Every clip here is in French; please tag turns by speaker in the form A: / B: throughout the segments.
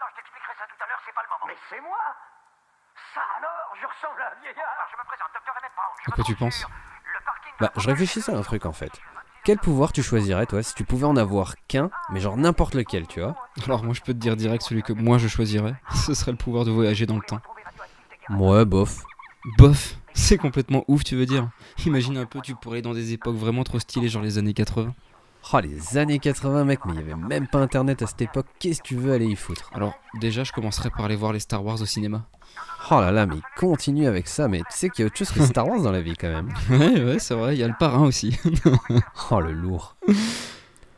A: t'expliquerai ça tout à l'heure, c'est pas le moment.
B: Mais c'est moi Ça alors Je ressemble à un
A: Alors,
B: vieillard
A: je me présente, Dr. Emmett Brown. Je
C: À quoi
A: me
C: tu
A: trouve
C: penses
A: sur le parking de
C: Bah,
A: la
C: je réfléchissais à un truc en fait. Quel pouvoir tu choisirais, toi, si tu pouvais en avoir qu'un, mais genre n'importe lequel, tu vois
D: Alors moi je peux te dire direct celui que moi je choisirais, ce serait le pouvoir de voyager dans le temps.
C: Ouais, bof.
D: Bof, c'est complètement ouf tu veux dire. Imagine un peu tu pourrais aller dans des époques vraiment trop stylées genre les années 80.
C: Oh, les années 80, mec, mais il y avait même pas internet à cette époque, qu'est-ce que tu veux aller y foutre
D: Alors déjà je commencerai par aller voir les Star Wars au cinéma.
C: Oh là là, mais continue avec ça, mais tu sais qu'il y a autre chose que Star Wars dans la vie quand même.
D: Ouais ouais c'est vrai, il y a le parrain aussi.
C: Oh le lourd.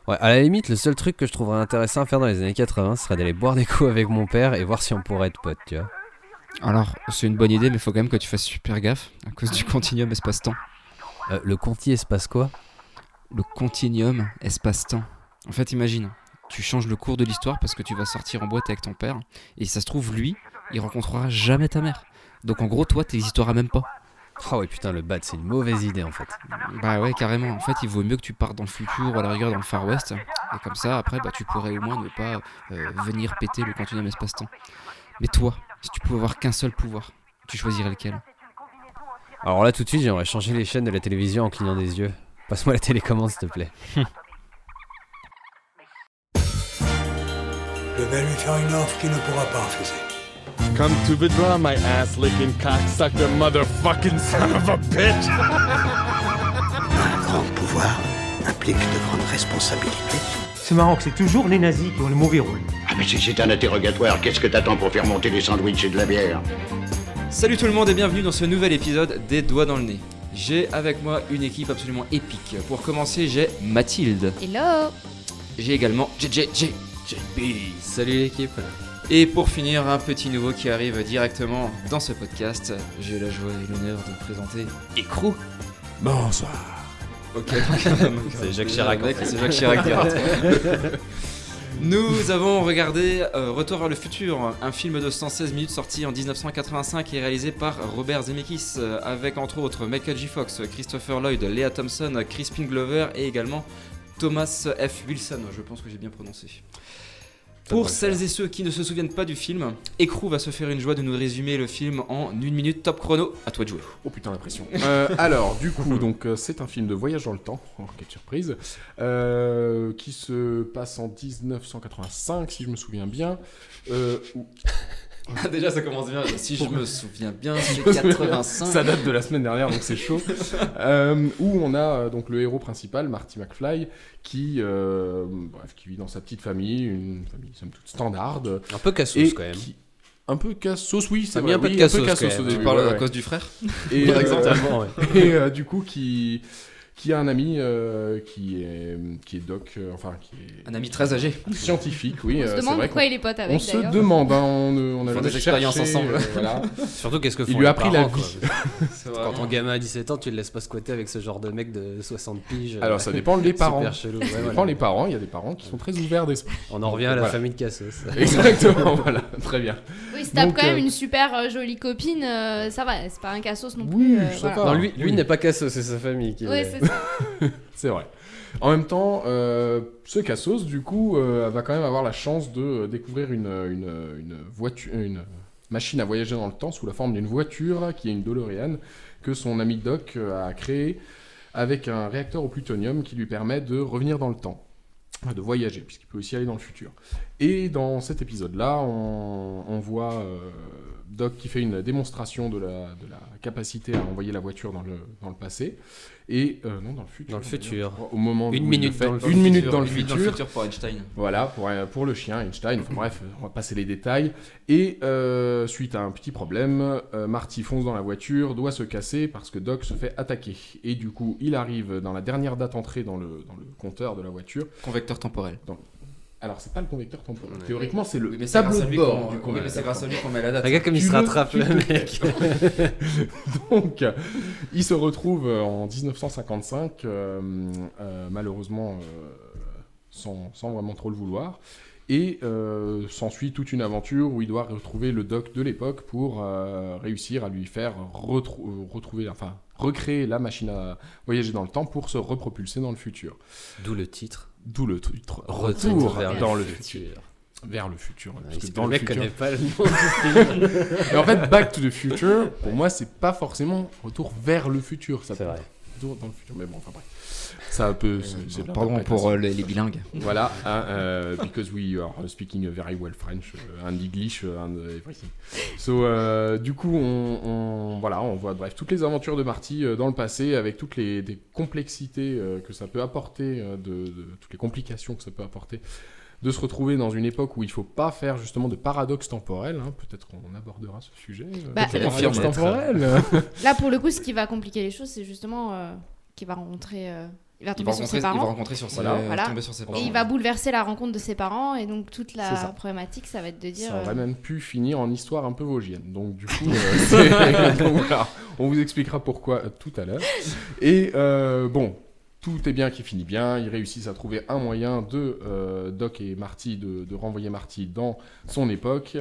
C: Ouais, à la limite, le seul truc que je trouverais intéressant à faire dans les années 80, ce serait d'aller boire des coups avec mon père et voir si on pourrait être potes, tu vois.
D: Alors c'est une bonne idée mais faut quand même que tu fasses super gaffe à cause du continuum espace-temps.
C: Euh, le Conti, il se passe quoi
D: Le continuum espace-temps. En fait imagine, tu changes le cours de l'histoire parce que tu vas sortir en boîte avec ton père et si ça se trouve lui, il rencontrera jamais ta mère. Donc en gros toi t'existeras même pas.
C: Oh ouais, putain, le bad, c'est une mauvaise idée en fait.
D: Bah ouais, carrément. En fait, il vaut mieux que tu partes dans le futur ou à la rigueur dans le Far West. Et comme ça, après, bah, tu pourrais au moins ne pas euh, venir péter le continuum espace-temps. Mais toi, si tu pouvais avoir qu'un seul pouvoir, tu choisirais lequel
C: Alors là, tout de suite, j'aimerais changer les chaînes de la télévision en clignant des yeux. Passe-moi la télécommande, s'il te plaît.
E: Je vais lui faire une offre qu'il ne pourra pas refuser.
F: Come to the drum, my ass licking cocksucker motherfucking son of a bitch!
G: Un grand pouvoir implique de grandes responsabilités.
H: C'est marrant que c'est toujours les nazis qui ont le mauvais rôle.
I: Ah, mais si c'est un interrogatoire, qu'est-ce que t'attends pour faire monter des sandwichs et de la bière
D: Salut tout le monde et bienvenue dans ce nouvel épisode des Doigts dans le Nez. J'ai avec moi une équipe absolument épique. Pour commencer, j'ai Mathilde.
F: Euh,
J: Hello
D: J'ai également JJJ. Salut l'équipe. Et pour finir, un petit nouveau qui arrive directement dans ce podcast. J'ai la joie et l'honneur de présenter Écrou.
F: Bonsoir.
D: Ok, donc-
C: C'est Jacques Chirac, en
D: Mec, C'est Jacques Chirac direct. Nous avons regardé euh, Retour vers le futur, un film de 116 minutes sorti en 1985 et réalisé par Robert Zemeckis, euh, avec entre autres Michael J. Fox, Christopher Lloyd, Lea Thompson, Crispin Glover et également Thomas F. Wilson. Je pense que j'ai bien prononcé. Pour celles et ceux qui ne se souviennent pas du film, Écrou va se faire une joie de nous résumer le film en une minute top chrono. À toi de jouer.
F: Oh putain, l'impression. alors, du coup, donc euh, c'est un film de voyage dans le temps, oh, quelle surprise, euh, qui se passe en 1985, si je me souviens bien. Euh, où-
D: Ah, Déjà, ça commence bien. Si je me souviens bien, c'est
F: me souviens.
D: 85.
F: Ça date de la semaine dernière, donc c'est chaud. Euh, où on a euh, donc le héros principal, Marty McFly, qui, euh, bref, qui vit dans sa petite famille, une famille somme toute standarde.
C: Un peu cassous
F: et
C: quand même.
F: qui- Un peu casse-sauce, oui, c'est
C: Ah,
F: vrai.
C: bien un peu
F: oui,
C: de casse-sauce,
F: casse-sauce
C: quand
F: au
C: même.
F: début.
D: Tu parles
F: ouais,
D: à
F: ouais.
D: cause du frère
F: Et,
C: Par
F: euh,
C: exemple, avant, ouais.
F: et euh, du coup, qui, qui a un ami euh, qui, est, qui est doc, euh, enfin, qui est
D: Un ami très âgé.
F: scientifique, oui.
J: Ah, On
F: euh,
J: se
F: c'est
J: demande
F: vrai
J: pourquoi
F: qu'on-
J: il est pote avec
F: on se
J: d'ailleurs.
F: demande, hein, on, euh, on a
D: Ils font
F: le
D: des expériences
F: chercher,
D: ensemble.
F: euh, voilà.
C: Surtout, qu'est-ce que font
F: Il lui a
C: les
F: appris la
C: parents,
F: vie.
C: quoi. Quand ton gamin a 17 ans, tu le laisses pas squatter avec ce genre de mec de 60 piges. euh,
F: Alors ça dépend des
C: super
F: parents.
C: chelou.
F: Ça
C: Ouais,
F: dépend
C: voilà.
F: les parents, il y a des parents qui sont très ouverts d'esprit.
C: On en revient à la
F: Voilà.
C: famille de Cassos.
F: Exactement, voilà, très bien.
J: Oui, il se tape
F: Donc,
J: quand même
F: euh,
J: une super euh, jolie copine, euh, ça va, c'est pas un cassos non
F: Oui,
J: plus. euh,
F: ça
J: voilà.
F: va.
C: Non, lui,
F: Oui.
C: lui n'est pas Cassos, c'est sa famille qui
J: Ouais,
C: l'est.
J: c'est ça.
F: C'est vrai. En même temps, euh, ce Cassos, du coup, euh, va quand même avoir la chance de euh, découvrir une, une, une voiture, une machine à voyager dans le temps sous la forme d'une voiture qui est une DeLorean que son ami Doc euh, a créée avec un réacteur au plutonium qui lui permet de revenir dans le temps, Enfin, de voyager, puisqu'il peut aussi aller dans le futur. Et dans cet épisode-là, on, on voit euh, Doc qui fait une démonstration de la, de la capacité à envoyer la voiture dans le, dans le passé. Et euh, non, dans le futur.
C: Dans le
F: d'ailleurs,
C: futur.
F: je crois, Au moment
C: Une
F: où il
C: minute
F: le fait.
C: dans le
F: une minute dans le
D: Une
F: futur.
D: minute dans le futur pour Einstein.
F: Voilà, pour, euh, pour le chien Einstein. Enfin bref, on va passer les détails. Et euh, suite à un petit problème, euh, Marty fonce dans la voiture, doit se casser parce que Doc se fait attaquer. Et du coup, il arrive dans la dernière date entrée dans le, dans le compteur de la voiture.
D: Convecteur temporel.
F: Alors, c'est pas le convecteur temporel. Théoriquement, c'est le
D: Oui, mais c'est
F: tableau
D: grâce à
F: de
D: lui
F: bord
D: qu'on-
F: du
D: oui, mais c'est
F: convecteur
D: grâce à lui qu'on met la date.
C: Regarde comme il
F: Tu
C: se
F: le-
C: rattrape,
F: tu
C: le
F: le
C: mec.
F: Donc, il se retrouve euh, en 1955, euh, euh, malheureusement euh, sans, sans vraiment trop le vouloir. Et euh, s'ensuit toute une aventure où il doit retrouver le doc de l'époque pour euh, réussir à lui faire retrou- euh, retrouver, enfin, recréer la machine à voyager dans le temps pour se repropulser dans le futur.
C: D'où le titre.
F: D'où le titre
C: Retour vers
F: dans
C: le
F: le futur. Vers le futur. hein, parce
C: Il
F: que
C: se peut
F: dans le
C: mec
F: futur-
C: connaît pas le nom du film.
F: Et en fait, Back to the Future, pour moi, c'est pas forcément retour vers le futur. Ça
C: C'est
F: peut
C: vrai.
F: être retour dans le futur, mais bon, enfin bref. Ça peut. c'est- c'est de
D: Euh, Pardon
F: l'interprétation.
D: pour euh, les, les bilingues.
F: Voilà, hein, euh, because we are speaking very well French euh, and English euh, and everything. So, euh, du coup, on, on- voilà, on voit bref toutes les aventures de Marty euh, dans le passé avec toutes les des complexités euh, que ça peut apporter, euh, de, de- toutes les complications que ça peut apporter de se retrouver dans une époque où il faut pas faire justement de paradoxe temporel. hein. Peut-être qu'on abordera ce sujet. euh,
J: Bah,
F: le paradoxe
D: Peut-être.
F: temporel.
J: Là, pour le coup, ce qui va compliquer les choses, c'est justement euh, qu'il va rencontrer. euh, il va
D: Il va
J: tomber sur
D: rencontrer,
J: ses
D: il va
J: parents.
D: rencontrer sur ses,
F: Voilà.
D: euh,
J: Voilà.
D: tomber sur ses parents.
J: Et il va bouleverser la rencontre de ses parents. Et donc, toute
F: C'est
J: la
F: ça.
J: problématique, ça va être de dire.
F: Ça aurait
J: euh,
F: même pu finir en histoire un peu vosgienne. Donc, du coup, euh, c'est- donc, voilà. on vous expliquera pourquoi euh, tout à l'heure. Et euh, bon, tout est bien qui finit bien. Ils réussissent à trouver un moyen de euh, Doc et Marty, de, de renvoyer Marty dans son époque.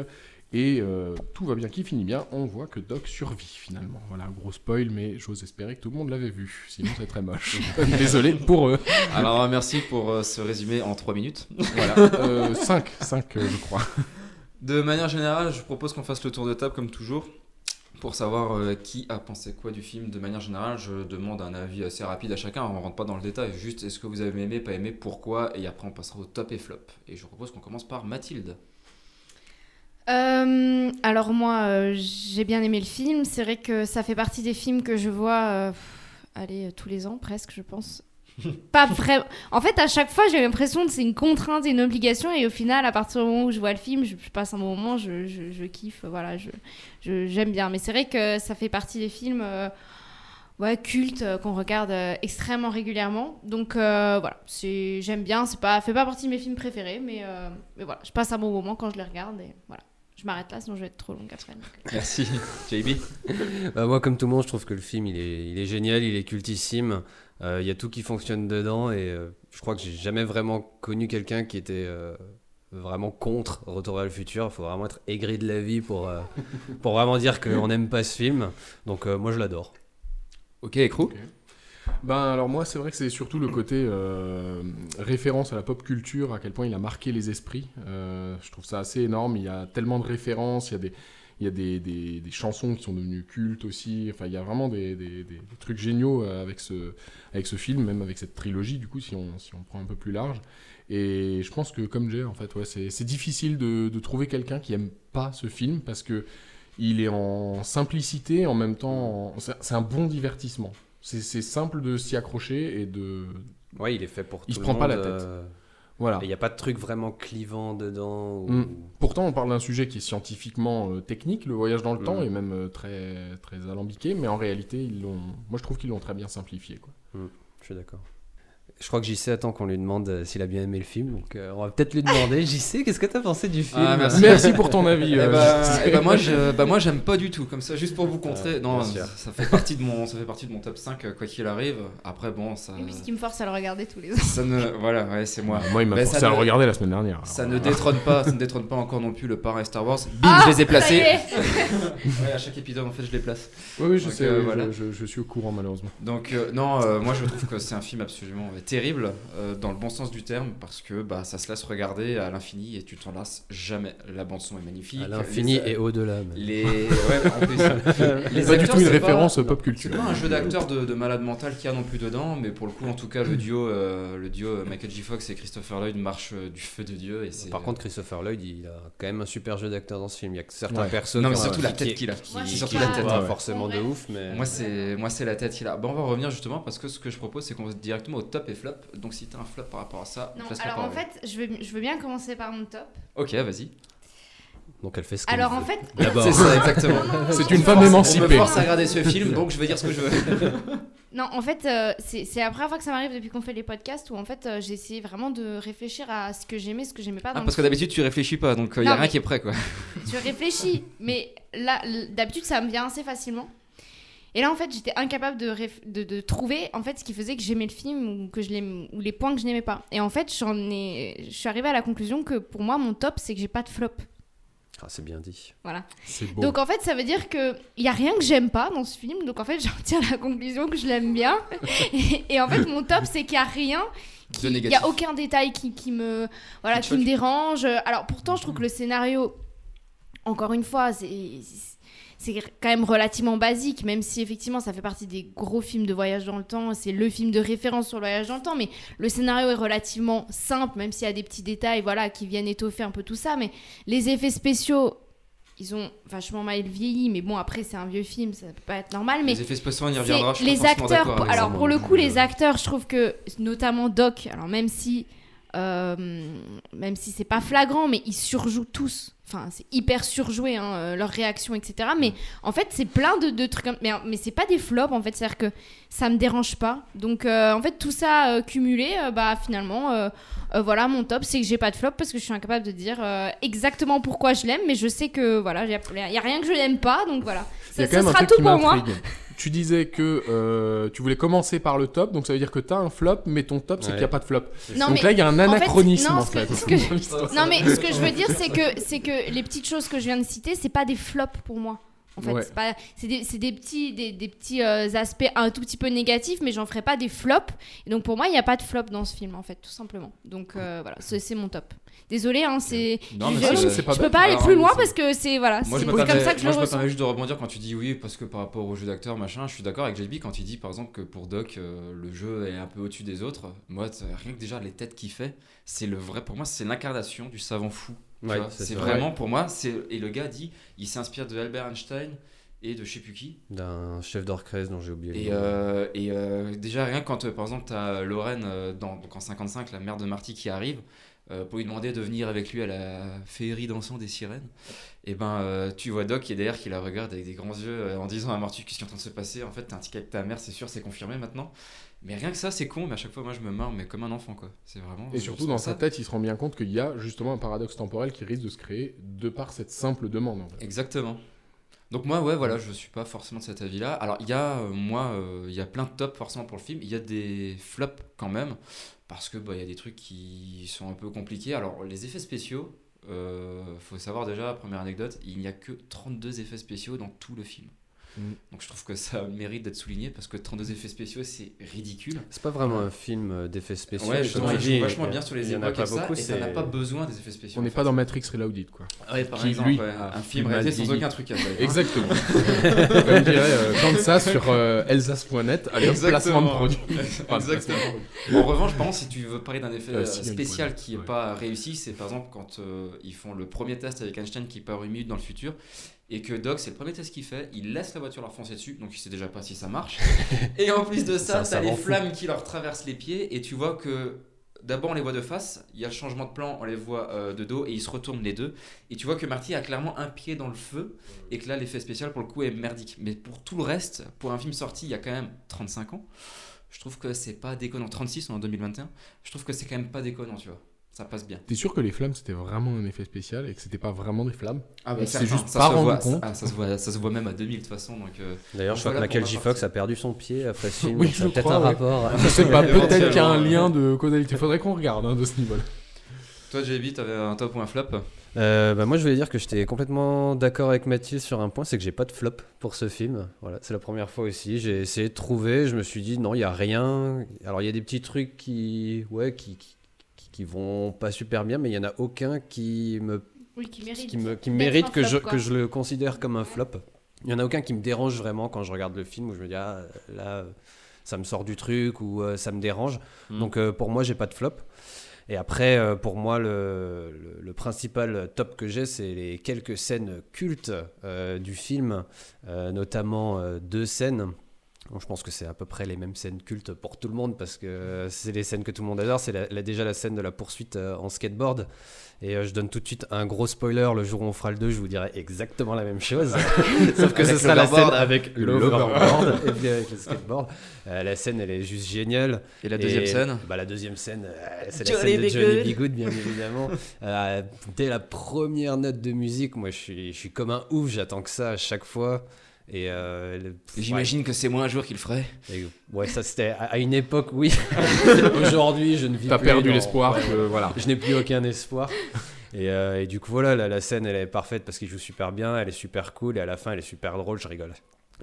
F: Et euh, tout va bien qui finit bien. On voit que Doc survit finalement. Voilà, gros spoil, mais j'ose espérer que tout le monde l'avait vu. Sinon, c'est très moche. Désolé pour eux.
D: Alors euh, merci pour euh, ce résumé en 3 minutes.
F: Voilà. 5, 5, euh, je crois.
D: De manière générale, je propose qu'on fasse le tour de table comme toujours pour savoir euh, qui a pensé quoi du film. De manière générale, je demande un avis assez rapide à chacun. On rentre pas dans le détail. Juste, est-ce que vous avez aimé, pas aimé, pourquoi Et après, on passera au top et flop. Et je propose qu'on commence par Mathilde.
J: Euh, alors moi, euh, j'ai bien aimé le film. C'est vrai que ça fait partie des films que je vois, euh, pff, allez, euh, tous les ans presque, je pense. Pas vraiment. En fait, à chaque fois, j'ai l'impression que c'est une contrainte et une obligation. Et au final, à partir du moment où je vois le film, je, je passe un bon moment, je, je- je kiffe, voilà, je je- j'aime bien. Mais c'est vrai que ça fait partie des films. euh, ouais, cultes euh, qu'on regarde euh, extrêmement régulièrement donc euh, voilà c'est j'aime bien c'est pas fait pas partie de mes films préférés mais, euh, mais voilà je passe un bon moment quand je les regarde et voilà je m'arrête là, sinon je vais être trop longue après.
D: Merci, JB.
C: Bah, moi, comme tout le monde, je trouve que le film, il est, il est génial, il est cultissime. Euh, Il y a tout qui fonctionne dedans et euh, je crois que j'ai jamais vraiment connu quelqu'un qui était euh, vraiment contre Retour vers le futur. Il faut vraiment être aigri de la vie pour, euh, pour vraiment dire qu'on n'aime pas ce film. Donc euh, moi, je l'adore.
D: Ok, écrou.
F: Ben alors moi c'est vrai que c'est surtout le côté euh, référence à la pop culture, à quel point il a marqué les esprits. Euh, je trouve ça assez énorme, il y a tellement de références, il y a des, il y a des, des- des chansons qui sont devenues cultes aussi, enfin il y a vraiment des, des- des- des trucs géniaux euh, avec ce, avec ce film, même avec cette trilogie du coup si on, si on prend un peu plus large. Et je pense que comme j'ai en fait, ouais, c'est c'est difficile de, de trouver quelqu'un qui aime pas ce film parce que il est en simplicité, en même temps en- c'est c'est un bon divertissement. C'est c'est simple de s'y accrocher et de.
C: Ouais, il est fait pour
F: Il
C: tout
F: se
C: le
F: prend pas la
C: monde,
F: tête. Ah.
C: euh,
F: Voilà.
C: et Il n'y a pas de truc vraiment clivant dedans. ou-
F: Mm. Pourtant, on parle d'un sujet qui est scientifiquement euh, technique, le voyage dans le
C: Mm.
F: temps, et même euh, très, très alambiqué, mais en réalité, ils l'ont. Moi, je trouve qu'ils l'ont très bien simplifié. Quoi.
C: Je suis d'accord. Je crois que JC attend qu'on lui demande euh, s'il a bien aimé le film. Donc euh, on va peut-être lui demander. JC, qu'est-ce que t'as pensé du film ben,
D: Ah, merci.
F: Merci pour ton avis.
D: Eh
F: euh,
D: bah,
F: Jacques.
D: eh bah, moi, je, bah moi j'aime pas du tout comme ça juste pour vous contrer.
C: Euh,
D: non,
C: bien sûr.
D: ça, ça fait partie de mon ça fait partie de mon top 5 euh, quoi qu'il arrive. Après bon ça
J: Et puis ce qui me force à le regarder tous les ans.
D: ça ne voilà, ouais, c'est moi.
F: Moi, il m'a
D: Bah,
F: forcé
D: ça
F: à le
D: ne-
F: regarder la semaine dernière. alors.
D: Ça ne détrône pas, ça ne détrône pas encore non plus le parrain Star Wars. Bim,
J: Ah,
D: je les ai
J: ça y
D: placés.
J: est
D: Ouais, à chaque épisode en fait, je les place.
F: Oui, oui, je
D: Donc,
F: sais,
D: euh,
F: oui, je-
D: voilà.
F: je, je suis au courant, malheureusement.
D: Donc euh, non, euh, moi je trouve que c'est un film absolument euh, terrible euh, dans le bon sens du terme parce que bah ça se laisse regarder à l'infini et tu t'en lasses jamais. La bande son est magnifique.
C: À l'infini
D: Les-
C: et au-delà. même.
D: les ouais, en plus. Les
F: pas du
D: acteurs,
F: tout une
D: c'est pas-
F: référence euh, pop
D: C'est
F: culture.
D: pas un jeu d'acteur de, de malade mental qu'il y a non plus dedans, mais pour le coup, en tout cas, le duo, euh, le duo euh, Michael J. Fox et Christopher Lloyd marche euh, du feu de Dieu. Et c'est- euh,
C: Par contre, Christopher Lloyd, il a quand même un super jeu d'acteur dans ce film. Il y a que certains
F: Ouais.
C: personnages.
D: non, mais surtout la tête qu'il a.
J: Moi, je
C: qui,
J: suis
D: surtout
C: qui
D: la
C: joue
D: tête.
C: pas
F: euh, ouais.
C: forcément
J: Ouais.
C: de ouf, mais.
D: Moi, c'est moi, c'est la tête qu'il a. Bon, on va revenir justement parce que ce que je propose, c'est qu'on va directement au top et flop. Donc, si t'as un flop par rapport à ça,
J: Non,
D: place la
J: alors en
D: parole.
J: fait, je veux, je veux bien commencer par mon top.
D: ok, vas-y.
C: Donc elle fait ce qu'elle
J: Alors en
C: veut.
J: fait,
C: D'abord.
D: C'est ça, exactement.
F: C'est une femme
D: Bah, On me
F: émancipée.
D: force à regarder ce film, donc je vais dire ce que je veux.
J: non, en fait, euh, c'est c'est la première fois que ça m'arrive depuis qu'on fait les podcasts où en fait euh, j'ai essayé vraiment de réfléchir à ce que j'aimais, ce que j'aimais pas. Dans
D: Ah,
J: le
D: parce que
J: film.
D: d'habitude, tu réfléchis pas, donc il y a
J: Non,
D: rien
J: mais-
D: qui est prêt, quoi.
J: Je réfléchis, mais là, l- d'habitude, ça me vient assez facilement. Et là, en fait, j'étais incapable de, réf- de, de trouver en fait ce qui faisait que j'aimais le film ou que je l'aim- ou les points que je n'aimais pas. Et en fait, j'en ai, je suis arrivée à la conclusion que pour moi, mon top, c'est que j'ai pas de flop.
C: Ah, c'est bien dit.
J: Voilà.
F: C'est beau.
J: Donc en fait, ça veut dire que il y a rien que j'aime pas dans ce film. Donc en fait, j'en tiens à la conclusion que je l'aime bien. et, et en fait, mon top, c'est qu'il y a rien. qui-
D: De
J: Il y
D: négatif.
J: a aucun détail qui, qui me voilà
D: Qui te choque.
J: qui me
D: Mhm.
J: dérange. Alors pourtant, je trouve que le scénario, encore une fois, c'est c'est quand même relativement basique, même si effectivement ça fait partie des gros films de voyage dans le temps, c'est le film de référence sur le voyage dans le temps, mais le scénario est relativement simple, même s'il y a des petits détails voilà, qui viennent étoffer un peu tout ça, mais les effets spéciaux, ils ont vachement mal vieilli, mais bon après c'est un vieux film, ça peut pas être normal, mais
D: les effets spéciaux, on y
J: c'est-
D: reviendra. je suis
J: les
D: pas forcément
J: acteurs,
D: d'accord avec
J: alors
D: ça,
J: pour le
D: moi.
J: coup,
F: euh,
J: les acteurs, je trouve que notamment Doc, alors même si, euh, même si c'est pas flagrant, mais ils surjouent tous. Enfin, c'est hyper surjoué hein, euh, leurs réactions, etc. Mais en fait, c'est plein de, de trucs. comme- Mais, mais c'est pas des flops, en fait. C'est-à-dire que ça me dérange pas. Donc, euh, en fait, tout ça euh, cumulé, euh, bah finalement, euh, euh, voilà, mon top, c'est que j'ai pas de flop parce que je suis incapable de dire euh, exactement pourquoi je l'aime, mais je sais que voilà, il y, a rien que je n'aime pas, donc voilà.
F: Il y
J: Ça,
F: a quand
J: ça
F: même un
J: sera
F: truc
J: tout
F: qui
J: pour moi.
F: m'intrigue. Tu disais que euh, tu voulais commencer par le top, donc ça veut dire que t'as un flop, mais ton top, c'est
C: Ouais.
F: qu'il n'y a pas de flop.
J: Non,
F: donc
J: mais-
F: là, il y a un
J: fait,
F: anachronisme
J: non,
F: en
J: ce que-
F: fait.
J: ce que- Non mais ce que je veux dire c'est que c'est que les petites choses que je viens de citer c'est pas des flops pour moi. En fait,
F: Ouais.
J: c'est pas- c'est des, c'est des petits, des, des petits euh, aspects un tout petit peu négatifs, mais j'en ferai pas des flops. Et donc pour moi, il n'y a pas de flop dans ce film, en fait, tout simplement. Donc euh, voilà, c'est c'est mon top. Désolé, hein, c'est.
D: Non, mais
J: je,
D: c'est-
J: je-
F: c'est pas
J: je
F: bête.
J: peux pas aller
D: Alors,
J: plus loin
D: c'est-
J: parce que c'est voilà,
D: Moi,
J: Ah, c'est
D: je
J: c'est comme
D: m'attendais-
J: ça que je
D: moi,
J: le
D: je
J: ressens.
D: m'attendais juste de rebondir quand tu dis oui, parce que par rapport au jeu d'acteur, machin, je suis d'accord avec JB quand il dit par exemple que pour Doc, euh, le jeu est un peu au-dessus des autres. Moi, t- rien que déjà les têtes qu'il fait, c'est le vrai, pour moi, c'est l'incarnation du savant fou. tu
C: Ouais,
D: vois.
C: c'est
D: c'est
C: ça.
D: vraiment pour moi, c'est et le gars dit, il s'inspire de Albert Einstein et de je sais plus qui.
C: D'un chef d'orchestre dont j'ai oublié le
D: Et,
C: nom.
D: euh, et, euh, déjà, rien que quand euh, par exemple t'as Lorraine euh, dans, donc en 55, la mère de Marty qui arrive, euh, pour lui demander de venir avec lui à la féerie dansant des sirènes, et ben euh, tu vois Doc qui est derrière qui la regarde avec des grands yeux euh, en disant à Marty qu'est-ce qui est en train de se passer, en fait t'as un ticket avec ta mère, c'est sûr, c'est confirmé maintenant. Mais rien que ça, c'est con, mais à chaque fois moi je me marre, mais comme un enfant quoi. C'est vraiment. euh,
F: Et surtout, dans
D: ça
F: sa tête, il se rend bien compte qu'il y a justement un paradoxe temporel qui risque de se créer de par cette simple demande. en fait.
D: Exactement. Donc moi, ouais, voilà, je suis pas forcément de cet avis-là. Alors il y a, euh, moi, euh, il y a plein de tops forcément pour le film. Il y a des flops quand même, parce que bah, il y a des trucs qui sont un peu compliqués. Alors les effets spéciaux, euh, faut savoir déjà, première anecdote, il n'y a que 32 effets spéciaux dans tout le film.
F: Mm.
D: Donc je trouve que ça mérite d'être souligné, parce que 32 effets spéciaux, c'est ridicule.
C: C'est pas vraiment un film euh, d'effets spéciaux.
D: Ouais,
C: comme
D: justement,
C: tu
D: ils
C: dis,
D: jouent vachement
C: il y
D: bien
C: en
D: sur les
C: a
D: époques
C: pas
D: et ça,
C: beaucoup,
D: et ça
C: c'est-
D: n'a pas besoin des effets spéciaux.
F: On
D: en
F: n'est
D: fait.
F: pas dans Matrix Reloaded, quoi.
C: Ah.
D: Ouais, par
F: qui,
D: exemple,
F: lui,
D: ouais,
F: a
D: un film
F: mal
D: réalisé sans
F: vieilli.
D: aucun truc hein, à faire.
F: Exactement. Comme dirait euh, Kansas sur euh, Alsace.net. Allez, hop, placement de produit. Enfin, de placement de
D: Exactement.
F: produit.
D: En revanche, par contre, si tu veux parler d'un effet
F: Euh,
D: euh,
F: si, il y a une
D: spécial
F: poignée.
D: qui n'est
F: Ouais.
D: pas réussi, c'est par exemple quand euh, ils font le premier test avec Einstein qui part une minute dans le futur et que Doc, c'est le premier test qu'il fait, il laisse la voiture leur foncer dessus, donc il sait déjà pas si ça marche. et en plus de ça,
C: C'est
D: t'as
C: un
D: les
C: savant fou.
D: flammes qui leur traversent les pieds et tu vois que d'abord on les voit de face, il y a le changement de plan, on les voit euh, de dos et ils se retournent les deux. Et tu vois que Marty a clairement un pied dans le feu et que là l'effet spécial pour le coup est merdique. Mais pour tout le reste, pour un film sorti il y a quand même 35 ans, je trouve que c'est pas déconnant. 36 on est en 2021, je trouve que c'est quand même pas déconnant, tu vois. Ça passe bien.
F: T'es sûr que les flammes, c'était vraiment un effet spécial et que c'était pas vraiment des flammes
D: Ah
F: bah, c'est juste pas rendu compte.
D: Ça, se voit, ça se voit même à 2000 de toute façon. Donc, euh,
C: D'ailleurs, je crois
D: Voilà
C: que Michael
D: pour
C: J.
D: ma
C: Fox
D: partie.
C: a perdu son pied après ce film.
F: Oui,
C: donc ça
F: je
C: a peut-être
F: crois,
C: un
F: ouais.
C: rapport.
F: Je sais pas, peut-être
D: Éventuellement.
F: qu'il y a un lien de causalité. Faudrait qu'on regarde hein, de ce niveau-là.
D: Toi, JB, t'avais un top ou un flop
C: Euh, bah, moi, je voulais dire que j'étais complètement d'accord avec Mathieu sur un point, c'est que j'ai pas de flop pour ce film. Voilà, c'est la première fois aussi. J'ai essayé de trouver, je me suis dit non, il y a rien. Alors, il y a des petits trucs qui, ouais, qui, qui, qui- qui vont pas super bien, mais il y en a aucun qui me
J: Oui, qui mérite.
C: qui, me, qui
J: D'être
C: mérite
J: un
C: que,
J: flop,
C: je,
J: quoi.
C: que je le considère comme un flop. Il n'y en a aucun qui me dérange vraiment quand je regarde le film où je me dis ah là ça me sort du truc ou euh, ça me dérange.
D: Mm.
C: Donc euh, pour moi j'ai pas de flop. Et après euh, pour moi le, le- le principal top que j'ai c'est les quelques scènes cultes euh, du film, euh, notamment euh, deux scènes. Bon, je pense que c'est à peu près les mêmes scènes cultes pour tout le monde parce que euh, c'est les scènes que tout le monde adore. C'est la- la- déjà la scène de la poursuite euh, en skateboard. Et euh, je donne tout de suite un gros spoiler. Le jour où on fera le 2, je vous dirai exactement la même chose. Sauf que ce
D: Avec
C: sera la scène
D: l'overboard.
C: avec l'overboard et bien avec le skateboard. Euh, la scène, elle est juste géniale.
D: Et la deuxième
C: Et,
D: scène
C: bah, La deuxième scène, euh, c'est la
D: Johnny
C: scène de
D: B. Good.
C: Johnny B. Good, bien évidemment. Euh, dès la première note de musique, moi, je suis, je suis comme un ouf. J'attends que ça à chaque fois. Et euh, le-
D: J'imagine que c'est moi un jour qui le ferait.
C: et- ouais, ça c'était à, à une époque, oui. Aujourd'hui, je ne vis
F: T'as
C: plus
F: perdu
C: dans-
F: l'espoir.
C: ouais,
F: que- Voilà.
C: je n'ai plus aucun espoir. Et Et, euh, et du coup, voilà, la, la scène, elle est parfaite parce qu'il joue super bien, elle est super cool, et à la fin, elle est super drôle, je rigole.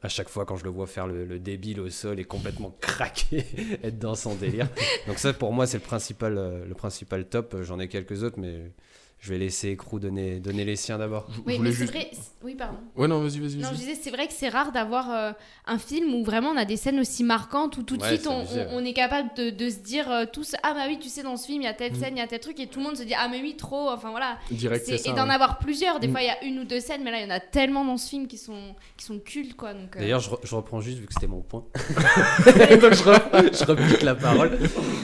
C: À chaque fois, quand je le vois faire le, le débile au sol et complètement craquer, être dans son délire. Donc, ça, pour moi, c'est le principal, euh, le principal top. J'en ai quelques autres, mais je vais laisser Crew donner, donner les siens d'abord.
J: Oui,
F: Je voulais
J: mais c'est
F: juste-
J: vrai. c'est- Oui, pardon.
F: Ouais, non, vas-y, vas-y.
J: Non, je
F: vas-y.
J: disais, c'est vrai que c'est rare d'avoir euh, un film où vraiment on a des scènes aussi marquantes où tout de
C: Ouais,
J: suite
C: c'est
J: on,
C: abusé,
J: on- on est capable de, de se dire euh, tous Ah, bah oui, tu sais, dans ce film, il y a telle scène, il y a tel truc, et tout le monde se dit Ah, mais oui, trop. Enfin voilà.
F: Direct, Mhm. c'est
J: C'est-
F: ça.
J: Et d'en
F: ouais.
J: avoir plusieurs. Des
F: Mm.
J: fois, il y a une ou deux scènes, mais là, il y en a tellement dans ce film qui sont, qui sont cultes, quoi. Donc, euh,
C: D'ailleurs, je, re- je reprends juste vu que c'était mon point. Donc je, re- je repique la parole.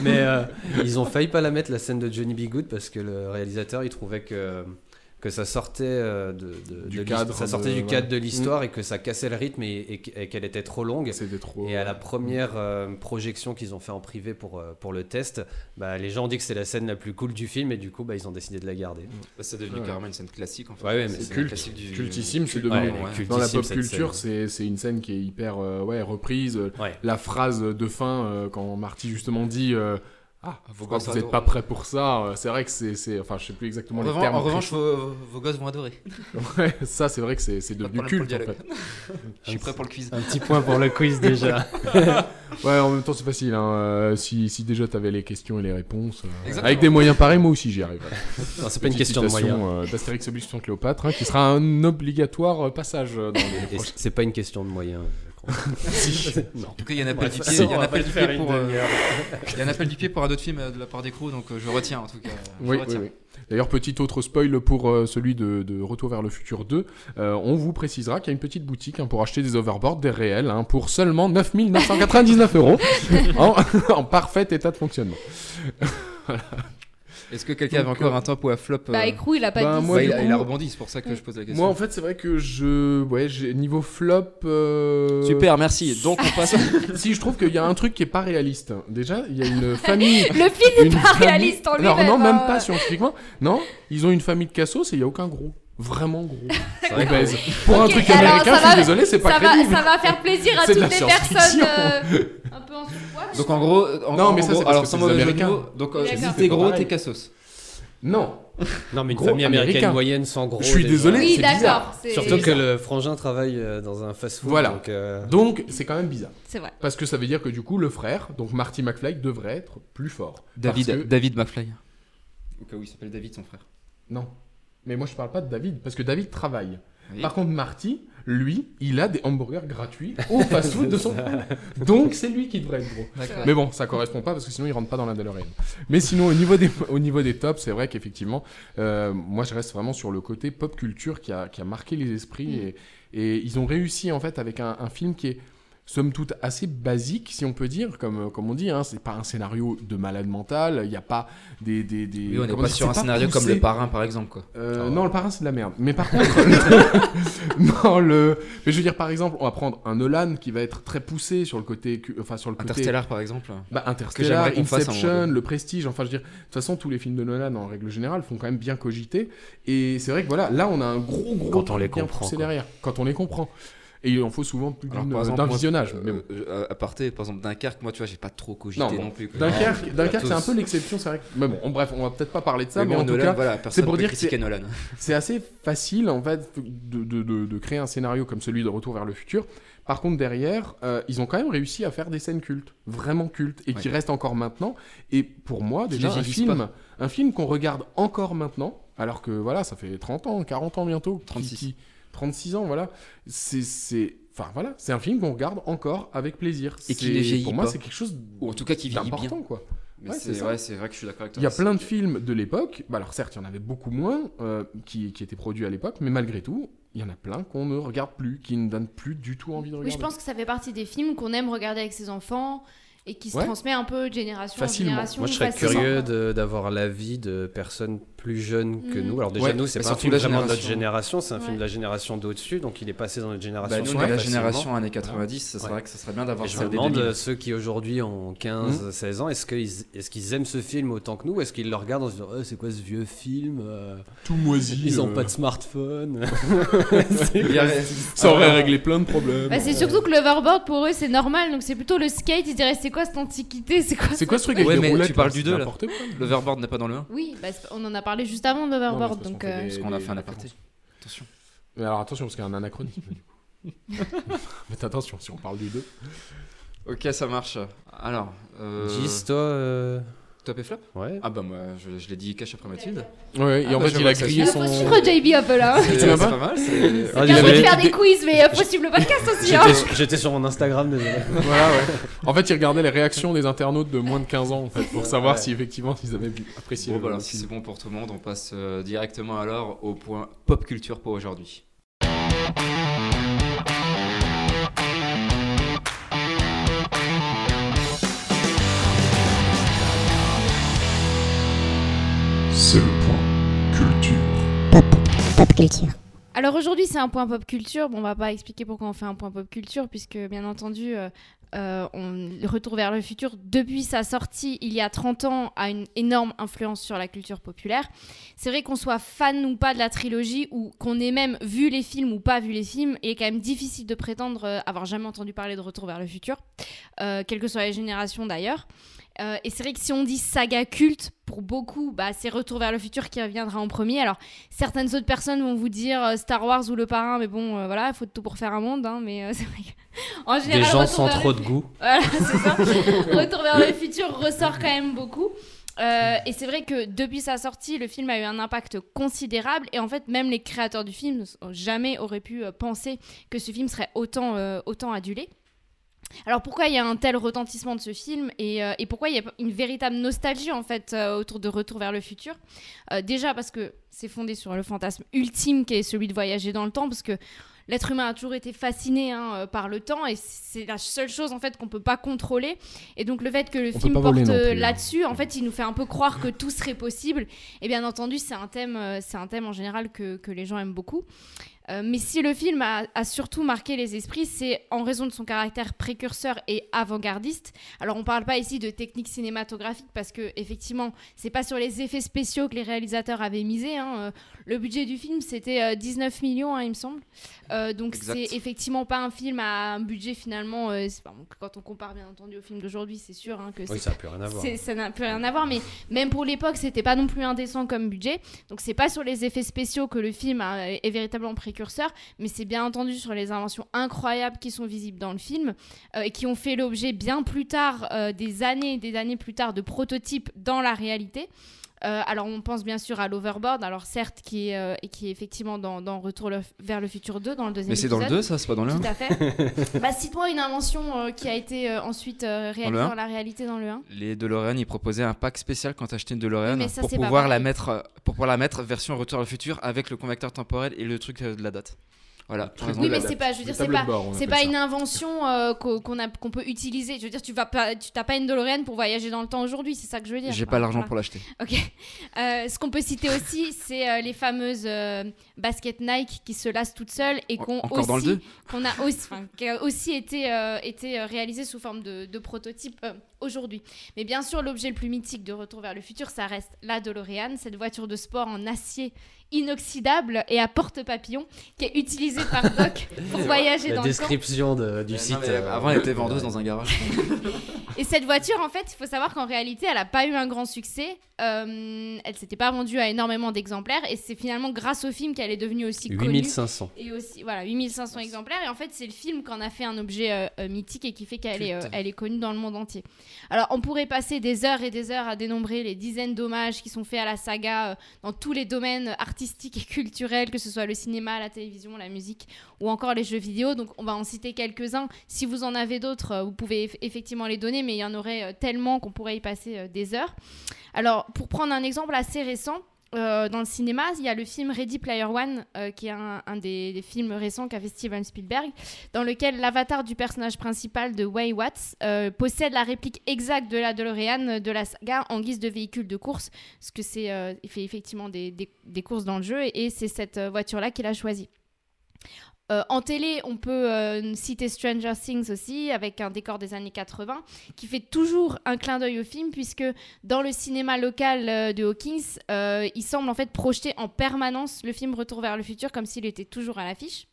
C: Mais euh, ils ont failli pas la mettre la scène de Johnny B. Good parce que le réalisateur il trouvait que que ça sortait euh, de, de-
F: Du
C: de l'his-
F: cadre
C: ça sortait
F: de-
C: du
F: ouais. Mm.
C: cadre de l'histoire et que ça cassait le rythme et, et qu- et qu'elle était trop longue.
F: C'était trop.
C: Et à la première euh, projection qu'ils ont fait en privé pour, euh, pour le test, bah, les gens ont dit que c'est la scène la plus cool du film et du coup bah, ils ont décidé de la garder.
F: Mm.
D: Bah, c'est devenu
F: Ouais.
D: carrément une scène classique en fait.
C: Ouais, ouais, mais
D: C'est
C: c'est
D: la
F: culte.
D: classique du-
F: Cultissime, c'est
D: culte, ouais,
F: devenu-
D: ouais.
F: Dans la
C: cultissime,
F: pop
C: cette
F: culture,
C: scène.
F: c'est c'est une scène qui est hyper euh, ouais, reprise. euh,
C: Ouais.
F: La phrase de fin, euh, quand Marty justement dit euh, Ah,
D: Vos
F: pourquoi
D: gosses
F: vous n'êtes pas
D: adorent.
F: prêt pour ça euh, C'est vrai que c'est. c'est- Enfin, je sais plus exactement
D: En
F: les
D: revanche,
F: termes.
D: en revanche, vos, vos gosses vont adorer.
F: Ouais, ça, c'est vrai que c'est c'est
D: Pas de
F: devenu
D: problème
F: culte en
D: pour le
F: fait.
D: dialogue. Je suis prêt pour le quiz.
C: Un petit point pour le quiz déjà.
F: Ouais, en même temps, c'est facile. hein, euh, si, si déjà t'avais les questions et les réponses. euh,
D: Exactement.
F: avec des moyens pareils, moi aussi j'y arrive. euh,
C: Non, c'est pas une question de moyens.
F: D'Astérix Obligation Cléopâtre, hein, qui sera un obligatoire euh, passage euh, dans les
C: Et
F: prochains.
C: C'est pas une question de moyens. je crois.
D: En tout cas, il y a un appel du
C: de
D: pied, il
C: toute
D: y a un
C: façon, on
D: appel
C: va
D: du
C: pas te
D: pied
C: faire
D: pour,
C: une
D: euh, il y a un appel du pied pour un autre film euh, de la part des crews, donc euh, je retiens en tout cas. Je
F: Oui, oui,
D: retiens.
F: oui. D'ailleurs, petit autre spoil pour euh, celui de, de Retour vers le futur 2. euh, on vous précisera qu'il y a une petite boutique hein, pour acheter des overboards, des réels, hein, pour seulement 9999 euros, en, en parfait état de fonctionnement.
D: Est-ce que quelqu'un avait
F: Donc,
D: encore
F: euh,
D: un temps pour un flop euh,
J: Bah, Écrou, il a pas
F: bah,
J: dit.
F: moi,
D: bah,
J: c'est
D: il, a,
J: bon.
D: il a rebondi, c'est pour ça que je pose la question.
F: Moi, en fait, c'est vrai que je. Ouais, j'ai- niveau flop. euh,
D: Super, merci. Donc on passe.
F: Si je trouve qu'il y a un truc qui est pas réaliste. Déjà, il y a une famille.
J: Le film
F: une
J: n'est pas
F: famille-
J: réaliste en
F: Alors
J: lui-même.
F: non, même
J: hein.
F: pas scientifiquement. Non, ils ont une famille de cassos et il y a aucun gros. Vraiment gros.
C: vrai que-
F: Obèse. Pour un
J: Ok,
F: truc
J: alors,
F: américain,
J: ça
F: je suis
J: va-
F: désolé, c'est pas
J: ça va,
F: crédible.
J: ça va faire plaisir à
F: C'est de
J: toutes
F: la
J: les personnes
F: science-fiction.
J: euh, un peu en surpoids.
D: donc en gros, en,
F: Non, mais
D: en
F: ça, c'est
D: gros,
F: parce
D: alors
F: que
D: sans
F: c'est des
D: mauvais jeu de
F: Américains.
D: mots, donc euh,
J: D'accord.
D: si
F: C'est
D: t'es gros,
F: pareil.
D: t'es cassos.
F: Non.
C: Non, mais une
F: Gros
C: famille américaine
F: américain.
C: moyenne sans gros.
F: Je suis
C: déjà.
F: désolé,
J: oui,
F: c'est
J: d'accord.
F: bizarre.
J: c'est-
C: Surtout que le frangin travaille euh, dans un fast-food.
F: Voilà.
C: Donc, euh,
F: Donc, c'est quand même bizarre.
J: C'est vrai.
F: Parce que ça veut dire que du coup, le frère, donc Marty McFly, devrait être plus fort. Parce que-
D: David McFly. Au cas où il s'appelle David, son frère.
F: Non. Mais moi, je parle pas de David, parce que David travaille.
D: Oui.
F: Par contre, Marty, lui, il a des hamburgers gratuits au fast-food de son frère. Donc, c'est lui qui devrait être gros.
D: D'accord.
F: Mais bon, ça correspond pas parce que sinon il rentre pas dans la DeLorean. Mais sinon, au niveau des, au niveau des tops, c'est vrai qu'effectivement, euh, moi je reste vraiment sur le côté pop culture qui a, qui a marqué les esprits et, et ils ont réussi en fait avec un, un film qui est somme toute assez basique si on peut dire comme comme on dit hein, c'est pas un scénario de malade mental il n'y a pas des des, des
D: Oui, on n'est
F: comment
D: pas
F: dire,
D: sur
F: c'est
D: un scénario comme
F: poussé.
D: le parrain par exemple quoi.
F: Euh,
D: Oh.
F: Non, le parrain, c'est de la merde. Mais par contre, le- non, le. Mais je veux dire, par exemple, on va prendre un Nolan qui va être très poussé sur le côté, cu- enfin sur le côté
D: Interstellar par exemple.
F: bah,
D: Que
F: Interstellar,
D: j'aimerais qu'on fasse à un moment
F: Inception,
D: donné.
F: Le Prestige, enfin je veux dire, de toute façon tous les films de Nolan en règle générale font quand même bien cogiter et c'est vrai que voilà, là on a un gros gros
C: Quand on les
F: truc bien
C: comprend,
F: poussé
C: quoi.
F: derrière, quand on les comprend. Et il en faut souvent plus
D: Alors,
F: d'une-
D: par exemple,
F: d'un
D: moi,
F: visionnage.
D: euh,
F: mais bon.
D: euh, à parté, par exemple, Dunkerque, moi, tu vois, j'ai pas trop cogité
F: Non,
D: non,
F: bon.
D: plus. quoi.
F: Dunkerque, Dunkerque,
D: tous.
F: c'est un peu l'exception, c'est vrai. que- Mais bon, en bref, on va peut-être pas parler de ça,
D: Mais
F: mais,
D: bon,
F: en tout
D: Nolan,
F: cas,
D: voilà, personne
F: pour
D: peut
F: dire que c'est-
D: critiquer Nolan.
F: c'est assez facile en fait de, de- de- de créer un scénario comme celui de Retour vers le futur. Par contre, derrière, euh, ils ont quand même réussi à faire des scènes cultes, vraiment cultes, et qui
D: Ouais.
F: restent encore maintenant. Et pour moi,
D: Qui
F: déjà,
D: les
F: un
D: vieillissent
F: film, un film qu'on regarde encore maintenant, alors que voilà, ça fait 30 ans, 40 ans bientôt, qui-
D: 36.
F: qui- 36 ans, voilà. C'est, c'est, enfin voilà, c'est un film qu'on regarde encore avec plaisir.
D: Et qui
F: C'est-
D: ne vieillit
F: Pour moi,
D: pas.
F: c'est quelque chose
D: Ou en tout cas, qui vieillit bien.
F: d'important, quoi.
D: Mais
F: Ouais, c'est
D: c'est
F: ça.
D: ouais, c'est vrai que je suis d'accord avec toi.
F: Il y a
D: C'est-
F: plein de films de l'époque, bah alors certes il y en avait beaucoup moins euh, qui, qui étaient produits à l'époque, mais malgré tout, il y en a plein qu'on ne regarde plus, qui ne donnent plus du tout envie de
J: Oui,
F: regarder.
J: je pense que ça fait partie des films qu'on aime regarder avec ses enfants et qui se
F: Ouais.
J: transmet un peu de génération
F: Facilement.
J: en génération.
C: moi, je serais
J: facilement.
C: curieux de- d'avoir l'avis de personnes plus jeunes que
J: Mm.
C: nous. Alors, déjà,
F: Ouais.
C: nous, c'est
D: Mais
C: pas un
D: surtout
C: film
D: la
C: vraiment de notre
D: génération.
C: génération, c'est un
J: Ouais.
C: film de la génération d'au-dessus, donc il est passé dans notre génération.
D: Bah, nous, on
F: Ouais,
D: est de la
C: facilement.
D: génération années 90, ça serait
C: Ouais.
D: vrai que ça serait bien d'avoir
C: Et je
D: ça
C: me
D: dès
C: demande
D: 2000.
C: euh, ceux qui aujourd'hui ont 15, 16 ans, est-ce qu'ils est qu'ils aiment ce film autant que nous Est-ce qu'ils le regardent en se disant Oh, c'est quoi ce vieux film euh,
F: tout moisi.
C: Ils ont
F: euh,
C: pas de smartphone.
D: Il y a-
F: Ça aurait réglé plein de problèmes. euh,
J: Bah, c'est surtout que l'overboard pour eux c'est normal donc c'est plutôt le skate ils diraient c'est quoi cette antiquité C'est quoi
F: C'est quoi ce truc
D: Ouais,
F: avec les
D: mais tu
F: roulettes
D: parles
F: là
D: du
F: C'est
D: deux, là.
F: n'importe quoi.
D: L'overboard n'est pas dans le 1.
J: Oui, bah, c'est- on en a parlé juste avant de Overboard,
F: Non, mais de toute façon, on
J: donc
F: fait
J: euh,
F: des-
D: Parce qu'on a fait un
F: des
D: aparté.
F: références.
D: Attention.
F: Mais alors attention, parce qu'il y a un anachronisme. du coup. Faites attention, si on parle du 2.
D: Ok, ça marche. Alors, euh,
C: Gis, toi. euh,
D: top et flop
C: Ouais.
D: Ah bah moi, je, je l'ai dit cache après Mathilde.
F: Ouais, et
D: Ah,
F: en
D: bah, je
F: fait, il
D: vois
F: a
D: que ça
F: grillé
J: Ah,
F: son.
J: faut suivre JB un peu là. hein.
D: C'est
F: tu l'as
D: c'est
F: pas
D: pas mal. c'est-
C: Ah,
J: Bien joué de
C: désolé.
J: faire des quiz, mais euh, faut suivre le podcast aussi. Hein.
C: J'étais sur- J'étais sur mon Instagram, désolé.
F: Voilà, ouais. En fait, il regardait les réactions des internautes de moins de 15 ans, en fait, pour savoir si effectivement ils avaient apprécié
D: Bon,
F: le
D: bah, alors, si
F: film.
D: c'est bon pour tout le monde, on passe euh, directement alors au point pop culture pour aujourd'hui.
K: C'est le point culture.
L: Pop culture.
J: Alors aujourd'hui, c'est un point pop culture. Bon, on va pas expliquer pourquoi on fait un point pop culture, puisque bien entendu, euh, euh, on, le Retour vers le futur, depuis sa sortie il y a 30 ans, a une énorme influence sur la culture populaire. C'est vrai qu'on soit fan ou pas de la trilogie, ou qu'on ait même vu les films ou pas vu les films, il est quand même difficile de prétendre euh, avoir jamais entendu parler de Retour vers le futur, euh, quelle que soit la génération d'ailleurs. Euh, et c'est vrai que si on dit saga culte, pour beaucoup, bah, c'est Retour vers le futur qui reviendra en premier. Alors, certaines autres personnes vont vous dire euh, Star Wars ou Le Parrain, mais bon, euh, voilà, il faut de tout pour faire un monde. hein, mais euh, c'est vrai que- en général,
C: Des gens
J: Retour
C: sans
J: vers le
C: trop de goût.
J: voilà, c'est ça. Retour vers le futur ressort quand même beaucoup. Euh, et c'est vrai que depuis sa sortie, le film a eu un impact considérable. Et en fait, même les créateurs du film euh, jamais auraient pu euh, penser que ce film serait autant, euh, autant adulé. Alors pourquoi il y a un tel retentissement de ce film et, euh, et pourquoi il y a une véritable nostalgie en fait euh, autour de Retour vers le futur Euh, Déjà parce que c'est fondé sur le fantasme ultime qui est celui de voyager dans le temps parce que l'être humain a toujours été fasciné hein, euh, par le temps et c'est la seule chose en fait qu'on peut pas contrôler et donc le fait que le
F: peut
J: film
F: pas
J: porte
F: voler non
J: euh,
F: plus, hein.
J: là-dessus en fait il nous fait un peu croire que tout serait possible et bien entendu c'est un thème euh, c'est un thème en général que, que les gens aiment beaucoup euh, mais si le film a, a surtout marqué les esprits, c'est en raison de son caractère précurseur et avant-gardiste. Alors on parle pas ici de technique cinématographique parce que effectivement, c'est pas sur les effets spéciaux que les réalisateurs avaient misé. hein. Euh, Le budget du film c'était euh, 19 millions, hein, il me semble. Euh, donc
D: Exact.
J: c'est effectivement pas un film à un budget finalement. euh, c'est- bon, quand on compare bien entendu au film d'aujourd'hui, c'est sûr hein, que
C: Oui,
J: c'est
C: ça n'a plus rien à voir.
J: c'est- ça n'a plus rien à voir, mais même pour l'époque, c'était pas non plus indécent comme budget. Donc c'est pas sur les effets spéciaux que le film hein, est est véritablement précurseur, mais c'est bien entendu sur les inventions incroyables qui sont visibles dans le film euh, et qui ont fait l'objet bien plus tard, euh, des années, et des années plus tard, de prototypes dans la réalité. Euh, alors on pense bien sûr à l'overboard, alors certes qui est, euh, et qui est effectivement dans, dans Retour le- vers le futur 2, dans le deuxième
D: Mais c'est dans le
J: épisode.
D: 2, ça, c'est pas dans le 1
J: Tout à fait. bah, Cite-moi une invention euh, qui a été euh, ensuite euh, réalisée
D: un
J: dans la réalité dans le 1.
D: Les DeLorean, ils proposaient un pack spécial quand t'achetais une DeLorean
J: Oui, mais ça,
D: pour
J: c'est pas
D: pouvoir la
J: pareil.
D: mettre, euh, pour pouvoir la mettre version Retour vers le futur avec le convecteur temporel et le truc euh, de la date. Voilà.
F: truc
J: Oui,
F: de la
J: mais c'est
F: date.
J: pas, je veux
F: Le
J: dire, c'est
F: tableau
J: pas,
F: de bord, on
J: c'est
F: appelle
J: pas
F: ça.
J: une invention euh, qu'o- qu'on a, qu'on peut utiliser. Je veux dire, tu vas pas, tu t'as pas une DeLorean pour voyager dans le temps aujourd'hui, c'est ça que je veux dire.
D: J'ai
J: Enfin,
D: pas l'argent
J: voilà.
D: pour l'acheter.
J: Ok. Euh, ce qu'on peut citer aussi, c'est euh, les fameuses euh, baskets Nike qui se lassent toutes seules et qu'on
D: Encore dans le
J: aussi,
D: deux
J: qu'on a aussi, enfin, qui a aussi été, euh, été euh, réalisé sous forme de, de prototype euh, aujourd'hui. Mais bien sûr, l'objet le plus mythique de Retour vers le futur, ça reste la DeLorean, cette voiture de sport en acier inoxydable et à porte-papillon qui est utilisée par Doc pour voyager
C: La
J: dans le temps.
C: description de- du site. euh,
D: Avant, elle était vendeuse dans un garage.
J: Et cette voiture, en fait, il faut savoir qu'en réalité, elle n'a pas eu un grand succès. Euh, elle s'était pas vendue à énormément d'exemplaires. Et c'est finalement grâce au film qu'elle est devenue aussi connue.
C: 8500.
J: Et aussi, voilà, 8500 exemplaires. Et en fait, c'est le film qu'en a fait un objet euh, euh, mythique et qui fait qu'elle est, euh, elle est connue dans le monde entier. Alors, on pourrait passer des heures et des heures à dénombrer les dizaines d'hommages qui sont faits à la saga euh, dans tous les domaines artistiques et culturels, que ce soit le cinéma, la télévision, la musique ou encore les jeux vidéo. Donc, on va en citer quelques-uns. Si vous en avez d'autres, euh, vous pouvez eff- effectivement les donner, mais il y en aurait euh, tellement qu'on pourrait y passer euh, des heures. Alors, pour prendre un exemple assez récent, euh, dans le cinéma, il y a le film Ready Player One, euh, qui est un, un des, des films récents qu'a fait Steven Spielberg, dans lequel l'avatar du personnage principal de Way Watts euh, possède la réplique exacte de la DeLorean euh, de la saga en guise de véhicule de course, parce que c'est euh, il fait effectivement des, des- des courses dans le jeu, et, et c'est cette euh, voiture-là qu'il a choisie. Euh, en télé, on peut euh, citer Stranger Things aussi, avec un décor des années 80, qui fait toujours un clin d'œil au film, puisque dans le cinéma local euh, de Hawkins, euh, il semble en fait projeter en permanence le film Retour vers le futur, comme s'il était toujours à l'affiche.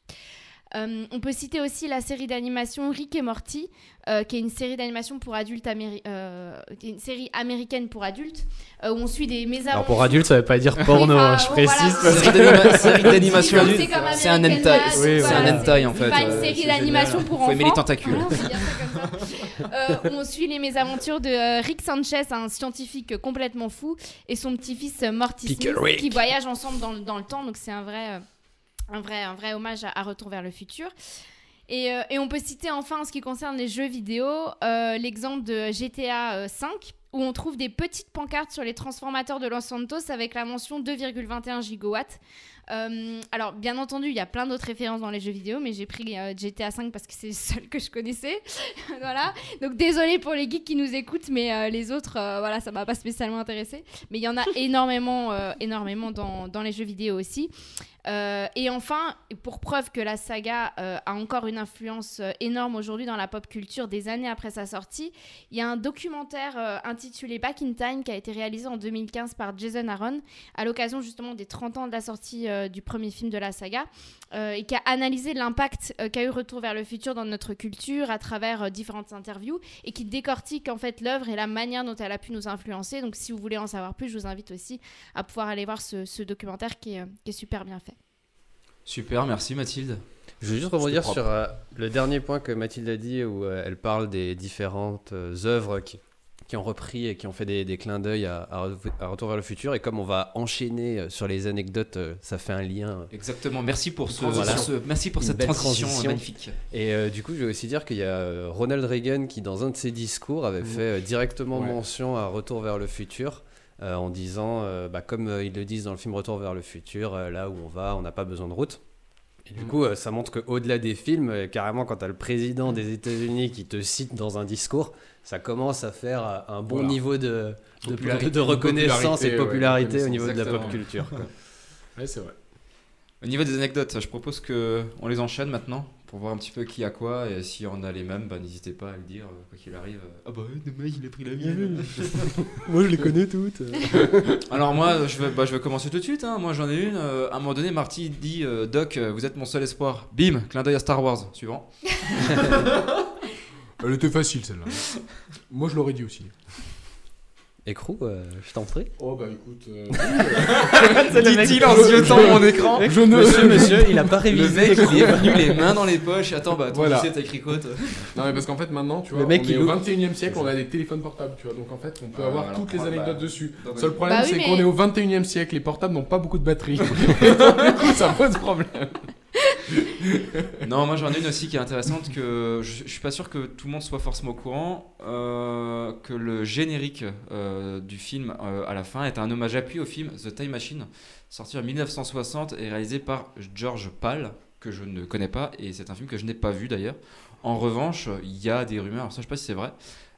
J: Euh, on peut citer aussi la série d'animation Rick et Morty, euh, qui est une série d'animation pour adultes améri- euh, qui est une série américaine pour adultes euh, où on suit des mésavences.
L: Alors pour adulte, ça veut pas dire porno,
J: Oui, enfin,
L: hein, je
J: bon,
L: précise.
J: voilà.
L: parce
D: Série
L: que-
D: d'anima- série d'animation
J: C'est
D: adulte.
J: comme
D: C'est un
J: American
D: hentai.
J: Dad,
D: Oui,
J: voilà,
D: c'est un hentai, en
J: c'est
D: fait,
J: Pas
D: euh,
J: une série
D: c'est
J: d'animation
D: génial.
J: pour
D: Faut
J: enfants.
D: aimer les tentacules.
J: Voilà, on va dire ça comme ça. Euh, on suit les mésaventures de euh, Rick Sanchez, un scientifique complètement fou, et son petit-fils euh, Morty Smith,
M: Pickle Rick.
J: qui voyagent ensemble dans, le- dans le temps. Donc c'est un vrai, euh, un vrai, un vrai hommage à, à Retour vers le futur. Et, euh, et on peut citer enfin en ce qui concerne les jeux vidéo euh, l'exemple de GTA V euh, où on trouve des petites pancartes sur les transformateurs de Los Santos avec la mention 2,21 gigawatts. Euh, alors bien entendu il y a plein d'autres références dans les jeux vidéo mais j'ai pris euh, GTA V parce que c'est le seul que je connaissais. voilà. Donc désolé pour les geeks qui nous écoutent mais euh, les autres euh, voilà ça m'a pas spécialement intéressé. Mais il y en a énormément euh, énormément dans, dans les jeux vidéo aussi. Euh, et enfin, et pour preuve que la saga euh, a encore une influence euh, énorme aujourd'hui dans la pop culture des années après sa sortie, il y a un documentaire euh, intitulé Back in Time qui a été réalisé en 2015 par Jason Aaron à l'occasion justement des 30 ans de la sortie euh, du premier film de la saga euh, et qui a analysé l'impact euh, qu'a eu Retour vers le futur dans notre culture à travers euh, différentes interviews et qui décortique en fait l'œuvre et la manière dont elle a pu nous influencer. Donc si vous voulez en savoir plus, je vous invite aussi à pouvoir aller voir ce, ce documentaire qui est, euh, qui est super bien fait.
D: Super, merci Mathilde.
C: Je veux juste
D: C'était
C: rebondir
D: propre.
C: sur euh, le dernier point que Mathilde a dit, où euh, elle parle des différentes euh, œuvres qui, qui ont repris et qui ont fait des, des clins d'œil à, à Re- à Retour vers le futur. Et comme on va enchaîner euh, sur les anecdotes, euh, ça fait un lien.
D: Exactement, merci pour
C: Une
D: ce- pour ce- merci pour
C: Une
D: cette
C: belle
D: transition, euh, magnifique.
C: Et euh, du coup, je vais aussi dire qu'il y a euh, Ronald Reagan qui, dans un de ses discours, avait
D: Mhm.
C: fait euh, directement
D: Ouais.
C: mention à Retour vers le futur. euh, en disant, euh, bah, comme euh, ils le disent dans le film Retour vers le futur, euh, là où on va, on n'a pas besoin de route. Et
D: Mmh.
C: du coup, euh, ça montre qu'au-delà des films, euh, carrément, quand t'as le président des États-Unis qui te cite dans un discours, ça commence à faire euh, un bon
D: Voilà.
C: niveau de, de,
D: Popularité-
C: de- de reconnaissance et
D: popularité, ouais,
C: popularité au niveau de la
D: exactement.
C: pop culture. quoi.
F: Ouais, c'est vrai.
D: Au niveau des anecdotes, je propose que on les enchaîne maintenant pour voir un petit peu qui a quoi et si on a les mêmes, bah, n'hésitez pas à le dire euh, quoi qu'il arrive. euh, Ah bah ouais, dommage, il a pris la mienne.
L: Moi, je les connais toutes.
D: Alors moi, je vais, bah, je vais commencer tout de suite. hein. Moi, j'en ai une. euh, à un moment donné, Marty dit euh, Doc, euh, vous êtes mon seul espoir. Bim, clin d'œil à Star Wars. Suivant.
F: Elle était facile celle-là. Moi je l'aurais dit aussi.
C: Écrou, euh, je t'en prie.
F: Oh bah écoute. euh,
D: Dit-il en ziotant mon écran.
F: Je ne...
D: Le mec, il est venu les mains dans les poches. Attends, bah, toi,
F: Voilà.
D: tu sais, t'as écrit quoi toi
F: Non mais parce qu'en fait maintenant, tu
D: Le
F: vois,
D: mec,
F: on
D: il
F: est au
D: ouvre.
F: 21 e siècle, on a des téléphones portables, tu vois. Donc en fait, on peut
D: Ah,
F: avoir
D: alors,
F: toutes les
D: bah,
F: anecdoles
D: bah,
F: dessus.
D: donc,
F: Seul
D: bah,
F: problème,
D: oui,
F: c'est
D: mais-
F: qu'on est au 21 e siècle, les portables n'ont pas beaucoup de batterie. Et donc, du coup, ça pose problème.
D: non, moi j'en ai une aussi qui est intéressante que je, je suis pas sûr que tout le monde soit forcément au courant euh, que le générique euh, du film euh, à la fin est un hommage appuyé au film The Time Machine sorti en 1960 et réalisé par George Pal que je ne connais pas et c'est un film que je n'ai pas vu d'ailleurs. En revanche, il y a des rumeurs, alors ça je sais pas si c'est vrai.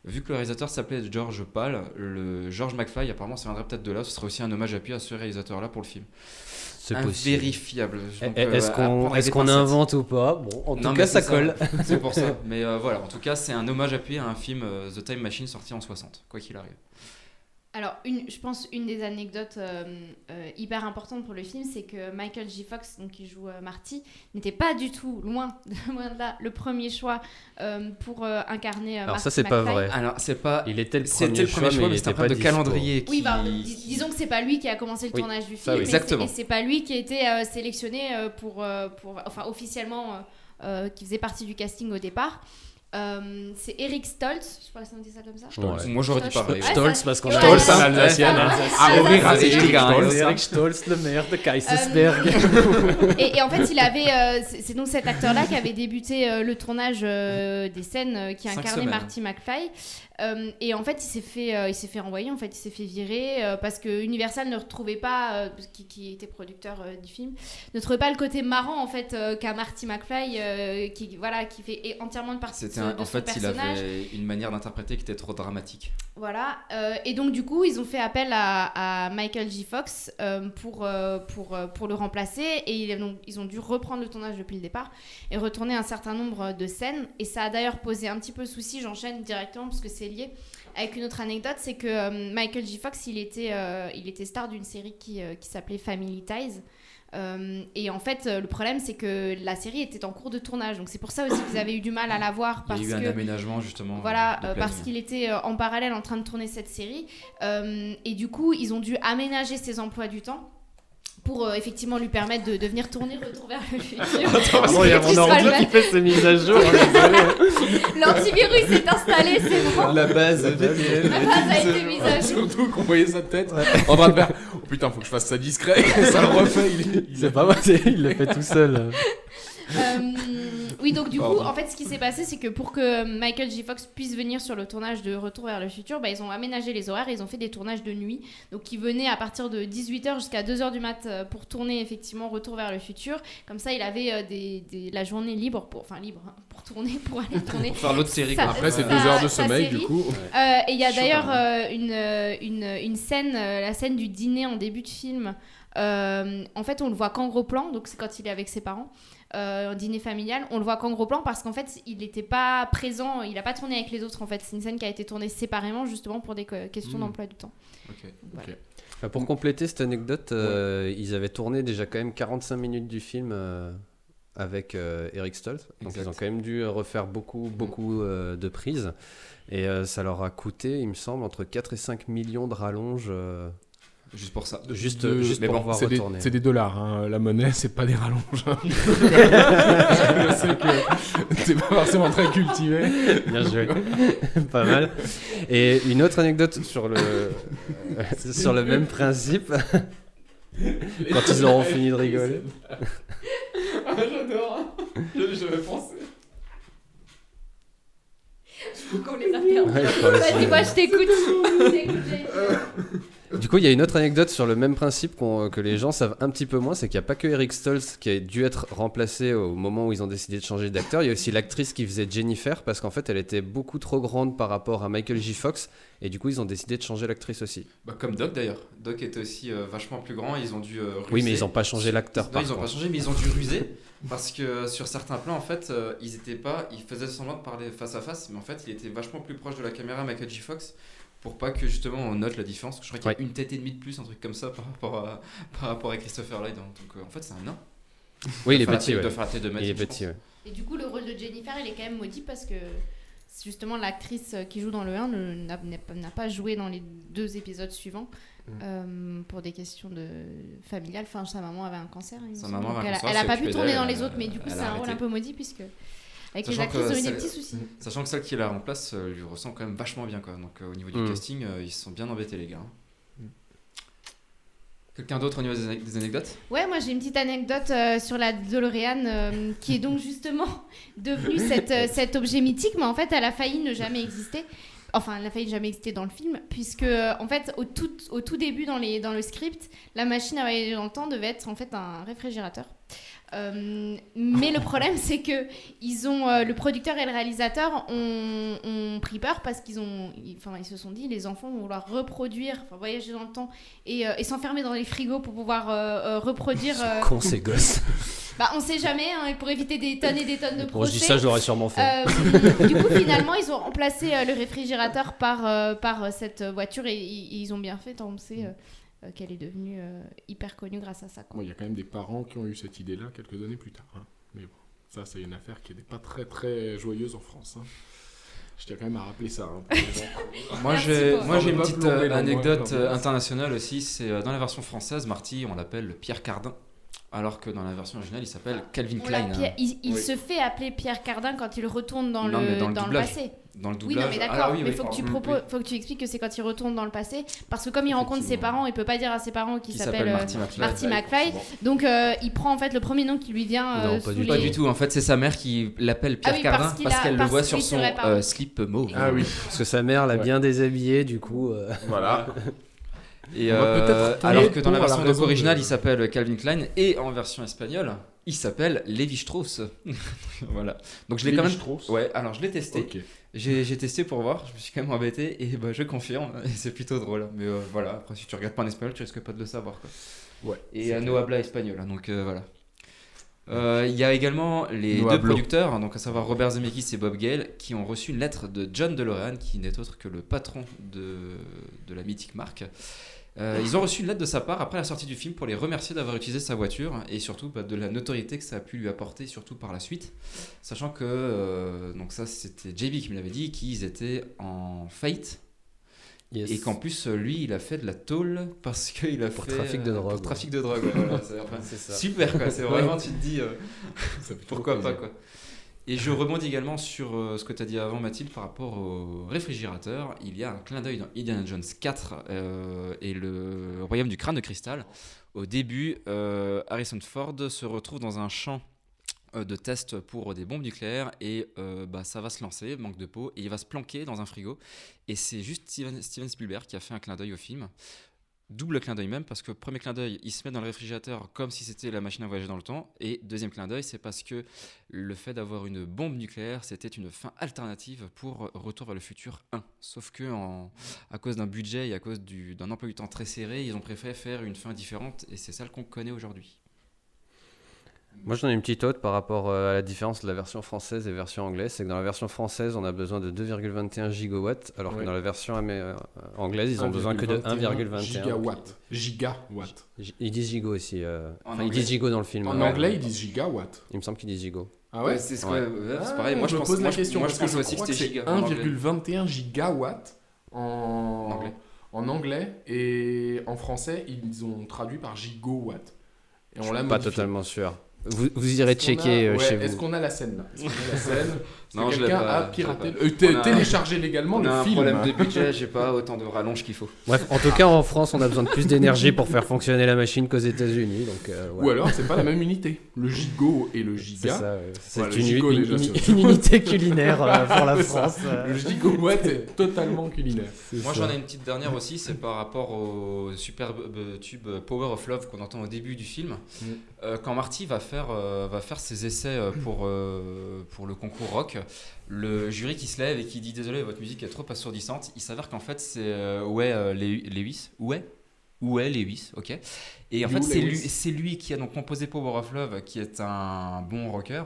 D: Vu que le réalisateur s'appelait George Pal, le George McFly apparemment ça viendrait peut-être de là, ce serait aussi un hommage appuyé à ce réalisateur là pour le film. euh,
C: C'est possible.
D: Vérifiable.
C: Eh, eh, Est-ce qu'on est invente ou pas Bon, en tout
D: non, mais
C: cas, ça
D: c'est
C: colle.
D: C'est pour ça. Mais euh, voilà, en tout cas, c'est un hommage appuyé à un film euh, The Time Machine sorti en 60, quoi qu'il arrive.
J: Alors, une, je pense une des anecdotes euh, euh, hyper importantes pour le film, c'est que Michael J. Fox, donc qui joue euh, Marty, n'était pas du tout loin de, loin de là le premier choix euh, pour euh, incarner. euh,
C: Alors ça
J: Marty
C: c'est pas
J: McFly.
C: vrai.
D: Alors c'est pas.
C: Il était le premier,
D: C'était le premier choix, mais
C: il
D: c'était un
C: était pas
D: problème de
C: dispo.
D: calendrier.
J: Oui,
D: qui-
J: bah, dis- disons que c'est pas lui qui a commencé le
D: Oui,
J: tournage du
D: ça,
J: film.
D: oui.
J: et c'est-
D: Exactement.
J: Et c'est pas lui qui a été euh, sélectionné euh, pour, euh, pour, enfin officiellement, euh, euh, qui faisait partie du casting au départ. Euh, c'est Eric Stoltz, je crois que ça me dit ça comme ça.
D: Stoltz. Moi, j'aurais dit pareil.
J: Ouais,
C: Stoltz,
J: ça-
C: parce qu'on
J: Ouais,
C: Stoltz,
J: ça-
C: un Alsacien,
J: ça-
C: hein.
J: ça-
C: Ah,
J: ça-
C: Eric
J: ça-
C: Stoltz,
L: Eric Stolz, le maire de Kaisersberg.
J: Euh, et, et en fait, il avait, euh, c'est c'est donc cet acteur-là qui avait débuté euh, le tournage euh, des scènes euh, qui
M: Cinq
J: incarnait
M: semaines.
J: Marty McFly. Euh, et en fait, il s'est fait, euh, il s'est fait renvoyer, en fait, il s'est fait virer euh, parce que Universal ne retrouvait pas, euh, qui, qui était producteur euh, du film, ne trouvait pas le côté marrant en fait euh, qu'a Marty McFly, euh, qui voilà, qui fait et- entièrement de partie de,
D: C'était
J: ce,
D: un-
J: de
D: en
J: son
D: fait, il
J: personnage.
D: avait une manière d'interpréter qui était trop dramatique.
J: Voilà. euh, et donc, du coup, ils ont fait appel à, à Michael J. Fox euh, pour, euh, pour, euh, pour le remplacer. Et ils, donc, ils ont dû reprendre le tournage depuis le départ et retourner un certain nombre de scènes. Et ça a d'ailleurs posé un petit peu souci, j'enchaîne directement parce que c'est lié avec une autre anecdote c'est que euh, Michael J. Fox, il était, euh, il était star d'une série qui, euh, qui s'appelait Family Ties. Euh, et en fait, euh, le problème, c'est que la série était en cours de tournage. Donc c'est pour ça aussi qu'ils avaient eu du mal à la voir. Parce
D: Il y a eu
J: que,
D: un aménagement justement.
J: Voilà,
D: de
J: euh,
D: planning.
J: parce qu'il était euh, en parallèle en train de tourner cette série. Euh, et du coup, ils ont dû aménager ses emplois du temps pour euh, effectivement lui permettre de, de venir tourner Retour vers le futur.
L: Pardon, il y a mon
J: Chris
L: ordi
J: Palmer.
L: qui fait ses mises à jour.
J: L'antivirus est installé, c'est bon.
D: La base,
J: La base a été mise à jour.
F: Surtout qu'on voyait sa tête en train de faire Oh putain, faut que je fasse ça discret, ça le refait. Il, il-
L: C'est pas moi, c'est- il le fait tout seul.
J: Euh, oui, donc du coup,
L: Pardon.
J: en fait, ce qui s'est passé, c'est que pour que Michael J. Fox puisse venir sur le tournage de Retour vers le futur, bah, ils ont aménagé les horaires, ils ont fait des tournages de nuit. Donc, ils venaient à partir de 18h jusqu'à 2h du mat euh, pour tourner effectivement Retour vers le futur. Comme ça, il avait euh, des, des- la journée libre, pour, enfin libre, hein, pour tourner, pour aller tourner.
D: Pour faire l'autre série,
J: Ça-
D: quoi.
F: Après, c'est
J: ça-
F: deux heures de
J: sa
F: sommeil,
J: série.
F: du coup.
J: Euh, et il y a
F: Chaud,
J: d'ailleurs
F: quand même.
J: euh, une, euh, une, une scène, euh, la scène du dîner en début de film. Euh, en fait, on le voit qu'en gros plan, donc c'est quand il est avec ses parents, euh, en dîner familial. On le voit qu'en gros plan parce qu'en fait, il n'était pas présent, il n'a pas tourné avec les autres. En fait, c'est une scène qui a été tournée séparément justement pour des que- questions
C: Mm.
J: d'emploi du temps. Voilà.
C: Bah,
F: Mm.
C: Pour compléter cette anecdote, euh, ils avaient tourné déjà quand même 45 minutes du film euh, avec euh, Eric Stoltz. Donc
D: Exact.
C: ils ont quand même dû euh, refaire beaucoup,
F: Mm.
C: beaucoup euh, de prises. Et euh, ça leur a coûté, il me semble, entre 4 et 5 millions de rallonges. euh,
D: Juste pour ça.
C: Juste,
F: De-
C: juste
F: mais
C: pour
F: bon,
C: voir
F: c'est des-
C: retourner.
F: C'est des dollars, hein, la monnaie, c'est pas des rallonges. hein. Je sais que t'es pas forcément très cultivé.
C: Bien joué. Pas mal. Et une autre anecdote sur le, sur le même principe. Quand ils auront fini de rigoler.
F: Ah, J'adore. hein. J'avais pensé.
J: Qu'on les a perdus.
C: Ouais, je crois aussi.
J: Vas-y, moi je t'écoute. Je t'écoute, Jay.
C: Du coup, il y a une autre anecdote sur le même principe qu'on- euh, que les gens savent un petit peu moins, c'est qu'il n'y a pas que Eric Stoltz qui a dû être remplacé au moment où ils ont décidé de changer d'acteur. Il y a aussi l'actrice qui faisait Jennifer parce qu'en fait, elle était beaucoup trop grande par rapport à Michael J. Fox et du coup, ils ont décidé de changer l'actrice aussi.
D: Bah, comme Doc d'ailleurs. Doc était aussi euh, vachement plus grand. Ils ont dû euh, ruser.
C: Oui, mais ils ont pas changé l'acteur,
D: Non,
C: par
D: ils ont pas
C: contre.
D: changé, mais ils ont dû ruser parce que euh, sur certains plans, en fait, euh, ils étaient pas. Ils faisaient semblant de parler face à face, mais en fait, il était vachement plus proche de la caméra, Michael J. Fox. Pour pas que justement on note la différence, je crois qu'il y a une tête et demie de plus, un truc comme ça par rapport à, par rapport à Christopher Lloyd. Donc euh, en fait c'est un nain.
C: Oui,
D: doit
C: il est
D: faire la
C: petit.
D: taille-
C: ouais.
D: doit faire la taille de Matt,
C: Il est
D: je
C: petit, ouais.
J: Et du coup, le rôle de Jennifer, il est quand même maudit parce que c'est justement l'actrice euh, qui joue dans le 1 ne- n'a n'a pas- n'a pas joué dans les deux épisodes suivants
D: Mm.
J: euh, pour des questions de familiales. Enfin, sa maman avait un cancer. il me
D: Sa
J: semble.
D: maman avait
J: Donc
D: un
J: elle, a-
D: cancer,
J: elle a
D: s'est
J: pas
D: occupée
J: pu tourner dans
D: d'elle,
J: les autres, mais du coup,
D: elle
J: c'est
D: a
J: un rôle
D: arrêté.
J: un peu maudit puisque avec
D: Sachant
J: les actrices,
D: que Mm.
J: ils ont eu des
D: celle-
J: petits soucis.
D: Sachant que celle qui la remplace euh, lui ressemble quand même vachement bien. Quoi. Donc euh, au niveau du
C: Mm.
D: casting, euh, ils se sont bien embêtés les gars. hein. Quelqu'un d'autre au niveau des, ane- des anecdotes
J: Ouais, moi j'ai une petite anecdote euh, sur la DeLorean euh, qui est donc justement devenue cette, euh, cet objet mythique, mais en fait elle a failli ne jamais exister. Enfin, elle a failli ne jamais exister dans le film, puisque euh, en fait au tout, au tout début dans, les, dans le script, la machine à voyager dans le temps devait être en fait un réfrigérateur. Euh, mais le problème, c'est que ils ont euh, le producteur et le réalisateur ont, ont pris peur parce qu'ils ont, ils- enfin, ils se sont dit les enfants vont vouloir reproduire, enfin, voyager dans le temps et, euh, et s'enfermer dans les frigos pour pouvoir euh, euh, reproduire. euh,
C: Con, ces gosses.
J: bah, on sait jamais, hein, et pour éviter des tonnes et des tonnes de
C: Bon, je
J: procès.
C: dis ça, je l'aurais sûrement fait.
J: Euh, du coup, finalement, ils ont remplacé euh, le réfrigérateur par, euh, par euh, cette voiture et, i- ils ont bien fait, tant on sait euh, euh, qu'elle est devenue euh, hyper connue grâce à ça.
F: Bon, il y a quand même des parents qui ont eu cette idée-là quelques années plus tard. hein. Mais bon, ça, c'est une affaire qui n'est pas très très joyeuse en France. hein. Je tiens quand même à rappeler ça. hein, pour les gens.
D: Moi j'ai moi, j'ai une
F: Pas
D: petite
F: plomber
D: euh,
F: l'ambiance.
D: anecdote euh, internationale aussi. C'est euh, dans la version française, Marty, on l'appelle Pierre Cardin. Alors que dans la version originale, il s'appelle Calvin
J: On
D: Klein.
J: l'a-
D: hein.
J: Pierre- il il
D: Oui.
J: se fait appeler Pierre Cardin quand il retourne dans,
D: Non, mais
J: le,
D: dans le doublage.
J: passé.
D: Dans le
J: Oui,
D: doublage.
J: non, mais
D: Ah,
J: d'accord,
D: oui,
J: mais
D: oui,
J: faut, que tu
D: pardon.
J: propos- faut que tu expliques que c'est quand il retourne dans le passé, parce que comme il rencontre ses parents, il peut pas dire à ses parents qu'il
D: Qui s'appelle
J: s'appelle euh,
D: Marty McFly.
J: Marty McFly. donc euh, il prend en fait le premier nom qui lui vient. euh, sous les-
D: Pas du tout. En fait, c'est sa mère qui l'appelle Pierre
J: Ah oui, parce
D: Cardin
J: qu'il
D: parce
J: a-
D: qu'elle le
J: parce-
D: voit
J: oui,
D: sur
J: c'est
D: son
J: vrai, pardon.
D: euh, slip mauve.
F: Ah oui.
C: Parce que sa mère l'a bien déshabillé, du coup. euh.
F: Voilà.
D: Et
C: On va
D: euh,
C: peut-être retourner
D: alors que dans la
C: pour la
D: version
C: raison
D: donc originale,
C: de-
D: il s'appelle Calvin Klein et en version espagnole, il s'appelle Levi Strauss. voilà. Donc je l'ai quand même.
F: Lévi-Strauss
D: Ouais. Alors je l'ai testé.
F: Ok.
D: J'ai j'ai testé pour voir. Je me suis quand même embêté et bah, je confirme. et C'est plutôt drôle. Mais euh, voilà. Après, si tu regardes pas en espagnol, tu risques pas de le savoir. Quoi.
F: Ouais.
D: Et euh, no habla espagnol. hein, Donc euh, voilà. Euh, Il y a également les
F: No
D: deux
F: hablo.
D: producteurs, hein, donc à savoir Robert Zemeckis et Bob Gale, qui ont reçu une lettre de John DeLorean, qui n'est autre que le patron de, de la mythique marque, Euh, ils ont reçu une lettre de sa part après la sortie du film pour les remercier d'avoir utilisé sa voiture et surtout bah, de la notoriété que ça a pu lui apporter, surtout par la suite. Sachant que, euh, donc ça c'était JB qui me l'avait dit, qu'ils étaient en faillite. Et qu'en plus, euh, lui, il a fait de la tôle parce qu'il a
C: Pour
D: fait.
C: trafic de
D: euh,
C: drogue,
D: Pour
C: ouais.
D: trafic de drogue, ouais, voilà, c'est- enfin,
C: C'est ça.
D: Super, quoi. C'est
C: Ouais.
D: vraiment, tu te dis. euh,
F: Ça fait
D: pourquoi
F: toujours
D: pas,
F: plaisir.
D: quoi. Et je rebondis également sur euh, ce que tu as dit avant, Mathilde, par rapport au réfrigérateur. Il y a un clin d'œil dans Indiana Jones 4 euh, et le royaume du crâne de cristal. Au début, euh, Harrison Ford se retrouve dans un champ euh, de test pour des bombes nucléaires et euh, bah, ça va se lancer, manque de peau, et il va se planquer dans un frigo. Et c'est juste Steven, Steven Spielberg qui a fait un clin d'œil au film. Double clin d'œil même, parce que premier clin d'œil, il se met dans le réfrigérateur comme si c'était la machine à voyager dans le temps. Et deuxième clin d'œil, c'est parce que le fait d'avoir une bombe nucléaire, c'était une fin alternative pour Retour vers le futur 1. Sauf que, en- à cause d'un budget et à cause du- d'un emploi du temps très serré, ils ont préféré faire une fin différente, et c'est celle qu'on connaît aujourd'hui.
C: Moi, j'en ai une petite autre par rapport euh, à la différence de la version française et version anglaise. C'est que dans la version française, on a besoin de 2,21 gigawatts, alors
F: Ouais.
C: que dans la version amé- euh, anglaise, ils ont besoin que de 1,21
F: Gigawatt. Gigawatt.
C: Gi- Ils disent gigo aussi. euh,
F: En
C: enfin, ils
F: anglais.
C: disent gigo dans le film.
F: En
C: ouais.
F: anglais, ils disent gigawatt.
C: Il me semble qu'ils disent gigo.
F: Ah ouais,
D: c'est ce que-
C: Ouais.
D: euh, c'est
F: Ah,
D: pareil. Moi, je
F: me
D: pense-
F: pose
D: moi,
F: la
D: je-
F: question
D: moi, je
F: parce que
D: pense
F: je
D: aussi
F: crois
D: que
F: que
D: c'était
F: c'est
D: giga- en anglais.
F: 1,21 gigawatts en
D: En anglais.
F: en anglais et en français ils ont traduit par gigawatt. Et
C: Je suis
F: l'a
C: pas
F: modifié.
C: totalement sûr. Vous, vous irez
F: Est-ce qu'on
C: checker
F: a-
C: euh,
F: ouais,
C: chez vous.
F: Est-ce qu'on a la scène là Est-ce qu'on a la scène Est-ce que
D: Non, je l'ai
F: quelqu'un
D: pas-
F: a
D: je l'ai
F: piraté
D: pas.
F: euh, té-
D: On a-
F: téléchargé légalement
D: on
F: le
D: a un
F: film
D: problème de budget, j'ai pas autant de rallonge qu'il faut.
C: Bref, en tout cas, en France, on a besoin de plus d'énergie pour faire fonctionner la machine qu'aux États-Unis. donc, euh,
F: Ou
C: voilà.
F: alors, c'est pas la même unité. Le gigot et le giga.
C: C'est ça, ouais. C'est
F: Voilà,
C: une-
F: le gigot,
C: une-
F: déjà,
C: une-
F: c'est-
C: une unité culinaire, euh, pour la
F: C'est ça.
C: France, euh.
F: Le gigawatt est totalement culinaire.
D: Moi j'en ai une petite dernière aussi, c'est par rapport au superbe euh, tube euh, Power of Love qu'on entend au début du film.
F: Mm.
D: Euh, quand Marty va faire, euh, va faire ses essais euh, pour, euh, pour le concours rock, le jury qui se lève et qui dit désolé votre musique est trop assourdissante, il s'avère qu'en fait c'est euh, ouais euh, Lé- Lewis, ouais ouais Lewis, ok. Et en
F: You
D: fait c'est lui,
F: Lewis.
D: c'est lui qui a donc composé Power of Love, qui est un bon rocker.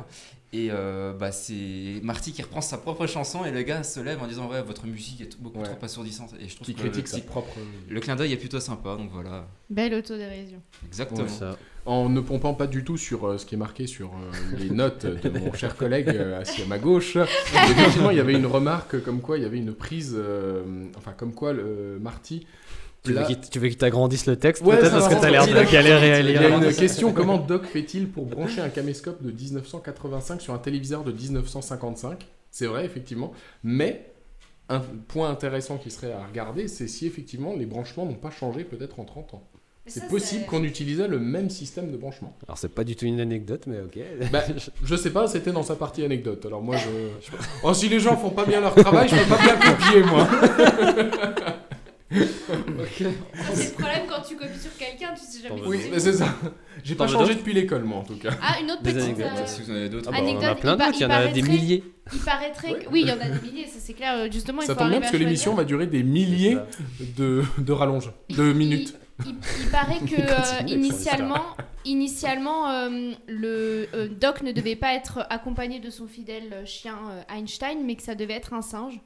D: Et euh, bah, c'est Marty qui reprend sa propre chanson et le gars se lève en disant ouais votre musique est beaucoup
F: Ouais.
D: trop assourdissante et je trouve
F: Qui
D: que
F: critique
D: le
F: sa
D: petit-
F: propre-
D: le clin d'œil est plutôt sympa donc voilà
J: Belle autodérision.
D: exactement
F: Ouais. En ne pompant pas du tout sur euh, ce qui est marqué sur euh, les notes de mon cher collègue euh, assis à ma gauche, effectivement, il y avait une remarque comme quoi il y avait une prise, euh, enfin, comme quoi le Marty.
C: Tu veux
F: pla-
C: qu'il- tu veux qu'il t'agrandisse le texte
F: Ouais,
C: peut-être
F: ça
C: parce que
F: va,
C: t'as
F: on
C: l'air
F: dit
C: de
F: la-
C: galérer à lire.
F: Il y a une question comment Doc fait-il pour brancher un caméscope de 1985 sur un téléviseur de 1955 C'est vrai, effectivement. Mais un point intéressant qui serait à regarder, c'est si effectivement les branchements n'ont pas changé peut-être en 30 ans.
J: Mais
F: C'est
J: ça, c'est-
F: possible qu'on utilisait le même système de branchement.
C: Alors c'est pas du tout une anecdote, mais ok.
F: Bah, je sais pas, c'était dans sa partie anecdote. Alors moi, je. Oh, si les gens font pas bien leur travail, je peux pas bien copier, moi. ok.
J: Ça, C'est le problème quand tu copies sur quelqu'un, tu sais jamais.
F: Oui,
J: qui
F: mais c'est ça. J'ai pas
C: T'en veux
F: changé
C: d'autres
F: depuis l'école, moi, en tout cas.
J: Ah, une autre
C: Des
J: petite
C: anecdotes,
J: euh,
D: si vous en avez d'autres.
C: Ah bah, on en a
J: anecdote.
C: plein
J: il pa-
C: d'autres, il y en
J: il
C: a des
J: paraîtrait-
C: milliers.
J: Il paraîtrait que... Oui, il y en a des milliers, ça c'est clair. Euh, Justement, il
F: Ça
J: faut
F: tombe bien
J: arriver
F: parce
J: à
F: que
J: choisir.
F: l'émission va durer des milliers de, de rallonges, de minutes.
J: Il, il paraît que
F: Il continue
J: euh,
F: avec son
J: initialement, initialement euh, le euh, Doc ne devait pas être accompagné de son fidèle chien euh, Einstein, mais que ça devait être un singe.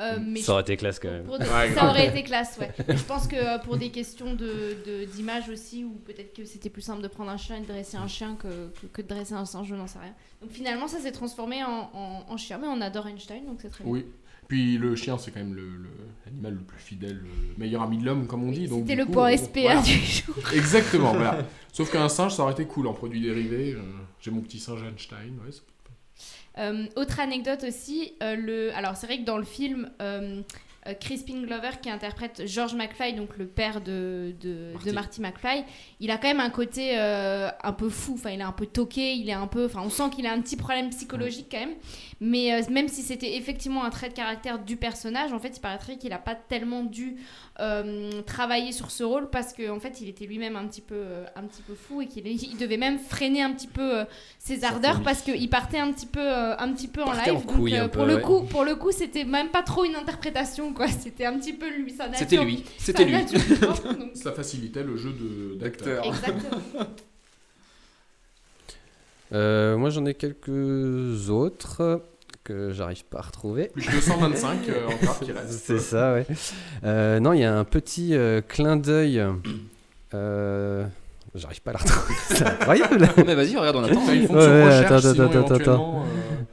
J: Euh, mais
C: Mmh. Ça aurait été classe quand même.
J: pour de- ça aurait été classe, ouais. Mais Je pense que euh, pour des questions de- de- d'image aussi, ou peut-être que c'était plus simple de prendre un chien et de dresser un chien que, que, que de dresser un singe, je n'en sais rien. Donc finalement, ça s'est transformé en, en- en chien, mais on adore Einstein, donc c'est très bien.
F: Oui. Puis le chien, c'est quand même le- le- l'animal le, plus fidèle, le meilleur ami de l'homme, comme on dit. donc
J: C'était
F: du
J: le
F: coup,
J: point
F: euh,
J: SPA
F: voilà.
J: du jour.
F: Exactement, voilà. Sauf qu'un singe, ça aurait été cool en produit dérivé. euh, J'ai mon petit singe Einstein, ouais, c'est-
J: Euh, autre anecdote aussi, euh, le... alors c'est vrai que dans le film, euh, euh, Crispin Glover qui interprète George McFly, donc le père de, de, de Marty McFly, il a quand même un côté euh, un peu fou, enfin il est un peu toqué, il est un peu, enfin on sent qu'il a un petit problème psychologique quand même, mais euh, même si c'était effectivement un trait de caractère du personnage, en fait il paraîtrait qu'il n'a pas tellement dû euh, travailler sur ce rôle parce qu'en en fait il était lui-même un petit peu euh, un petit peu fou et qu'il il devait même freiner un petit peu euh, ses ardeurs parce qu'il partait un petit peu euh, un petit peu en
C: Partait
J: live.
C: en
J: donc,
C: couille
J: euh,
C: un
J: pour
C: peu,
J: le
C: ouais.
J: coup pour le coup c'était même pas trop une interprétation quoi c'était un petit peu lui
D: euh,
J: sa nature-
F: C'était lui.
J: sa
F: C'était lui.
J: nature propre, donc-
F: ça facilitait le jeu de- d'acteur.
J: Exactement.
C: Euh, moi, j'en ai quelques autres. que j'arrive pas à retrouver.
F: Plus que 225, euh, encore qui reste.
C: C'est ça, ouais. Euh, non, il y a un petit euh, clin d'œil. euh, J'arrive pas à la retrouver. C'est incroyable.
D: Mais vas-y, regarde, on attend.
F: T'as une fonction recherche, sinon éventuellement,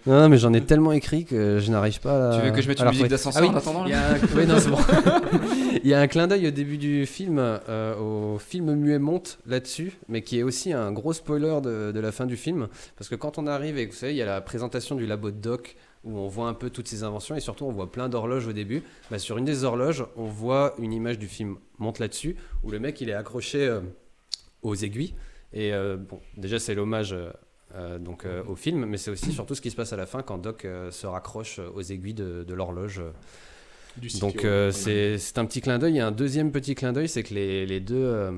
C: Non, mais j'en ai tellement écrit que je n'arrive pas à. la-
D: Tu veux que je mette
C: à
D: une
C: la
D: musique
C: retrouver.
D: d'ascenseur
C: Ah oui,
D: en attendant, là
C: il y a un- oui, non, c'est bon. Il y a un clin d'œil au début du film, euh, au film muet monte là-dessus, mais qui est aussi un gros spoiler de, de la fin du film. Parce que quand on arrive et que vous savez, il y a la présentation du labo de Doc où on voit un peu toutes ses inventions et surtout on voit plein d'horloges au début. Bah, sur une des horloges, on voit une image du film monte là-dessus où le mec il est accroché euh, aux aiguilles. Et euh, bon, déjà c'est l'hommage. euh, euh, donc euh, au film, mais c'est aussi surtout ce qui se passe à la fin quand Doc euh, se raccroche euh, aux aiguilles de, de l'horloge. euh.
F: Du CTO.
C: Donc euh, c'est c'est un petit clin d'œil. Il y a un deuxième petit clin d'œil, c'est que les, les deux euh,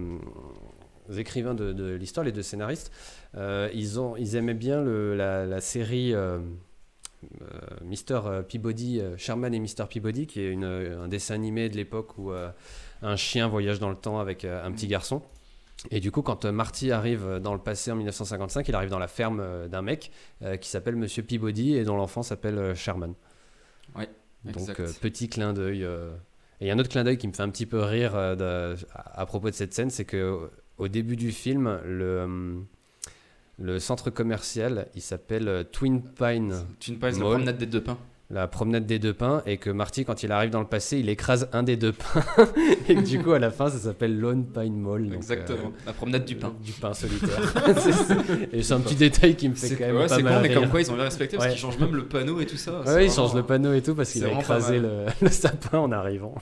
C: écrivains de, de l'histoire, les deux scénaristes, euh, ils, ont, ils aimaient bien le- la, la série euh, Mister Peabody, euh, Sherman et Mister Peabody, qui est une, euh, un dessin animé de l'époque où euh, un chien voyage dans le temps avec euh, un petit
D: Mm.
C: garçon. Et du coup, quand euh, Marty arrive euh, dans le passé en 1955, il arrive dans la ferme euh, d'un mec euh, qui s'appelle Monsieur Peabody et dont l'enfant s'appelle euh, Sherman.
D: Ouais,
C: Donc,
D: exact.
C: euh, petit clin d'œil. euh. Et il y a un autre clin d'œil qui me fait un petit peu rire euh, de- à, à propos de cette scène, c'est que euh, au début du film, le, hum, le centre commercial, il s'appelle euh, Twin Pine.
D: Twin Pines, la
C: Mall.
D: promenade des deux pins.
C: La promenade des deux pins, et que Marty, quand il arrive dans le passé, il écrase un des deux pins, et que du coup, à la fin, ça s'appelle Lone Pine Mall. donc,
D: Exactement.
C: euh,
D: La promenade du pain.
C: Du pain solitaire. C'est- c'est- et c'est un petit détail qui me fait
D: C'est-
C: quand même
D: ouais,
C: pas
D: c'est con,
C: mal
D: mais comme
C: rire.
D: quoi ils ont bien respecté parce
C: Ouais.
D: qu'ils changent même le panneau et tout ça.
C: Ouais,
D: c'est
C: ils
D: vraiment-
C: changent le panneau et tout parce qu'il
D: c'est
C: a
D: vraiment pas
C: écrasé
D: mal.
C: le, le sapin en arrivant.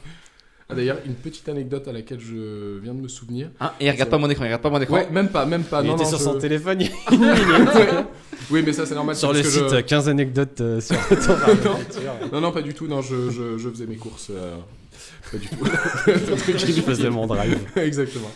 F: Ah, D'ailleurs, une petite anecdote à laquelle je viens de me souvenir.
D: Hein, et regarde pas mon écran, regarde pas mon écran.
F: Ouais, même pas, même
D: Ah
F: pas.
C: Il
F: non,
C: était
F: non,
C: sur
F: je-
C: son téléphone. il-
F: Ouais. Oui, mais ça, c'est normal.
C: Sur
F: c'est
C: le
F: parce que
C: site,
F: je-
C: 15 anecdotes euh, sur le temps.
F: non. non, non, pas du tout. Non, je, je, je faisais mes courses. euh, Pas du tout.
C: Je faisais mon drive.
F: Exactement.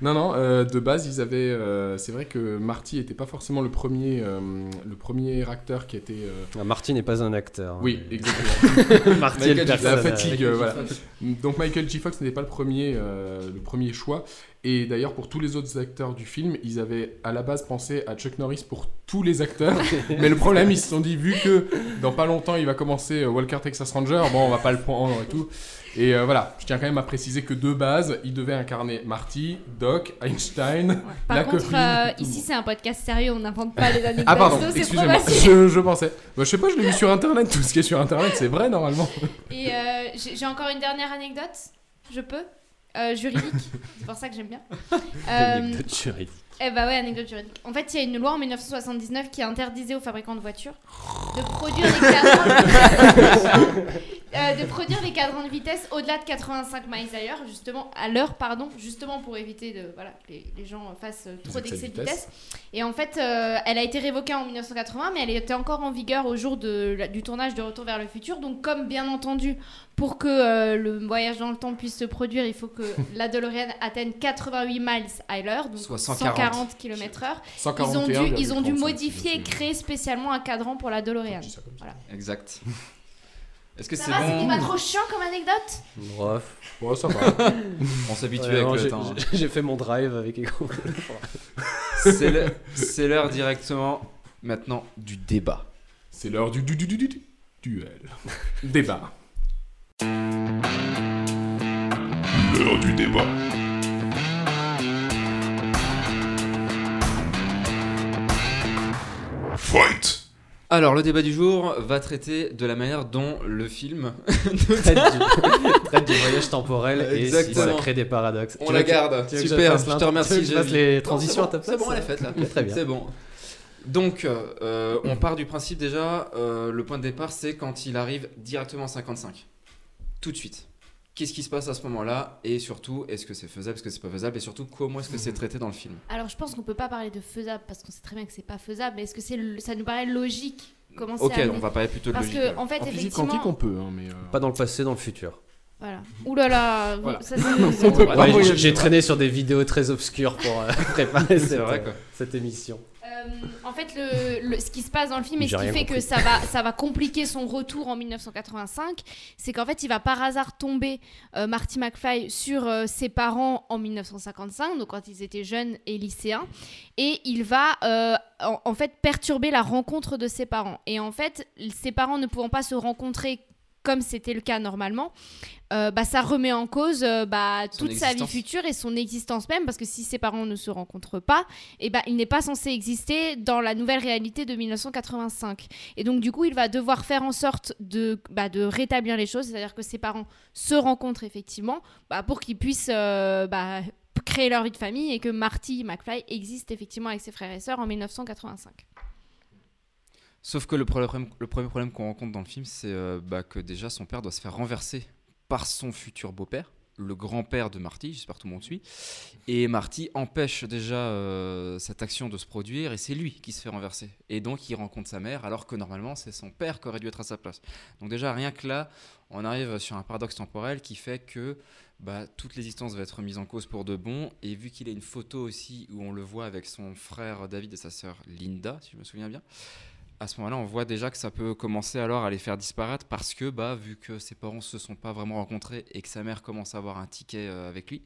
F: Non, non, euh, de base, ils avaient. euh, c'est vrai que Marty était pas forcément le premier, euh, le premier acteur qui était. euh,
C: Ah, Marty n'est pas un acteur. hein,
F: Oui, exactement.
C: Marty est le
F: Michael J- La
C: personnage.
F: fatigue,
D: Michael
F: euh,
D: J.
F: voilà.
D: Fox.
F: Donc Michael J. Fox n'était pas le premier, euh, le premier choix. Et d'ailleurs, pour tous les autres acteurs du film, ils avaient à la base pensé à Chuck Norris pour tous les acteurs. Mais le problème, ils se sont dit, vu que dans pas longtemps, il va commencer euh, Walker Texas Ranger, bon, on va pas le prendre et tout. Et euh, voilà, je tiens quand même à préciser que de base, il devait incarner Marty, Doc, Einstein,
J: Par
F: la
J: contre,
F: copine,
J: euh,
F: tout le
J: ici c'est un podcast sérieux, on n'invente pas les anecdotes.
F: ah pardon,
J: donc c'est trop
F: excusez-moi,
J: facile.
F: je, je pensais. Bah, je sais pas, je l'ai vu sur internet, tout ce qui est sur internet, c'est vrai normalement.
J: Et euh, j'ai j'ai encore une dernière anecdote, je peux Euh, Juridique, c'est pour ça que j'aime bien. Euh,
C: Anecdote chérie.
J: eh bah ouais, anecdote juridique. En fait, il y a une loi en 1979 qui interdisait aux fabricants de voitures de produire des cadrans, Euh, de, produire des cadrans de vitesse au-delà de 85 miles à l'heure, justement à l'heure, pardon, justement pour éviter de voilà que les, les gens fassent euh, trop
F: Des excès de
J: d'excès de
F: vitesse.
J: vitesse. Et en fait, euh, elle a été révoquée en 1980, mais elle était encore en vigueur au jour de la- du tournage de Retour vers le futur. Donc, comme bien entendu, pour que euh, le voyage dans le temps puisse se produire, il faut que la DeLorean atteigne 88 miles à l'heure, donc
D: Soit
J: 140,
D: 140.
J: km/h. Ils ont
F: 141,35,
J: dû, ils ont dû
F: si je me
J: modifier et
F: souviens.
J: créer spécialement un cadran pour la DeLorean.
F: Je dis ça comme ça.
J: Voilà.
D: Exact. Est-ce que
J: Ça
D: c'est
J: va, c'était
D: bon
J: pas trop chiant comme anecdote
C: Bref.
F: Ouais, ça va.
D: On s'habitue
C: Ouais, non,
D: avec
C: j'ai-
D: le temps. hein.
C: j'ai- J'ai fait mon drive avec Ego.
D: C'est le- C'est l'heure directement maintenant du débat.
F: C'est l'heure du, du, du, du, du- du- duel. Débat.
K: L'heure du débat. Fight.
D: Alors, le débat du jour va traiter de la manière dont le film.
C: traite, du, traite du voyage temporel et si
D: Exactement.
C: ça crée des paradoxes.
D: On
C: Tu
D: la
C: veux que-
D: garde.
C: tu veux que
D: Super,
C: fasse
D: je
C: l'int-
D: te remercie.
C: tu veux que je fasse
D: Jérémy.
C: les
D: Non,
C: transitions à ta
D: C'est
C: place.
D: bon, elle est faite là.
C: Très bien.
D: C'est bon. Donc, euh, on part du principe déjà, euh, le point de départ, c'est quand il arrive directement à 55. Tout de suite. Qu'est-ce qui se passe à ce moment-là Et surtout, est-ce que c'est faisable, est-ce que c'est pas faisable Et surtout, comment est-ce que c'est traité dans le film
J: Alors, je pense qu'on peut pas parler de faisable parce qu'on sait très bien que c'est pas faisable. Mais est-ce que c'est le- ça nous paraît logique Comment c'est
D: Ok,
J: amené
D: on va parler plutôt de
J: Parce
D: logique.
J: que en fait,
F: En physique
J: effectivement,
F: quantique, on peut, hein, mais. euh,
C: Pas dans le passé, dans le futur.
J: voilà. Ouh là là, vous-
F: Voilà.
J: ça c'est.
D: Ah,
F: peut pas
C: Ouais,
F: voyager.
C: J'ai traîné sur des vidéos très obscures pour euh, préparer
D: C'est
C: cette,
D: vrai, quoi.
C: cette émission.
J: Euh, En fait, le, le- ce qui se passe dans le film et
M: J'ai
J: ce qui
M: rien
J: fait que
M: compris.
J: ça va, ça va compliquer son retour en 1985, c'est qu'en fait, il va par hasard tomber, euh, Marty McFly, sur euh, ses parents en 1955, donc quand ils étaient jeunes et lycéens, et il va euh, en, en fait perturber la rencontre de ses parents. Et en fait, ses parents ne pouvant pas se rencontrer comme c'était le cas normalement, euh, bah, ça remet en cause euh, bah,
N: Son
J: toute sa vie
N: existence.
J: future futur et son existence même, parce que si ses parents ne se rencontrent pas, eh ben, il n'est pas censé exister dans la nouvelle réalité de 1985. Et donc, du coup, il va devoir faire en sorte de, bah, de rétablir les choses, c'est-à-dire que ses parents se rencontrent effectivement bah, pour qu'ils puissent euh, bah, créer leur vie de famille et que Marty McFly existe effectivement avec ses frères et sœurs en 1985.
D: Sauf que le, problème, le premier problème qu'on rencontre dans le film, c'est euh, bah, que déjà son père doit se faire renverser par son futur beau-père, le grand-père de Marty, j'espère que tout le monde suit. Et Marty empêche déjà euh, cette action de se produire et c'est lui qui se fait renverser. Et donc il rencontre sa mère alors que normalement c'est son père qui aurait dû être à sa place. Donc déjà rien que là, on arrive sur un paradoxe temporel qui fait que bah, toute l'existence va être mise en cause pour de bon. Et vu qu'il a une photo aussi où on le voit avec son frère David et sa sœur Linda, si je me souviens bien, à ce moment-là, on voit déjà que ça peut commencer alors à les faire disparaître parce que, bah, vu que ses parents se sont pas vraiment rencontrés et que sa mère commence à avoir un ticket euh, avec lui.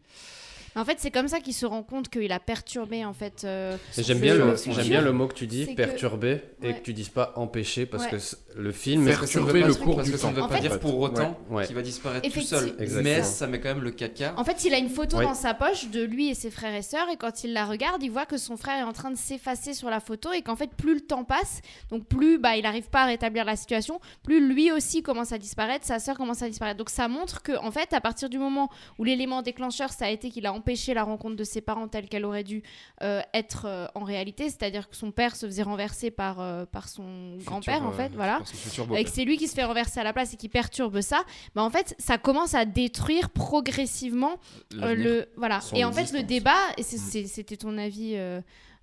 J: En fait, c'est comme ça qu'il se rend compte qu'il a perturbé en fait. euh,
C: Et J'aime
J: son
C: bien, le,
J: futur.
C: j'aime bien le mot que tu dis,
J: C'est que-
C: perturber, et
J: Ouais.
C: que tu dises pas empêcher, parce
J: Ouais.
C: que c- le film.
D: Perturber le cours Parce que du ça ne veut
J: temps.
D: pas
J: En
D: dire
J: fait-
D: pour autant
C: Ouais.
D: qu'il va disparaître tout
J: Effectivement.
D: seul.
C: Exactement.
D: Mais ça met quand même le caca.
J: En fait, il a une photo
D: Oui.
J: dans sa poche de lui et ses frères et sœurs, et quand il la regarde, il voit que son frère est en train de s'effacer sur la photo, et qu'en fait, plus le temps passe, donc plus bah, il n'arrive pas à rétablir la situation, plus lui aussi commence à disparaître, sa sœur commence à disparaître. Donc ça montre que, en fait, à partir du moment où l'élément déclencheur, ça a été qu'il a empêché la rencontre de ses parents telle qu'elle aurait dû euh, être euh, en réalité, c'est-à-dire que son père se faisait renverser par, euh, par son grand-père, en
D: euh,
J: fait, voilà,
D: par son futur beau-père.
J: et que c'est lui qui se fait renverser à la place et qui perturbe ça, bah en fait, ça commence à détruire progressivement euh,
N: L'avenir.
J: le voilà.
N: Son
J: et en fait, le
N: existence.
J: débat, et c'est- c'est- c'était ton avis. Euh,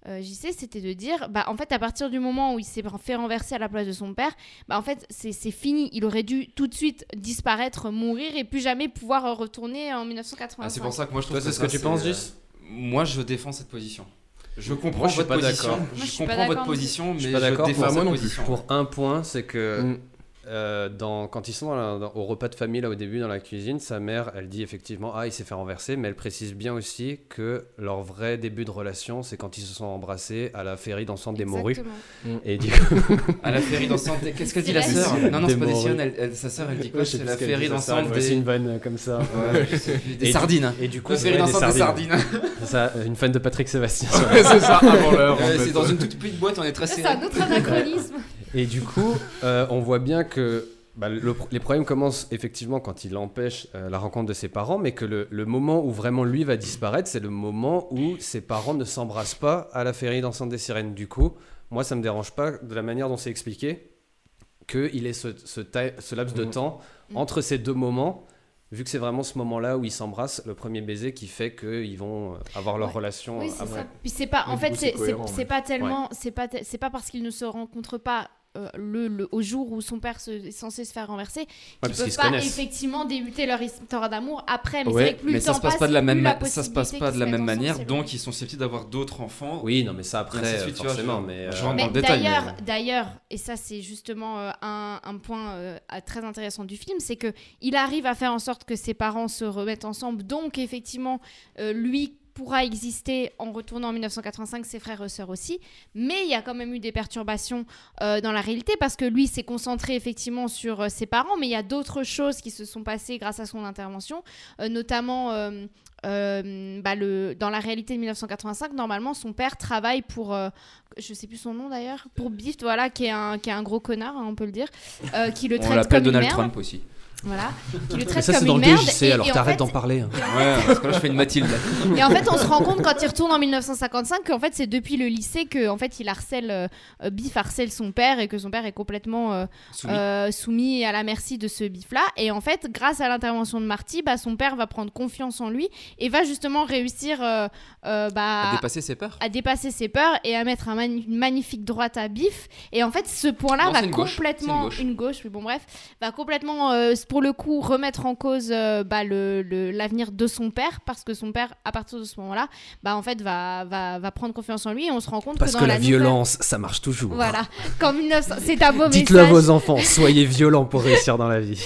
J: euh, JC, c'était de dire, bah en fait, à partir du moment où il s'est fait renverser à la place de son père, bah en fait, c'est c'est fini. Il aurait dû tout de suite disparaître, mourir et plus jamais pouvoir euh, retourner en 1985.
D: Ah, c'est pour ça que moi je trouve
C: Toi, c'est
D: que
C: ce
D: ça,
C: que tu penses,
D: euh,
C: Gis
D: Moi je défends cette position. Je
C: Moi,
D: comprends
C: je suis
D: votre
C: pas
D: position.
C: d'accord.
D: Je, comprends votre position, mais
C: suis
D: je,
C: pas d'accord.
D: défends
C: Pour-
D: cette position.
C: Pour un point, c'est que
D: Mm.
C: euh, dans, quand ils sont dans la- dans- au repas de famille, là au début, dans la cuisine, sa mère, elle dit effectivement Ah, il s'est fait renverser, mais elle précise bien aussi que leur vrai début de relation, c'est quand ils se sont embrassés à la ferry dans le centre des Morues.
D: Exactement.
C: Mm. Et du coup-
D: À la ferry dans le centre des- qu'est-ce qu'elle dit, la sœur Non, non, c'est pas des siennes, elle- elle- sa sœur, elle dit quoi,
C: Ouais, je sais
D: c'est
C: plus
D: la
C: ce qu'elle dit,
D: ferry
C: sa
D: dans le
C: sœur,
D: centre
C: elle fait
D: des-
C: une vanne euh, comme ça.
D: Ouais, je sais plus, des
C: Et du-
D: sardines.
C: Et du coup,
D: La
C: c'est
D: ferry
C: vrai,
D: dans le centre des sardines.
C: C'est ça, une fan de Patrick Sébastien.
D: Ouais, c'est ça, avant l'heure, en
C: Ouais,
D: fait. petite boîte, on est très
J: C'est
D: serré.
J: un autre anachronisme.
C: Et du coup, euh, on voit bien que bah, le- les problèmes commencent effectivement quand il empêche euh, la rencontre de ses parents, mais que le, le moment où vraiment lui va disparaître, c'est le moment où ses parents ne s'embrassent pas à la féerie dans le centre des sirènes. Du coup, moi, ça me dérange pas de la manière dont c'est expliqué qu'il ait ce, ce, ta- ce laps de
J: Mm.
D: Mhm.
C: temps entre ces deux moments. Vu que c'est vraiment ce moment-là où ils s'embrassent, le premier baiser qui fait qu'ils vont euh, avoir leur relation
J: Oui,
C: euh,
J: c'est
C: après.
J: ça. Puis c'est pas, en fait, c'est c'est- c'est pas tellement, c'est pas, te- c'est pas parce qu'ils ne se rencontrent pas euh, le, le- au jour où son père se- est censé se faire renverser qu'ils
D: parce
J: peuvent
D: qu'ils se
J: pas
D: connaissent.
J: effectivement débuter leur histoire d'amour après. Mais
D: Ouais,
J: c'est vrai que plus
D: mais
J: le
D: ça
J: temps
D: se passe pas de la même ma- ça se passe pas de la même manière,
J: c'est
D: donc ils sont susceptibles d'avoir d'autres enfants.
C: Oui, non, mais ça après,
D: Et ainsi de suite,
C: euh,
D: tu vois, je-
C: forcément, mais, euh,
D: je rentre dans
J: Mais
D: le détail.
J: d'ailleurs,
D: mais-
J: d'ailleurs, et ça c'est justement euh, un, un point euh, à- très intéressant du film, c'est que il arrive à faire en sorte que ses parents se remettent ensemble. Donc effectivement, euh, lui pourra exister en retournant en 1985, ses frères et sœurs aussi. Mais il y a quand même eu des perturbations euh, dans la réalité parce que lui s'est concentré effectivement sur euh, ses parents, mais il y a d'autres choses qui se sont passées grâce à son intervention, euh, notamment. euh, euh, bah, le, dans la réalité de 1985, normalement, son père travaille pour, euh, je sais plus son nom d'ailleurs, pour Biff, voilà, qui est un, qui est un gros connard, hein, on peut le dire, euh, qui le
D: On
J: traite
D: l'appelle
J: comme une
D: Donald
J: merde.
D: Trump aussi.
J: Voilà, qui le
C: Mais
J: traite
C: ça, c'est
J: comme
C: dans
J: une
C: le
J: merde.
C: DJC,
J: et-
C: alors
J: et en
C: t'arrêtes
J: fait-
C: d'en parler. hein.
D: Ouais, parce que là je fais une Mathilde.
J: Et en fait, on se rend compte quand il retourne en 1955 qu'en fait, c'est depuis le lycée que en fait, il harcèle, euh, euh, Biff harcèle son père et que son père est complètement euh,
N: Soumis.
J: euh, soumis et à la merci de ce Biff-là. Et en fait, grâce à l'intervention de Marty, bah, son père va prendre confiance en lui et va justement réussir euh, euh, bah,
D: À dépasser ses peurs.
J: À dépasser ses peurs et à mettre un mani- une magnifique droite à Biff. Et en fait, ce point-là
D: Non,
J: va
D: c'est une gauche.
J: complètement.
D: C'est une gauche.
J: une gauche, oui, bon, bref. Va complètement euh, s- pour le coup remettre en cause euh, bah, le- le- l'avenir de son père parce que son père, à partir de ce moment-là, bah, en fait, va, va, va prendre confiance en lui et on se rend compte
C: Parce
J: que
C: que,
J: dans la,
C: la
J: nouvelle-
C: violence, ça marche toujours. hein.
J: Voilà, qu'en 1900, c'est un beau message.
C: Dites-le à vos enfants, soyez violents pour réussir dans la vie.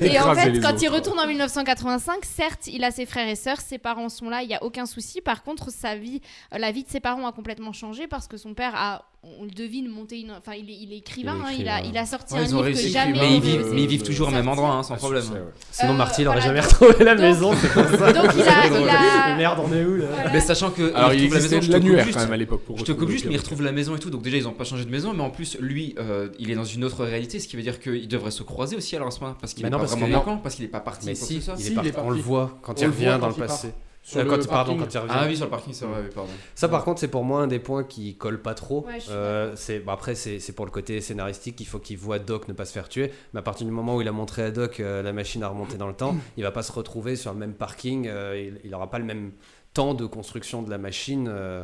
J: Et en fait, quand il retourne en 1985, certes, il a ses frères et sœurs, ses parents sont là, il n'y a aucun souci. Par contre, sa vie, euh, la vie de ses parents a complètement changé parce que son père a, on le devine, monté une. Enfin, il est, il est écrivain,
C: Il est
J: hein, il,
C: écrivain.
J: a, il a sorti
D: Ouais,
J: un
D: ils ont
J: livre que
D: réussi.
J: jamais.
D: Mais ils
J: on ne- Euh,
D: vivent, mais ils vivent toujours au même endroit, hein, sans problème.
C: Sinon, Marty, il n'aurait jamais retrouvé la maison. c'est pour ça.
J: donc il a- il a-
C: Merde, on est où là
D: Mais sachant que
F: Alors, il
D: retrouve
F: existait
D: je te coupe
F: l'annuaire,
D: juste-
F: quand même, à l'époque, pour
D: Je te coupe
F: retrouver
D: juste,
F: le
D: mais il
F: pire.
D: retrouve la maison et tout. Donc déjà, ils n'ont pas changé de maison, mais en plus, lui, euh, il est dans une autre réalité, ce qui veut dire qu'il devrait se croiser aussi alors à ce moment-là, parce qu'il
C: Mais
D: est
C: non,
D: pas
C: parce
D: vraiment
C: que-
D: manquant, parce qu'il n'est pas parti.
C: Mais
D: quoi
C: si,
D: que ce soit.
C: il est Si, parti. il est parti. On le voit quand il On le revient voit dans quand le il passé. part. Sur Euh, le quand il- pardon, parking. quand il revient.
D: Ah oui, sur le parking, c'est vrai, oui, pardon.
C: Ça, par contre, c'est pour moi un des points qui colle pas trop.
D: Ouais, je suis
C: Euh, c'est bah, après, c'est c'est pour le côté scénaristique. Il faut qu'il voit Doc ne pas se faire tuer. Mais à partir du moment où il a montré à Doc euh, la machine à remonter dans le temps, il va pas se retrouver sur le même parking. euh, il- il aura pas le même temps de construction de la machine. euh,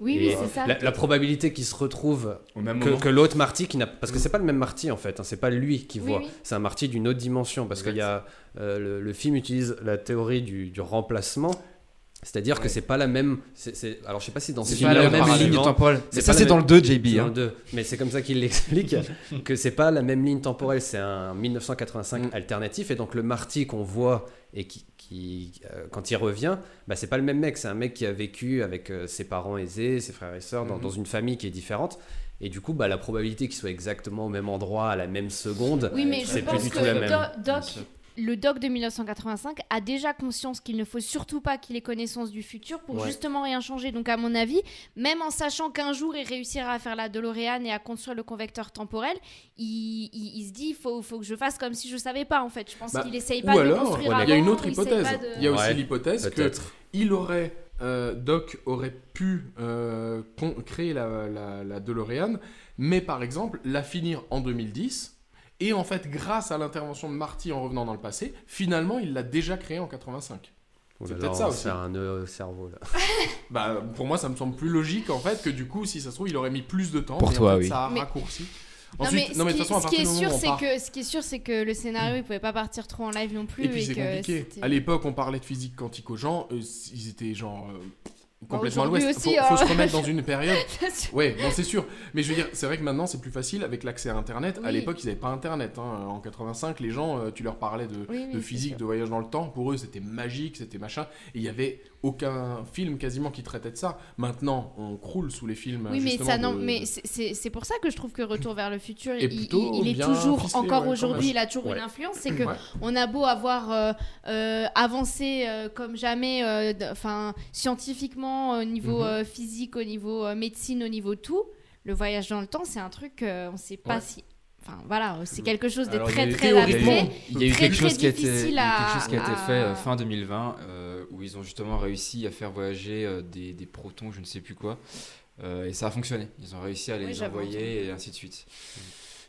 J: Oui,
C: et
J: oui, c'est ça.
C: La, la probabilité qu'il se retrouve
D: même
C: que,
D: moment.
C: que l'autre Marty, qui n'a, parce que c'est pas le même Marty en fait, hein, c'est pas lui qui
J: Mm. Oui,
C: voit,
J: oui.
C: c'est un Marty d'une autre dimension, parce qu'il y a euh, le, le film utilise la théorie du, du remplacement. C'est-à-dire que c'est pas la même. c'est- c'est- alors je sais pas si dans ce
D: C'est
C: film-là
D: pas la
C: ou
D: même
C: par
D: ligne
C: avant,
D: temporelle. Mais
C: pas
D: ça,
C: la
D: c'est
C: même-
D: dans le 2, JB,
C: c'est dans
D: hein.
C: le 2. Mais c'est comme ça qu'il l'explique que c'est pas la même ligne temporelle. C'est un 1985
F: Mm.
C: alternatif et donc le Marty qu'on voit et qui, qui, euh, quand il revient, bah, c'est pas le même mec. C'est un mec qui a vécu avec euh, ses parents aisés, ses frères et sœurs dans,
F: Mm-hmm.
D: Mhm.
C: dans une famille qui est différente. Et du coup, bah, la probabilité qu'il soit exactement au même endroit à la même
F: Euh,
C: seconde,
J: Oui, mais je
C: c'est plus
J: pense
C: du
J: que
C: tout la même.
J: Do- Doc, le Doc de 1985 a déjà conscience qu'il ne faut surtout pas qu'il ait connaissance du futur pour
C: Ouais.
J: justement rien changer. Donc, à mon avis, même en sachant qu'un jour il réussira à faire la DeLorean et à construire le convecteur temporel, il, il- il se dit il faut, faut que je fasse comme si je savais pas en fait. Je pense
F: Bah,
J: qu'il essaye
F: ou
J: pas de le
F: alors,
J: construire avant.
F: Il y a une autre
J: essaye
F: hypothèse.
J: pas de-
F: Il y a aussi
C: Ouais,
F: l'hypothèse que
C: peut-être.
F: il aurait, euh, Doc aurait pu euh, con- créer la, la, la DeLorean, mais par exemple la finir en 2010. Et en fait, grâce à l'intervention de Marty en revenant dans le passé, finalement, il l'a déjà créée en 85.
C: Oh là
F: C'est
C: là,
F: peut-être
C: on
F: ça
C: va
F: aussi.
C: faire un nœud au cerveau là.
F: Bah, pour moi, ça me semble plus logique en fait que du coup, si ça se trouve, il aurait mis plus de temps.
C: Pour
F: mais en
C: toi,
F: fait,
C: oui.
F: Ça a
J: Mais-
F: raccourci.
J: Non,
F: Ensuite,
J: mais, ce,
F: de
J: qui,
F: toute façon, à
J: ce qui
F: partir
J: est
F: du moment
J: sûr,
F: où on part-
J: c'est que ce qui est sûr, c'est que le scénario, il pouvait pas partir trop en live non plus,
F: Et puis c'est
J: que
F: compliqué.
J: c'était-
F: À l'époque, on parlait de physique quantique aux gens, euh, s- ils étaient genre euh, complètement à
J: Bah, aujourd'hui
F: l'ouest.
J: aussi,
F: faut, faut
J: hein.
F: se remettre dans une période.
J: Bien sûr.
F: ouais, non, c'est sûr. Mais je veux dire, c'est vrai que maintenant c'est plus facile avec l'accès à Internet. À
J: Oui.
F: l'époque, ils n'avaient pas Internet. hein. En 85, les gens, euh, tu leur parlais de,
J: Oui, oui,
F: de
J: c'est
F: physique,
J: sûr.
F: de voyage dans le temps. Pour eux, c'était magique, c'était machin. Et il n'y avait aucun film quasiment qui traitait de ça. Maintenant, on croule sous les films.
J: Oui, mais,
F: Bah, justement,
J: ça, non,
F: de-
J: mais c'est- c'est c'est pour ça que je trouve que Retour vers le futur,
F: Est
J: il,
F: plutôt
J: il- il est
F: bien
J: toujours,
F: ficelé, ouais,
J: encore
F: quand
J: aujourd'hui,
F: même.
J: il a toujours
F: Ouais.
J: une influence. C'est que
F: Ouais.
J: on a beau avoir euh, euh, avancé euh, comme jamais, euh, d- enfin scientifiquement, au niveau
F: Mhm.
J: euh, physique, au niveau euh, médecine, au niveau tout, le voyage dans le temps, c'est un truc, euh, on sait pas
F: Ouais.
J: si. Enfin voilà, euh, c'est quelque chose de
D: Alors,
J: très
D: il y a-
J: très
D: théoriquement,
J: abstrait,
D: Il y a eu
J: très,
D: quelque
J: très
D: chose qui a été, il y a eu
J: difficile à-
D: quelque chose qui a été
J: à-
D: fait euh, fin 2020 euh, où ils ont justement réussi à faire voyager euh, des, des protons, je ne sais plus quoi, Euh, et ça a fonctionné. Ils ont réussi à les
J: Oui, j'avais
D: envoyer et ainsi de suite.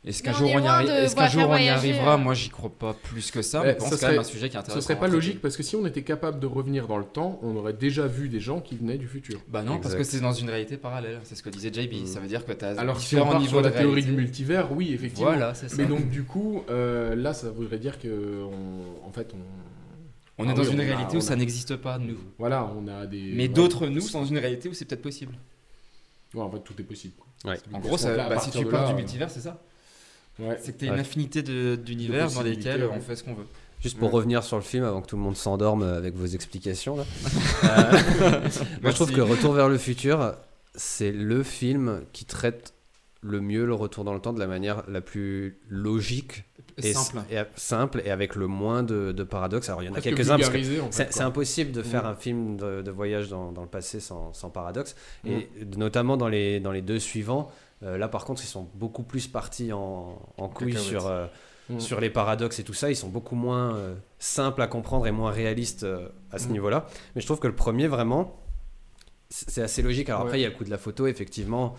D: Est-ce
J: Mais
D: qu'un
J: on
D: jour
J: est
D: on y,
J: loin
D: arri-
J: de
D: est-ce qu'un
J: voir
D: jour
J: faire
D: on y
J: voyager,
D: arrivera
J: euh,
D: Moi, j'y crois pas plus que ça.
F: Eh,
D: mais je pense
F: ça
D: quand même un sujet qui est intéressant.
F: Ce serait
D: à
F: pas
D: traiter.
F: logique parce que si on était capable de revenir dans le temps, on aurait déjà vu des gens qui venaient du futur.
D: Bah non, parce que c'est dans une réalité parallèle. C'est ce que disait JB. Ça veut dire que tu as
F: Alors si on
D: différents
F: part
D: niveaux
F: sur
D: de
F: la théorie
D: réalité.
F: du multivers, oui, effectivement.
D: Voilà, c'est ça.
F: Mais donc du coup, euh, là, ça voudrait dire que, on- en fait, on.
D: On est
F: Ah
D: dans
F: oui,
D: une
F: on a-
D: réalité
F: on
D: où
F: a-
D: ça n'existe pas, nous.
F: Voilà, on a des.
D: Mais
F: ouais.
D: d'autres nous sont dans une réalité où c'est peut-être possible.
F: Ouais, en fait, tout est possible. quoi.
C: Ouais.
F: C'est
D: En
F: parce
D: gros,
F: que
D: ça-
F: là, à
D: bah, si
F: partir
D: tu
F: de
D: parles
F: là,
D: du
F: euh,
D: multivers, c'est ça
F: Ouais.
D: C'est que t'as une infinité de- d'univers
F: De
D: dans lesquels on
F: possibilités, ouais.
D: fait ce qu'on veut.
C: Juste pour revenir sur le film avant que tout le monde s'endorme avec vos explications là. Euh, moi je
D: Merci.
C: trouve que Retour vers le futur, c'est le film qui traite le mieux le retour dans le temps de la manière la plus logique et
D: Simple.
C: et, simple et avec le moins de, de paradoxes. Alors il y en a
F: Presque
C: quelques-uns parce que
F: vulgarisé, en fait,
C: c'est
F: quoi.
C: c'est impossible de faire
F: Mm.
C: un film de, de voyage dans, dans le passé sans, sans paradoxe
F: Mm.
C: et notamment dans les, dans les deux suivants. euh, là par contre ils sont beaucoup plus partis en, en couille
F: cacahuètes.
C: sur, euh,
F: Mm.
C: sur les paradoxes et tout ça, ils sont beaucoup moins euh, simples à comprendre et moins réalistes euh, à ce
F: Mm.
C: niveau-là. Mais je trouve que le premier, vraiment, c'est c'est assez logique. Alors
F: Ouais.
C: après, il y a le coup de la photo, effectivement.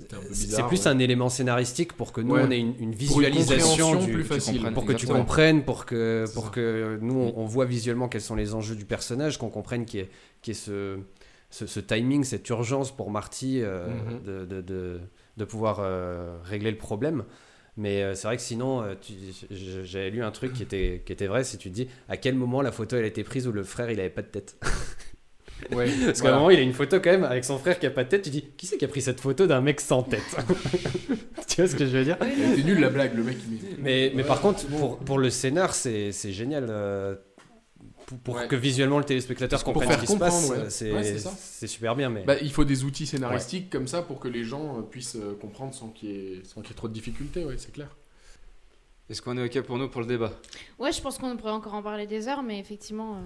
F: un peu
C: C'est
F: bizarre,
C: plus
F: ouais.
C: un élément scénaristique pour que nous,
F: Ouais.
C: on ait une, une
F: Pour une
C: visualisation
F: compréhension
C: du-
F: plus
C: tu
F: facile.
C: comprennes, pour que tu
F: Exactement. Mm.
C: comprennes, pour que, pour que nous, on, on voit visuellement quels sont les enjeux du personnage, qu'on comprenne qu'il y ait, qu'il y ait ce, ce, ce timing, cette urgence pour Marty euh,
F: Mhm.
C: de, de, de- de pouvoir euh, régler le problème. Mais euh, c'est vrai que sinon, euh, tu- j- j'avais lu un truc qui était, qui était vrai, c'est tu te dis à quel moment la photo elle a été prise où le frère il avait pas de tête.
F: Ouais,
C: Parce qu'à
F: voilà.
C: un moment, il a une photo quand même avec son frère qui a pas de tête. Tu dis, qui c'est qui a pris cette photo d'un mec sans tête Tu vois ce que je veux dire
F: C'est nul la blague, le mec. Il...
C: mais, mais par contre, pour, pour le scénar, c'est c'est génial. euh, pour pour
F: Ouais.
C: que visuellement le téléspectateur
F: Pour
C: comprenne ce
F: faire
C: qui se passe, euh,
F: comprendre, ouais.
C: c'est
F: Ouais, c'est ça.
C: c'est super bien. Mais...
F: Bah, il faut des outils scénaristiques comme ça pour que les gens euh, puissent euh, comprendre sans qu'il y, ait- sans qu'il y ait trop de difficultés, ouais, c'est clair.
D: Est-ce qu'on est OK pour nous pour le débat
J: Ouais, je pense qu'on pourrait encore en parler des heures, mais effectivement, euh,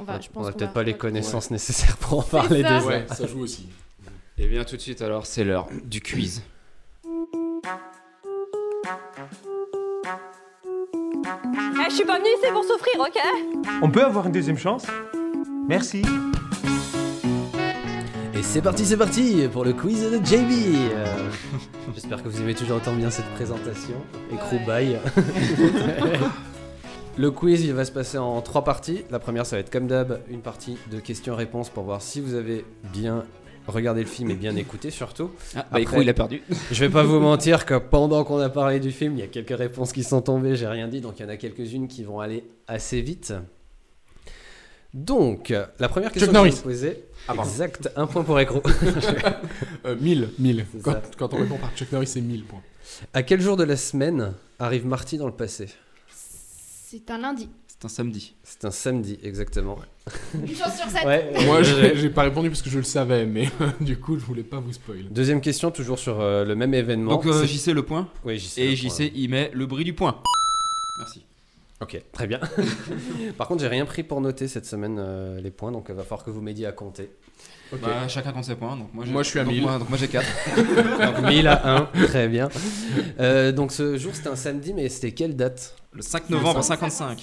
J: on va. je pense
C: on a
J: qu'on
C: peut-être
J: va-
C: pas les
J: ouais.
C: connaissances nécessaires pour en parler
J: ça.
C: des
F: Ouais, ça joue aussi.
D: Eh bien, tout de suite, alors, c'est l'heure du quiz.
M: Eh, je suis pas venue ici pour souffrir, ok
H: On peut avoir une deuxième chance Merci.
C: Et c'est parti, c'est parti pour le quiz de JB. Euh, J'espère que vous aimez toujours autant bien cette présentation. Et Croubaille. le quiz, il va se passer en trois parties. La première, ça va être comme d'hab, une partie de questions-réponses pour voir si vous avez bien regardé le film et bien écouté surtout.
D: Ah, bah, Icrou, il a perdu.
C: Je vais pas vous mentir que pendant qu'on a parlé du film, il y a quelques réponses qui sont tombées, j'ai rien dit, donc il y en a quelques-unes qui vont aller assez vite. Donc, la première
F: Chuck
C: question que je vais
F: Norris.
C: vous poser,
F: Ah, pardon.
C: exact, un point pour Ecro.
F: Euh, 1000, 1000.
C: C'est ça.
F: Quand, quand on répond par Chuck Norris, c'est 1000 points.
C: À quel jour de la semaine arrive Marty dans le passé
J: C'est un lundi.
D: C'est un samedi.
C: C'est un samedi, exactement.
J: Une chance sur sept.
C: Ouais,
F: Moi,
C: ouais,
F: j'ai
C: ouais.
F: j'ai pas répondu parce que je le savais, mais euh, du coup, je voulais pas vous spoil.
C: Deuxième question, toujours sur euh, le même événement.
D: Donc, euh,
C: C'est-
D: JC le point
C: Oui, hein, JC.
D: Et
C: le point.
D: JC, il met le bruit du point. Merci.
C: Ok, très bien. Par contre, j'ai rien pris pour noter cette semaine euh, les points, donc il va falloir que vous m'aidiez à compter.
F: Ok.
D: Bah, chacun compte ses points. Donc moi, j'ai-
F: Moi, je suis à
D: donc
F: 1000.
D: Moi, donc moi, j'ai 4.
C: donc 1000 à 1, très bien. Euh, donc ce jour c'était un samedi, mais c'était quelle date
D: Le 5 novembre 55.
F: Oui,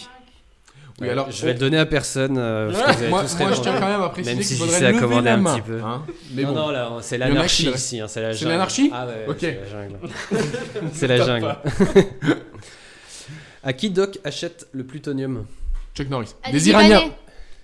C: Euh,
F: alors,
C: je vais le donner à personne. euh, parce que vous avez
F: Moi-
C: tous
F: moi, je
C: répondu.
F: tiens quand même à préciser
C: Même
F: qu'il
C: si
F: faudrait
C: j'essaie à
F: lever
C: commander
F: la
C: un
F: main,
C: petit peu.
F: hein. Mais
C: mais non,
F: bon.
C: non, là, c'est
F: Il y en a
C: l'anarchie
F: qui le-
C: ici. hein, c'est la
F: C'est
C: jungle.
F: l'anarchie
C: Ah ouais, ouais,
F: Ok.
C: c'est la jungle.
F: Je
C: c'est la
F: tape
C: jungle.
F: pas.
C: à qui Doc achète le plutonium
F: Chuck Norris.
J: Ah,
F: Des
J: les Libanais.
F: Iraniens.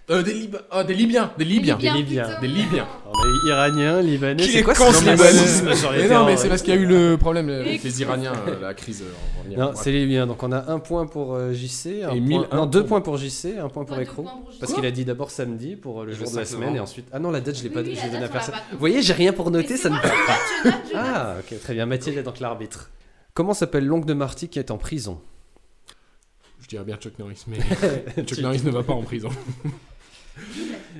F: Euh, des, Lib- ah, des Libyens. Des Libyens.
J: Libyens,
C: Des Libyens. plutôt.
F: Des Libyens.
C: On a eu Iranien, Libanais.
F: Qu'il
C: C'est
F: est
C: quoi
F: con,
C: ce
F: ce
C: racisme
F: Libanais.
C: sur les
F: Mais non,
C: terres,
F: mais c'est
C: hein, ouais.
F: parce qu'il y a eu le problème avec
J: Excuse-
F: les Iraniens, euh, la crise. euh, en Iran.
C: Non,
F: Bref.
C: c'est les Libyens. Donc on a un point pour euh, JC, un
F: Et
C: point-
F: mille, un
C: non, deux
F: pour-
C: points pour JC, un point pour
J: Ouais, deux
C: Ekro.
J: points pour JC.
C: Parce qu'il a dit d'abord samedi pour euh, le
D: Et
C: jour
D: le
C: de
D: 5
C: la semaine
D: novembre.
C: et ensuite. Ah non, la date je l'ai
J: Oui,
C: pas,
J: oui,
C: je
J: la
C: l'ai donnée à
J: date, on l'a
C: personne.
J: pas compris.
C: Vous voyez, j'ai rien pour noter,
J: Mais
C: ça
J: c'est
C: ne va
J: moi,
C: pas.
J: je note, je note.
C: Ah, ok, très bien. Mathilde est donc l'arbitre. Comment s'appelle l'oncle de Marty qui est en prison
F: Je dirais bien Chuck Norris, mais Chuck Norris ne va pas en prison.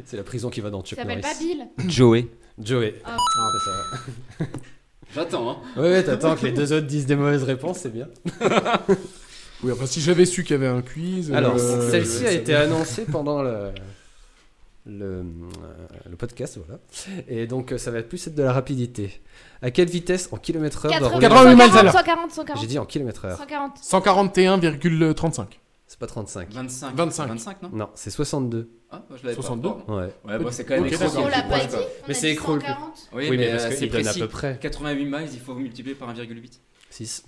C: C'est la prison qui va dans
J: Il
C: Chuck
J: s'appelle
C: Norris.
J: pas Bill.
D: Joey.
C: Joey.
J: Ah.
C: bah, ça va.
D: J'attends, hein.
C: Ouais, ouais, t'attends que les deux autres disent des mauvaises réponses, c'est bien.
F: Oui, enfin, si j'avais su qu'il y avait un quiz.
C: Alors,
F: euh,
C: celle-ci
F: je
C: a
F: savais.
C: été annoncée pendant le, le, euh, le podcast, voilà. Et donc, euh, ça va plus être de la rapidité. À quelle vitesse en kilomètres heure doit rouler
F: 88 miles à
J: 140,
F: l'heure.
J: 140, 140.
C: J'ai dit en kilomètres heure.
J: 140.
F: 141,35.
C: C'est pas 35.
D: 25.
F: 25.
D: 25, non
C: Non, c'est 62.
D: Ah, moi, je l'avais
F: 62.
D: pas. pardon.
C: Ouais.
D: Ouais, bon, c'est quand même
F: Ok,
D: écrou
F: d'accord.
D: qui
J: On
D: est
J: l'a
D: plus
J: pas
D: proche,
J: dit.
D: quoi.
J: Mais on a
C: c'est
J: dit
C: écrou le plus.
J: 140.
D: Oui,
C: Oui, mais
D: mais,
C: parce
D: euh,
C: qu'il
D: c'est
C: donne à
D: précis.
C: peu près.
D: 88 miles, il faut multiplier par 1,8.
C: 6.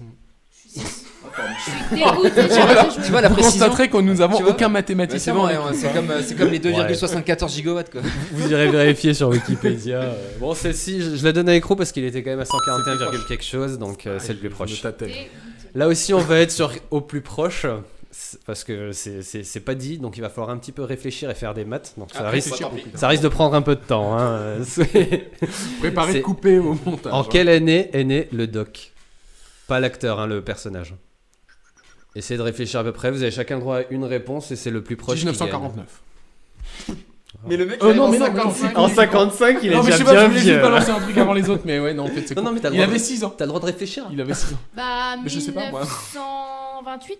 D: Ah, pardon.
J: Je suis dégoûtée, j'ai raté, je
D: Tu vois la
F: Vous
D: précision
F: constaterez que nous avons
D: Tu vois
F: aucun
D: Ouais, C'est
F: mathématicien.
C: Bah,
D: bon,
F: dans
D: ouais,
F: l'équipe.
D: ouais, c'est comme, euh, c'est comme les
C: Ouais.
D: 2,74 gigawatts, quoi.
C: Vous irez vérifier sur Wikipédia. Euh, Bon, celle-ci, je, je la donne à écrou parce qu'il était quand même à 141,
F: C'est le plus
C: virgule quelque chose, donc euh, c'est le plus
F: Je me
C: proche.
F: tâtais.
C: Là aussi, on va être sur au plus proche. c'est- Parce que c'est- c'est c'est pas dit, donc il va falloir un petit peu réfléchir et faire des maths. Donc ça,
D: Ah,
C: risque,
D: réfléchir,
F: putain.
C: ça risque de prendre un peu de temps. hein, euh, c'est-
F: Préparez de
C: C'est-
F: couper au montage.
C: en
F: hein.
C: quelle année est né le doc Pas l'acteur, hein, le personnage. Essayez de réfléchir à peu près. Vous avez chacun droit à une réponse et c'est le plus proche. qui gagne.
F: 1949.
D: Mais le mec,
F: Oh
D: il
F: non,
D: arrive
F: mais
D: en
F: non,
D: 55.
F: mais non,
C: En 55, il est
F: non, mais je
C: déjà
F: sais pas, je
C: bien
F: voulais juste
C: vieux.
F: balancer un truc avant les autres, mais ouais, non, en fait, c'est
C: Non, non,
F: con.
C: mais t'as le
F: Il
C: droit de-
F: avait 6 ans.
C: T'as le droit de réfléchir.
F: Il avait 6 ans.
J: Bah,
F: Mais je sais pas, moi.
J: 1928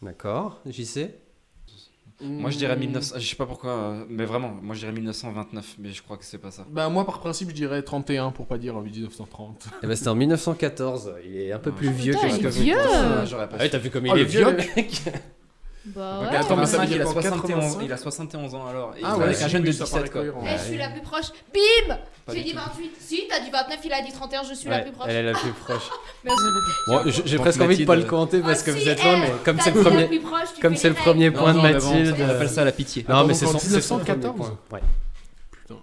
C: D'accord, j'y sais.
D: Moi, je dirais
F: Mm.
D: 1900. Je sais pas pourquoi, euh, mais vraiment, moi, je dirais 1929, mais je crois que c'est pas ça.
F: Bah, moi, par principe, je dirais 31 pour pas dire euh, 1930.
C: Eh ben, c'était en 1914. Il est
F: Ah,
C: un peu plus vieux
J: putain,
C: que
J: il est
C: Christophe
J: vieux.
D: Ah, J'aurais pas
C: Ah oui, t'as vu comme il
F: Oh,
C: est
F: le
C: vieux, le
F: vieux.
C: mec
J: Bah
F: Ok,
J: ouais.
F: attends, mais ça veut
D: 85,
F: dire
D: il, a
F: qu'en
D: 71,
F: 85?
D: il a 71 ans alors. Et
F: Ah
D: il
F: ouais,
D: est avec un
F: si,
D: jeune de
F: oui, ça
D: 17 quoi.
F: paraît cohérent.
J: Eh, je suis la plus proche. Bim
D: Pas
J: J'ai
D: du
J: dit
D: tout.
J: 28. Si, t'as dit 29, il a dit 31, je suis la
C: Ouais,
J: plus proche.
C: Elle est la plus proche.
J: Merci.
C: Bon, j- j'ai
D: Donc,
C: presque envie de pas le
D: Mathilde-
C: compter parce
J: Ah,
C: que
J: si,
C: vous êtes loin,
J: eh,
C: mais comme
J: t'as
C: c'est le
J: dit la
C: premier,
J: plus proche, tu
C: comme
J: fais
C: c'est le
J: les
C: premier
J: règles.
C: point de
D: Non, non, mais bon,
C: Mathilde.
D: On
C: euh,
D: appelle ça la pitié.
C: Non, mais
F: Attends,
C: c'est
F: donc,
C: son,
F: en
C: c'est son premier
F: 1914.
C: point. Ouais.
F: Putain.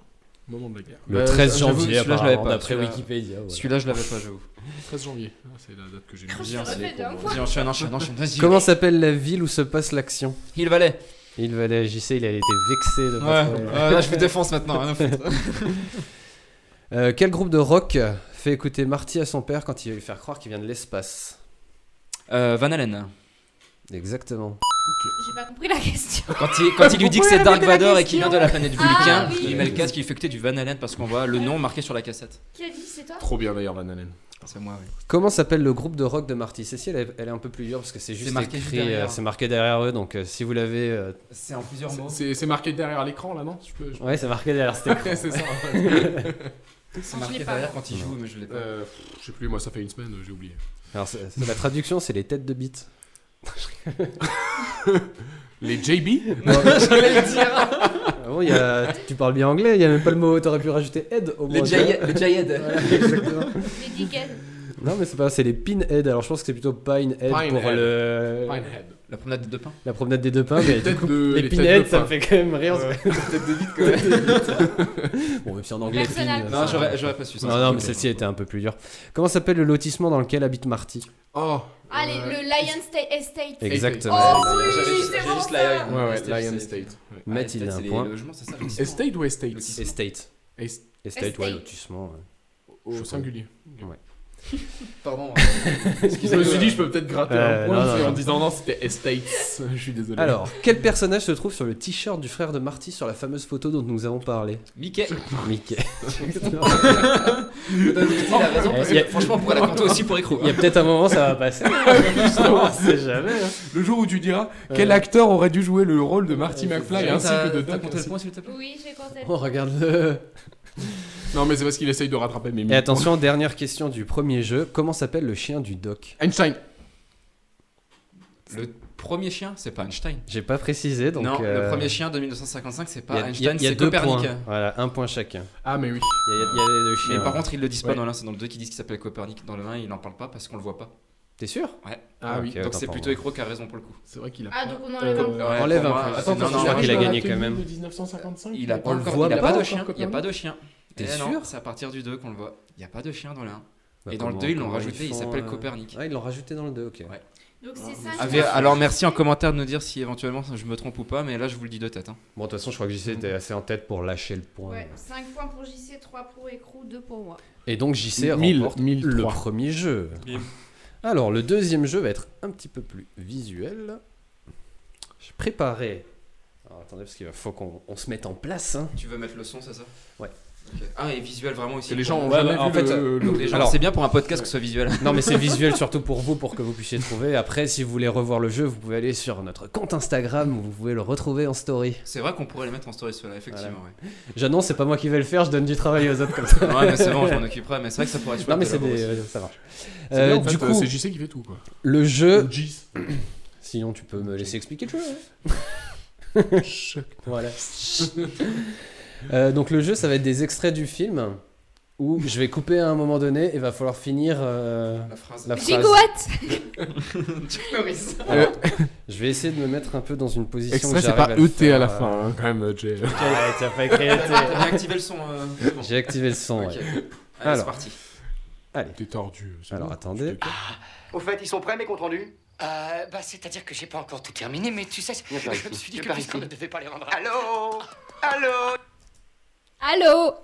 F: Moment de la guerre.
C: Le 13
D: j'avoue,
C: janvier,
D: celui-là, je l'avais
C: apparemment,
D: pas.
C: d'après
D: Celui-là-
C: Wikipédia, voilà.
D: Celui-là, je l'avais pas, j'avoue.
F: 13 janvier, Ah, c'est la date que j'ai
D: Je
F: mise.
D: suis refait d'un point. Vas-y, enchaîne, enchaîne, enchaîne, vas-y.
C: Comment s'appelle la ville où se passe l'action
D: Il Valais.
C: Il Valais, j'y sais, il a été vexé de pas
D: Ouais,
C: trouver.
D: ouais, là, je vous défonce maintenant, rien à foutre.
C: Euh, quel groupe de rock fait écouter Marty à son père quand il veut lui faire croire qu'il vient de l'espace
D: Euh, Van Halen.
C: Exactement.
J: J'ai pas compris la question.
D: Quand il, quand il lui dit que
J: Vous
D: c'est
J: pouvez
D: Dark
J: répéter la
D: Vador et qu'il vient de la
J: question
D: planète
J: Ah
D: Vulcain,
J: oui.
D: il met le casque, il fait que t'es du Van Halen parce qu'on voit le nom marqué sur la cassette.
J: Qui a dit c'est toi
F: Trop bien d'ailleurs, Van Halen.
D: C'est moi, oui.
C: Comment s'appelle le groupe de rock de Marty Cécile, elle, elle est un peu plus dure parce que c'est juste
D: C'est marqué
C: écrit,
D: juste derrière.
C: euh, c'est marqué derrière eux, donc euh, si vous l'avez. euh,
D: C'est en plusieurs
F: mots. C'est c'est marqué derrière l'écran là, non Je peux- je-
C: Ouais, c'est marqué derrière cet écran.
F: c'est ça.
D: C'est marqué derrière quand il joue, mais je l'ai pas.
F: Euh, pff, je sais plus, moi ça fait une semaine, euh, j'ai oublié.
C: Alors, c'est- c'est- la traduction, c'est les têtes de bite.
F: Les JB
D: J'allais le dire.
C: Ah bon, il y a- tu parles bien anglais, il n'y a même pas le mot, t'aurais pu rajouter head au moins.
D: Les
C: tu vois.
D: Jay- les Jayhead.
C: Ouais, exactement.
J: Les dickheads.
C: Non, mais c'est pas, c'est les pinhead, alors je pense que c'est plutôt pinehead
F: Pinehead.
C: pour le.
F: Pinehead.
D: La promenade des deux pins.
C: La promenade des deux pins, mais
F: Les
C: du
F: têtes
C: coup,
F: de-
C: les,
F: les têtes
C: pinheads,
F: de
C: ça me
F: pins.
C: fait quand même rire.
F: Ouais.
D: Tête de vite, quand
C: Tête
D: même.
C: de bite. bon, même si en anglais,
D: Personne
C: pin,
D: n'a-
C: ça-
D: Non, j'aurais- j'aurais pas su ça.
C: Non, non, mais
D: Ok.
C: celle-ci était un peu plus dure. Comment s'appelle le lotissement dans lequel habite Marty
F: Oh
J: Ah, les- le Lion Sta- Estate.
C: Exactement.
F: Ah
J: Oh
D: J'avais
J: oui,
D: juste-
J: c'est
D: j'ai
J: bon
D: juste
J: ça.
D: la-
F: Ouais, ouais,
D: Estate,
F: Lion
D: c'est-
F: Estate. Ouais.
D: Ah,
C: Matt, il
D: Estate,
C: a un
D: c'est les
C: point.
D: logements, c'est ça, le-
F: Estate ou Estate
C: Estate.
F: Est-
C: Estate, ouais,
J: Estate.
C: lotissement. ouais.
F: Au singulier.
C: Ouais.
D: Pardon.
F: Je me suis dit, je peux peut-être gratter
C: Euh,
F: un point
C: non,
F: parce
C: non,
F: qu'en
C: non.
F: disant non, c'était Estates. Je suis désolé.
C: Alors, quel personnage se trouve sur le t-shirt du frère de Marty sur la fameuse photo dont nous avons parlé
D: Mickey.
C: Mickey.
D: Il a raison, parce
C: Il y
D: que
C: a-
D: Franchement, on pourrait la compter aussi pour écrou.
C: Il y a peut-être un moment, ça va passer. on sait jamais. hein.
F: Le jour où tu diras
D: Euh.
F: quel acteur aurait dû jouer le rôle de Marty McFly ainsi
D: T'as-
F: que de
D: T'as
F: Doc.
D: compté le point, s'il te plaît
J: Oui, j'ai compté.
C: Oh, regarde-le.
F: Non, mais c'est parce qu'il essaye de rattraper mes
C: Et attention, dernière question du premier jeu. Comment s'appelle le chien du doc
F: Einstein.
D: Le premier chien, c'est pas Einstein.
C: J'ai pas précisé, donc.
D: non,
C: euh,
D: le premier chien de 1955, c'est
C: il y
D: pas
C: a- il y a-
D: Einstein,
C: il y a
D: c'est
C: deux
D: Copernic.
C: points. Voilà, un point chacun.
F: Ah, mais oui.
C: Il y a, il y a le chien.
D: Mais par contre, ils le disent pas
F: Ouais.
D: dans l'un, c'est dans le 2 qu'ils disent qu'il s'appelle Copernic. Dans le 1, il n'en parle pas parce qu'on le voit pas.
C: T'es sûr
D: Ouais.
F: Ah oui.
C: Ok,
D: Donc
C: autant
D: c'est
C: pour
D: plutôt
C: moi.
D: Écro qui a raison pour le coup.
F: C'est vrai qu'il a. Euh,
J: Ah, donc on enlève un point.
D: Ouais,
C: Enlève
D: pour
C: un
D: moi,
C: point.
D: c'est-
C: Attends,
D: non,
C: parce
D: non,
C: que j'ai
D: non,
C: qu'il a
D: non,
C: gagné quand même.
D: Il a pas
C: On le
D: encore,
C: voit
D: il a pas
C: pas
D: de
F: encore,
D: chien, il y a
F: Copernic
D: pas de chien.
C: T'es
D: Eh non,
C: sûr
D: C'est à partir du 2 qu'on le voit. Il y a pas de chien dans le 1.
C: Bah,
D: Et dans le
C: comment-
D: 2, ils l'ont
C: comment
D: rajouté, il
C: font,
D: s'appelle
C: euh,
D: Copernic.
C: Ah, ils l'ont rajouté dans le 2, ok.
D: Ouais.
J: Donc c'est ça.
D: Ah,
J: je
D: mais
J: pense.
D: alors merci en commentaire de nous dire si éventuellement je me trompe ou pas, mais là je vous le dis de tête. hein.
C: Bon, de toute façon, je crois que JC était assez en tête pour lâcher le point.
J: Ouais, 5 points pour JC, 3 pour Écrou, 2 pour moi.
C: Et donc JC
F: Mille,
C: remporte
F: mille
C: le
F: trois.
C: premier jeu.
D: Bim.
C: Alors le deuxième jeu va être un petit peu plus visuel. J'ai préparé. Alors attendez parce qu'il faut qu'on on se mette en place. hein.
D: Tu veux mettre le son, c'est ça
C: Ouais.
D: Ok. Ah, et visuel vraiment aussi.
F: Et les gens ont
D: Ouais,
F: jamais
D: bah, en
F: vu
D: fait,
F: le-
D: euh,
F: le-
D: les gens-
C: Alors-
D: c'est bien pour un podcast que ce soit visuel.
C: Non mais c'est visuel surtout pour vous pour que vous puissiez trouver. Après si vous voulez revoir le jeu vous pouvez aller sur notre compte Instagram où vous pouvez le retrouver en story.
D: C'est vrai qu'on pourrait les mettre en story ceux-là, effectivement.
C: J'annonce c'est pas moi qui vais le faire je donne du travail aux autres comme ça.
D: Ouais, ouais mais c'est bon, je m'en occuperai, mais c'est vrai que ça pourrait être chouette.
C: Non mais
D: de
C: c'est
D: l'avoir
C: des...
D: aussi.
C: euh, ça marche.
F: C'est
C: Euh,
F: bien, en
C: du
F: fait, euh,
C: coup Euh,
F: c'est JC qui fait tout quoi.
C: le jeu...
F: Ou Jis.
C: Sinon tu peux me laisser expliquer le jeu. hein. Voilà. Euh, donc le jeu, ça va être des extraits du film où je vais couper à un moment donné et va falloir finir euh,
D: La phrase.
C: la phrase.
J: Gigoat
C: Alors, je vais essayer de me mettre un peu dans une position.
F: Extrait,
C: où
F: Euh, c'est
C: j'arrive
F: pas
C: à le
F: ET à la
C: faire,
F: fin, hein, quand même, euh, Jay.
C: euh, ok, t'as pas écrit
D: T'as
C: ET.
D: bien activé le son. euh, c'est bon.
C: J'ai activé le son.
D: Ok.
C: ouais.
D: Allez,
C: Alors.
D: c'est parti.
F: T'es tordu. c'est
C: Alors
F: bon.
C: attendez.
B: Au fait, ils sont prêts mes comptes rendus
N: Euh, bah, c'est-à-dire que j'ai pas encore tout terminé, mais tu sais,
B: Viens par
N: je me
B: ici.
N: suis dit
B: Viens
N: que
B: par
N: puisqu'on
B: ici.
N: ne devait pas les rendre. à-
B: Allô Allô
J: Allô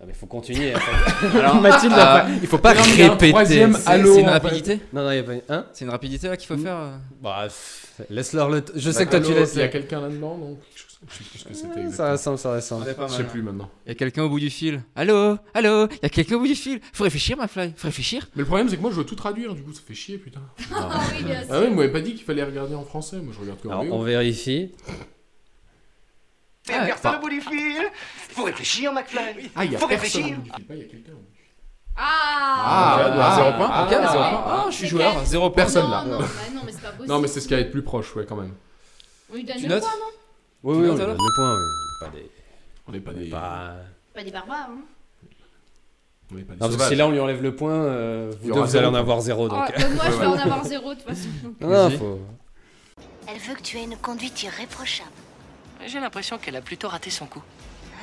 C: Ah, mais faut continuer. en fait. Mathilde, a
D: euh,
C: pas- il faut pas
F: il y en a un
C: répéter.
F: troisième,
C: c'est-
F: allô,
D: C'est une
F: en fait.
D: rapidité
C: Non, non, il y a pas. Hein
D: C'est une rapidité là qu'il faut faire euh
C: Bah, pff, laisse-leur le. t- Je sais que toi tu
F: Allô,
C: laisses.
F: Il y a quelqu'un là-dedans, donc. Je sais plus ce que c'était.
C: Ça
F: exactement.
C: ressemble, ça ressemble.
D: Ouais, pas
F: Je
D: mal,
F: sais
D: hein.
F: plus maintenant.
D: Il y a quelqu'un au bout du fil. Allô Allô Il y a quelqu'un au bout du fil. Faut réfléchir, ma fly. Faut réfléchir.
F: Mais le problème, c'est que moi, je veux tout traduire, du coup, ça fait chier, putain.
J: Ah oui, bien sûr.
F: Ah ouais, vous m'avez pas dit qu'il fallait regarder en français, moi je regarde que en
C: Alors,
F: VO.
C: on vérifie.
B: Il y a
C: Ah Bah.
B: personne au bout du fil Faut réfléchir, McFly
F: Ah, il y a
B: Faut
F: personne.
B: réfléchir
F: Ah, il y a quelqu'un.
J: Ah,
F: Ah,
D: Ah,
F: zéro
D: ah,
F: point.
D: ah,
F: Ok, zéro
J: ouais.
F: point.
D: Ah, je suis joueur. Zéro point.
F: Personne
J: non,
F: là.
J: Non, bah non, mais c'est pas possible.
F: Non, mais c'est ce qui a été plus proche, ouais, quand même.
J: On lui donne
D: Tu
J: le
D: notes
J: point, non
C: Oui,
D: Tu
C: oui,
D: notes,
C: on lui donne
D: alors
C: le point. oui. Pas des.
F: On n'est pas
C: on est
F: des.
C: Pas...
J: Pas des barbares, hein.
F: On n'est pas des.
C: Non, parce que
F: sauvages.
C: si là on lui enlève le point, euh,
F: Il y
C: vous, deux,
F: aura
C: vous allez en
F: zéro.
C: avoir zéro. Oh, Donc. euh,
J: Ah, bah, moi, je vais en avoir zéro, de toute façon. donc.
C: Non, non,
D: Vas-y.
C: faut-
O: Elle veut que tu aies une conduite irréprochable.
N: J'ai l'impression qu'elle a plutôt raté son coup.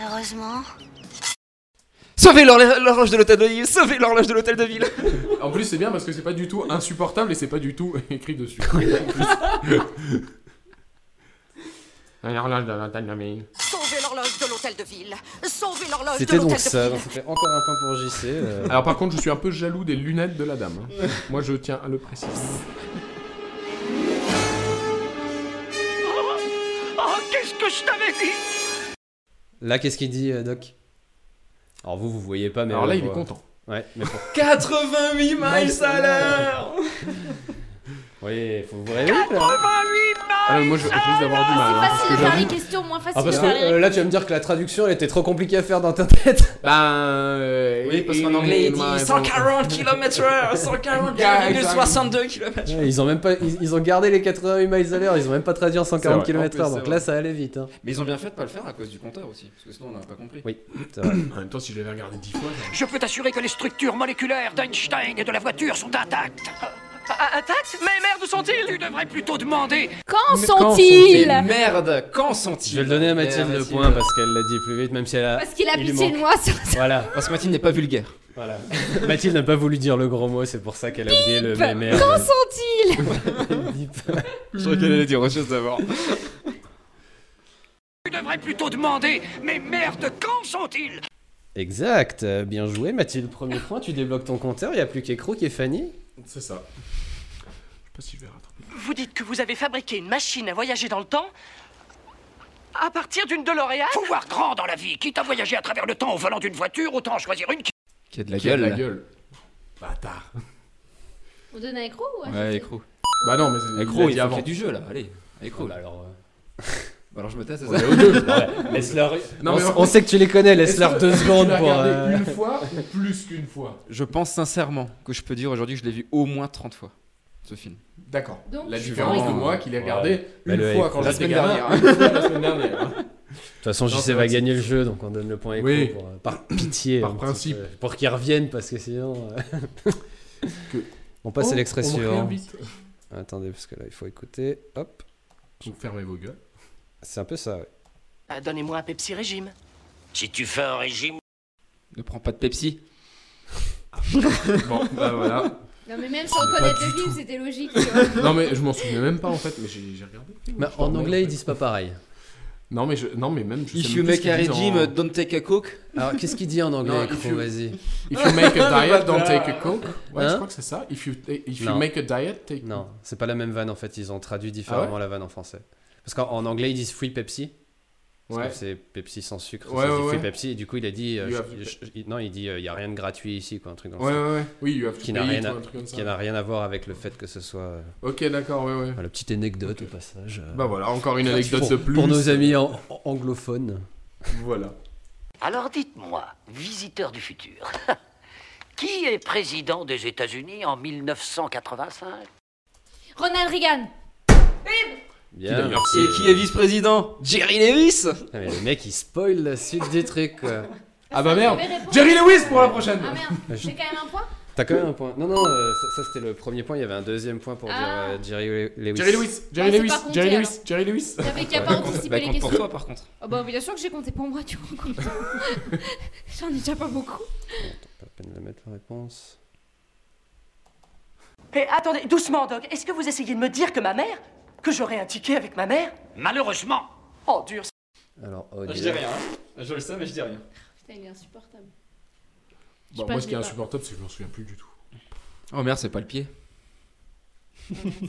O: Heureusement.
D: Sauvez l'hor- l'horloge de l'hôtel de ville Sauvez l'horloge de l'hôtel de ville
F: En plus, c'est bien parce que c'est pas du tout insupportable et c'est pas du tout écrit dessus.
O: Sauvez l'horloge de l'hôtel de ville. Sauvez l'horloge de
C: C'était
O: l'hôtel
C: donc
O: de
C: ça,
O: ville.
C: donc c'était encore un point pour JC. euh.
F: Alors par contre, je suis un peu jaloux des lunettes de la dame. hein. Moi, je tiens à le préciser.
A: Oh, qu'est-ce que je t'avais dit
C: Là, qu'est-ce qu'il dit, euh, Doc Alors vous, vous voyez pas, mais.
F: Alors
C: on
F: là,
C: le
F: il est
C: voit.
F: content.
C: Ouais, mais pour-
D: 88
F: miles à l'heure
C: Oui, faut vous rêver là
F: Ah, mais moi, je je risque d'avoir du mal. hein, parce
J: Facile
F: que
J: à faire les
F: j'avoue-
J: questions, moins facile
C: Ah, parce
J: à
C: que
J: faire les
C: euh, là, tu vas me dire que la traduction elle était trop compliquée à faire dans ta tête
F: Ben.
D: Oui, parce qu'en anglais, il dit 140 km/h
C: Yeah,
D: 140,62 km/h
C: Ouais, ils ont même pas, ils, ils ont gardé les 88 miles à l'heure, ils ont même pas traduit en 140
D: C'est vrai. En
C: km/h,
D: plus,
C: donc
D: c'est
C: là
D: vrai.
C: ça allait vite. hein.
D: Mais ils ont bien fait de pas le faire à cause du compteur aussi, parce que sinon on n'a pas compris.
C: Oui, c'est vrai.
F: En même temps, si je l'avais regardé 10 fois.
A: Je peux t'assurer que les structures moléculaires d'Einstein et de la voiture sont intactes.
P: Ah,
A: Intactes Mais merde, sont-ils Tu devrais plutôt demander.
J: Quand
D: Mais
J: sont-ils
D: Merde, quand sont-ils
C: Je vais le donner à Mathilde
D: Merde,
C: le
D: Mathilde.
C: point parce qu'elle l'a dit plus vite, même si elle a.
J: Parce qu'il a
C: il lui
J: pitié de
C: manque.
J: moi sur ça.
C: Voilà.
D: Parce que Oh, Mathilde n'est pas vulgaire.
C: Voilà. Mathilde n'a pas voulu dire le gros mot, c'est pour ça qu'elle a oublié le
J: Bah,
C: mémère.
J: Quand sont-ils
D: Je crois qu'elle allait dire autre chose d'abord.
A: Tu devrais plutôt demander. Mais merde, quand sont-ils
C: Exact, euh, bien joué Mathilde. Premier point, tu débloques ton compteur, il n'y a plus qu'Ecroc et Fanny.
F: C'est ça. Je sais pas si je vais rattraper.
P: Vous dites que vous avez fabriqué une machine à voyager dans le temps à partir d'une DeLorean
A: Faut voir grand dans la vie. Quitte à voyager à travers le temps au volant d'une voiture, autant en choisir une qui.
D: Qui a de la
F: Qui a de
D: gueule.
F: la gueule. Bâtard.
J: On donne un écrou ou un
D: Ouais,
J: jeté
D: écrou.
F: Bah non, mais c'est-
D: Écrou, il,
F: dit
D: faut
F: avant.
D: qu'il y ait du jeu là, allez. Écrou.
C: bah alors.
D: Bah alors je me tais, c'est
F: On est
D: ça
F: aux deux.
C: Ouais, laisse-leur.
F: Non,
C: on,
F: mais
C: s-
F: en
C: on
F: fait,
C: sait que tu les connais, laisse-leur
F: est-ce que-
C: deux
F: est-ce que tu
C: secondes
F: l'as
C: pour.
F: regardé
C: euh,
F: Une fois ou plus qu'une fois
D: Je pense sincèrement que je peux dire aujourd'hui que je l'ai vu au moins 30 fois, ce film.
F: D'accord.
J: Donc,
F: La
J: tu
F: différence
J: prends
F: de
J: les-
F: moi qui l'ai
C: Ouais.
F: regardé
C: Bah,
F: une
C: le
F: fois
C: Echo.
F: quand
D: La
F: j'étais
D: semaine
F: gamin,
D: dernière, hein.
F: une fois la semaine dernière. hein.
C: De toute façon,
F: Non,
C: JC
F: c'est
C: va
F: vrai,
C: gagner le jeu, donc on donne le point écho
F: Oui.
C: pour, euh, par pitié.
F: Par
C: hein,
F: principe.
C: parce que- pour qu'ils reviennent, parce que sinon. euh,
F: Que-
C: On passe
F: Oh,
C: à l'extrait
F: on me
C: suivant.
F: réinvite.
C: Attendez, parce que là, il faut écouter. Hop,
F: Donc fermez vos gueules.
C: c'est un peu ça, ouais.
P: Ah, Donnez-moi un Pepsi régime.
A: Si tu fais un régime.
D: Ne prends pas de Pepsi.
F: Bon, bah voilà.
J: Non, mais même sans connaître le film, c'était logique. tu vois.
F: Non mais je m'en souvenais même pas en fait, mais j'ai j'ai regardé. le film,
C: Bah,
F: je
C: en
F: dormais,
C: anglais,
F: fait.
C: ils disent pas pareil.
F: Non mais je, non mais même. Je
D: If
F: sais
D: you
F: même plus
D: make
F: ce qu'ils
D: a
F: disent en-
D: regime, don't take a coke.
C: Alors, qu'est-ce qu'il dit en anglais,
F: Non,
C: Écrou,
F: if you-
C: Vas-y.
F: If you make a diet, don't take a coke. Ouais,
C: Hein
F: je crois que c'est ça. If you, if you
C: Non.
F: make a diet, take.
C: Non, c'est pas la même vanne en fait, ils ont traduit
F: Ah
C: différemment la vanne en français. Parce qu'en en anglais, ils disent free Pepsi. Parce
F: Ouais.
C: que c'est Pepsi sans sucre,
F: Ouais,
C: ça se dit
F: ouais,
C: free
F: ouais.
C: Pepsi, et du coup, il a dit. euh,
F: You
C: je-
F: have-
C: je- il- non, il dit, euh, il y a rien de gratuit ici, quoi, un truc dans le
F: Ouais,
C: sens.
F: ouais, ouais. Oui, you have to
C: qui n'a
F: pay
C: rien,
F: it,
C: à-
F: ou un truc comme ça.
C: qui n'a rien à voir avec le fait que ce soit. euh,
F: Ok, d'accord, ouais, ouais.
C: la petite anecdote au passage. euh,
F: Bah voilà, encore une
C: pour-
F: anecdote de plus.
C: Pour nos amis hein. an- an- anglophones.
F: Voilà.
J: Ah,
A: Alors dites-moi, visiteur du futur, qui est président des États-Unis en 1985
J: Ronald Reagan.
C: Bien.
F: d'ailleurs,
D: Et qui est vice-président Jerry Lewis
C: Ah, mais le mec, il spoil la suite des trucs, quoi.
F: Ah bah merde
J: J'avais répondu.
F: Jerry Lewis pour la prochaine
J: Ah merde, j'ai quand même un point
F: Bah,
C: T'as quand même un point. Non, non, euh, ça, ça, c'était le premier point. Il y avait un deuxième point pour
J: Ah.
C: dire euh, Jerry Le- Lewis.
F: Jerry Lewis Jerry
J: Bah, c'est
F: Lewis
J: pas compté,
F: Jerry
J: alors.
F: Lewis Jerry Lewis
J: T'avais qu'à pas
F: bah,
J: anticiper les
D: compte pour
J: questions.
D: toi par contre.
J: Oh bah bien sûr que j'ai compté pour moi, tu vois. compte. J'en ai déjà pas beaucoup.
C: Attends, pas la peine de la mettre la réponse.
P: Et attendez, doucement, Doc. Est-ce que vous essayez de me dire que ma mère, que j'aurais un ticket avec ma mère
A: Malheureusement,
P: Oh, dur.
C: Alors, oh,
D: Je
C: Dieu.
D: dis rien, hein. je le sais mais je dis rien.
J: Putain, il est insupportable.
F: Bon,
J: pas,
F: Bah, moi,
J: je
F: ce qui est
J: l'ai pas.
F: insupportable, c'est que je m'en souviens plus du tout.
D: Oh merde, c'est pas le pied.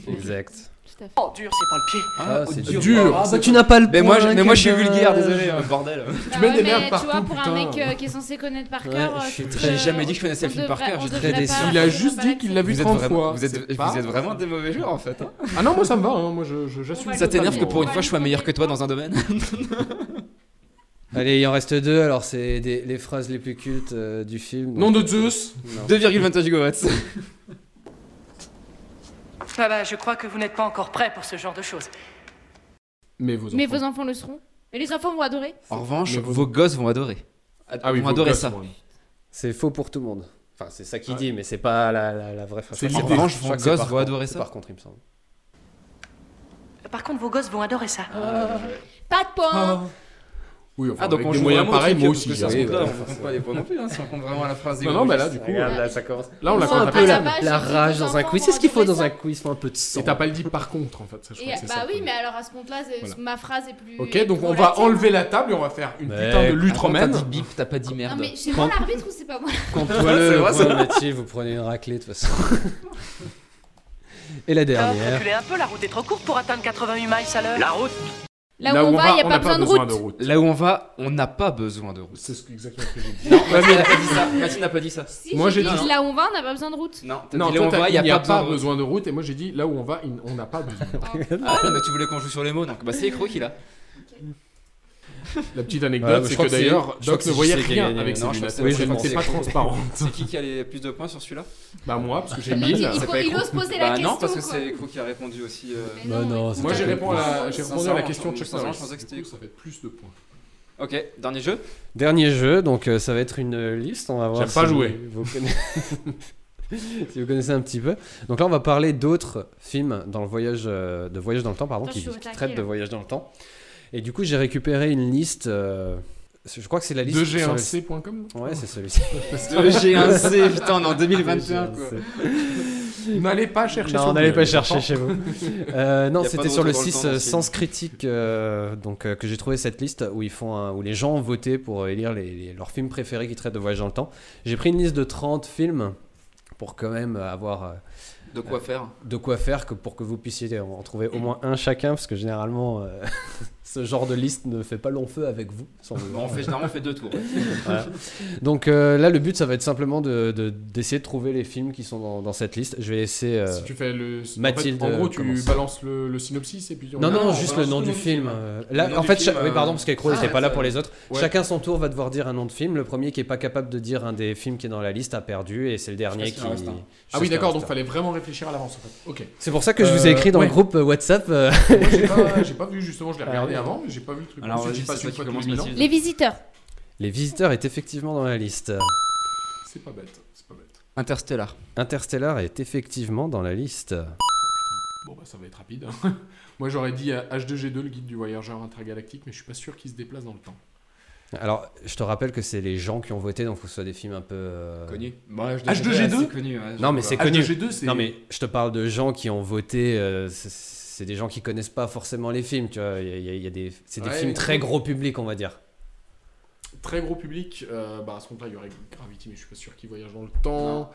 C: Exact.
J: Tout à fait.
P: Oh, dur, c'est pas le pied.
C: Ah, c'est
D: dur.
F: Dur.
C: Ah, bah, tu n'as pas le
D: Mais moi,
C: point,
D: je, mais moi, je suis
C: quel
D: vulgaire,
C: dommage.
D: désolé, euh, bordel.
J: Bah
F: mets des
J: mais
F: merdes
J: tu
F: partout,
J: vois, pour
F: putain.
J: un mec euh, qui est censé connaître par
C: Ouais,
J: cœur,
C: je
J: euh,
C: suis
J: tu-
C: très-
J: euh,
D: J'ai jamais dit que je connaissais
J: on
D: le film par
J: devrait-
D: cœur,
J: on
D: je suis
J: devrait
C: très déçu.
J: pas-
F: Il a
J: on
F: juste
J: devrait pas
F: dit qu'il l'a vu
D: Vous êtes,
F: 30
D: vraiment-
F: fois.
D: vous êtes-
F: C'est
D: vous
F: pas-
D: êtes vraiment des mauvais joueurs en fait. hein.
F: Ah non, moi ça me va, hein. moi je- je- j'assume.
D: Ça t'énerve que
F: totalement.
D: pour une fois je sois meilleur que toi dans un domaine
C: Allez, il en reste deux. Alors, c'est des- les phrases les plus cultes euh, du film.
F: Nom de
C: Donc,
F: Zeus
C: non.
D: 2,21 gigahertz.
P: Ah bah, je crois que vous n'êtes pas encore prêt pour ce genre de choses.
F: Mais vos enfants.
J: Mais vos enfants le seront. Et les enfants vont adorer.
D: En revanche,
F: Mais vous-
D: vos gosses vont adorer.
F: Ah oui,
D: vont
F: vos
D: adorer
F: gosses,
D: ça.
F: moi.
C: C'est faux pour tout le monde. Enfin, c'est ça qu'il dit, mais c'est pas la, la, la vraie phrase.
F: C'est
C: Je crois que
F: l'idée.
D: En
C: par-
D: revanche,
C: je crois que
D: vos
C: c'est
D: gosses
C: par
D: vont
C: contre-
D: adorer
C: c'est
D: ça.
C: Par contre, il me semble.
P: Par contre, vos gosses vont adorer ça.
J: Pas de point.
F: Ah. Oui, enfin,
D: ah, donc
F: avec
D: on
F: des
D: joue
F: moyens
D: vraiment au
F: pareils,
D: truc,
F: moi
D: parce que
F: aussi,
D: ça se
F: oui,
D: compte là,
F: voilà,
D: on
F: ça,
D: compte pas les points non plus, hein, si on compte vraiment à la phrase
F: Non, non, mais là, du coup.
D: Regarde, là,
F: ça
D: commence.
F: Là, on la
D: Ils sont un
F: compte
D: peu
F: un peu
D: la-
J: la rage dans un quiz. C'est ce qu'il faut dans un
F: quiz, faut un peu de sang. Et t'as pas le dit par contre, en fait. Ça, je
J: Et,
F: crois que c'est
J: bah
F: ça.
J: oui, mais alors à ce compte-là, c'est-
F: Voilà.
J: ma phrase est plus.
F: Ok, donc on va enlever la table et on va faire une
C: Mais
F: putain de lutte
D: attends,
F: romaine.
D: t'as dit bip, t'as pas dit merde.
J: Non, mais c'est
C: Quand-
J: moi l'arbitre ou c'est pas moi
C: Quand
F: C'est
C: toi le
F: vrai, c'est
C: point
F: vrai.
C: Mathieu, vous prenez une raclée de toute façon. Et la
P: Ah,
C: dernière.
P: reculez un peu, la route est trop courte pour atteindre 88 miles à l'heure.
A: La route
J: Là où on va, y a pas besoin de route.
D: Là où on va, on n'a pas besoin de route.
F: C'est ce exactement ce que j'ai dit.
D: Non, Mathieu n'a pas dit ça. Mathieu n'a pas dit ça.
J: Si, j'ai dit là où on va, on n'a pas besoin de route.
D: Non, t'as
F: Non,
D: dit là où on
F: toi,
D: va,
F: t'as dit,
D: il n'y a pas besoin.
F: besoin de route, et moi j'ai dit là où on va, il- on n'a pas besoin de route.
D: Ah, non, mais tu voulais qu'on joue sur les mots, donc bah c'est écrit qui là.
F: La petite
D: Ouais,
F: anecdote,
D: mais je
F: c'est
D: crois
F: que
D: que c'est-
F: d'ailleurs,
D: je crois
F: Doc
D: que
F: ne
D: c'est
F: voyait
D: Jussé qui a
F: rien
D: gagné.
F: avec ses
D: Non, je
F: lunettes.
D: pense que
F: Oui,
D: c'est-
F: je pense que c'est pas transparent.
D: C'est qui qui a les plus de points sur celui-là
F: Bah moi, parce que j'ai
D: Il-
F: mille.
D: il- il- il
J: ose poser la
D: bah non,
J: question,
D: parce que
J: quoi.
D: c'est Echo qui a répondu aussi. euh,
F: Mais Bah non, non, c'est moi, pas j'ai Echo. répondu à la- j'ai répondu à la
D: Sincèrement,
F: question de Chuck
D: sincèrement,
F: Norris.
D: je pensais que c'était
F: Ça fait plus de points.
D: Ok, dernier jeu.
C: Dernier jeu, donc euh, ça va être une euh, liste. On va voir.
F: J'aime pas
C: si
F: jouer.
C: Vous, vous conna- si vous connaissez un petit peu. Donc là, on va parler d'autres films dans le voyage, euh, de voyage dans le temps, pardon,
J: Attends,
C: qui,
J: je suis
C: qui
J: au taquet,
C: traitent de
J: là.
C: voyage dans le temps. Et du coup, j'ai récupéré une liste. euh, je crois que c'est la liste. sur le-
F: 2G1C.com
C: Ouais, c'est celui-ci.
D: 2G1C, putain, on est en 2021, quoi.
C: 2G1C.
F: N'allez pas chercher
C: Non,
F: sur
C: n'allez
F: Google,
C: pas chercher
F: d'accord
C: chez vous. Euh,
F: Y
C: non,
F: a pas
C: c'était
F: de
C: sur le
F: retour dans le
C: 6
F: temps dans
C: euh,
F: ce film.
C: Sens Critique euh, donc, euh, que j'ai trouvé cette liste où, ils font un- où les gens ont voté pour euh, élire les, les- leurs films préférés qui traitent de voyage dans le temps. J'ai pris une liste de 30 films pour quand même avoir... euh,
D: De quoi
C: euh,
D: faire.
C: De quoi faire que pour que vous puissiez en trouver au moins un chacun parce que généralement euh, ce genre de liste ne fait pas long feu avec vous. sans vous-
D: Bon, on fait, généralement, on fait deux tours.
C: Voilà. Donc euh, là, le but, ça va être simplement d'essayer de, d'essayer de trouver les films qui sont dans, dans cette liste. Je vais laisser. euh,
F: Si tu fais le. en fait,
C: Mathilde.
F: En gros,
C: euh,
F: tu
C: commencer.
F: balances le le synopsis et puis. on-
C: Non, non, juste le nom du film. euh,
F: Le
C: Là,
F: nom
C: en
F: du
C: fait,
F: film,
C: cha- oui,
F: euh,
C: pardon, parce qu'Ecro
F: ah,
C: n'était pas là pour
F: ouais.
C: les autres.
F: Ouais.
C: Chacun son tour va devoir dire un nom de film. Le premier qui est pas capable de dire un des films qui est dans la liste a perdu, et c'est le dernier qui. Je sais
F: Ah
C: qu'il
F: oui,
C: en
F: d'accord,
C: reste
F: donc fallait vraiment réfléchir à l'avance en fait. Ok.
C: un. C'est pour ça que je vous ai écrit dans
F: Euh,
C: le groupe euh, WhatsApp. euh,
F: ouais. Moi, j'ai pas- J'ai pas vu justement, je l'ai
C: Ah,
F: regardé
C: oui.
F: avant, mais j'ai pas vu le truc.
D: Alors,
F: Ensuite,
D: vas-y,
F: j'ai passé
D: c'est
F: une
D: toi
F: fois
D: qui commence,
F: tous mille ans.
D: Mathilde.
J: Les visiteurs.
C: Les visiteurs est effectivement dans la liste.
F: C'est pas bête, c'est pas bête.
D: Interstellar.
C: Interstellar est effectivement dans la liste.
F: Bon bah ça va être rapide. Moi j'aurais dit euh, H2G2, le guide du voyageur intergalactique, mais je suis pas sûr qu'il se déplace dans le temps.
C: Alors, je te rappelle que c'est les gens qui ont voté, donc il faut que ce soit des films un peu. euh,
D: Connu. Bah,
F: H2G2?
D: c'est connu, ouais, je
C: Non mais
D: vois.
C: c'est connu.
F: H2G2, c'est-
C: Non mais je te parle de gens qui ont voté. euh, c'est- c'est des gens qui connaissent pas forcément les films, tu vois. Il y a- il y a- il y a des, c'est des
F: Ouais,
C: films
F: mais-
C: très gros public, on va dire.
F: Très gros public, euh, bah à ce compte-là il y aurait Gravity, mais je suis pas sûr qu'il voyage dans le temps.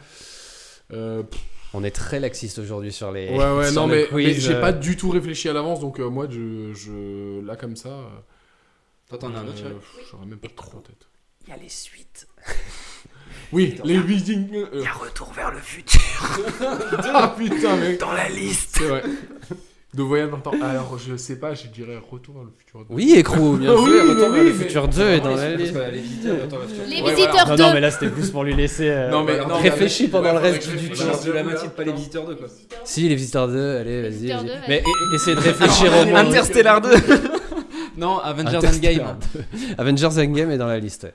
F: Euh, pff,
C: On est très laxiste aujourd'hui sur les.
F: ouais ouais
C: sur
F: non
C: le
F: mais,
C: quiz,
F: mais j'ai
C: euh,
F: pas du tout réfléchi à l'avance donc euh, moi je, je là comme ça. euh,
D: Toi, t'en as un autre,
F: euh,
D: Chuck
F: pff, J'aurais même pas trop en tête.
A: Il y a les suites.
F: Oui, les Weezing.
A: Il y a Retour vers le futur.
F: Ah putain mec.
A: Dans la liste.
F: C'est vrai. De voyage dans le temps. Alors je sais pas, je dirais retour vers le futur.
C: Oui, Écrou, bien
F: Ah
C: joué.
F: oui, mais
C: Retour vers
F: oui,
C: le
F: mais-
C: futur 2 est dans
D: Parce
C: la
D: que
C: liste.
D: les visiteurs, attends, attends, attends.
J: Les
D: Ouais,
J: visiteurs
C: Non,
J: 2.
C: non, mais là c'était plus pour lui laisser. euh,
F: Non, mais- non, mais-
C: réfléchis pendant le reste
F: Ouais,
C: du
F: ouais,
C: tour.
F: ouais.
D: de la moitié, pas les visiteurs 2 quoi.
C: Si, les visiteurs 2, allez, vas-y.
J: Visiteurs
C: vas-y.
J: 2, vas-y.
C: Mais e- essayez de réfléchir au moins.
D: Interstellar 2 Non, Avengers Endgame.
C: Interstellar 2. Avengers Endgame est dans la liste.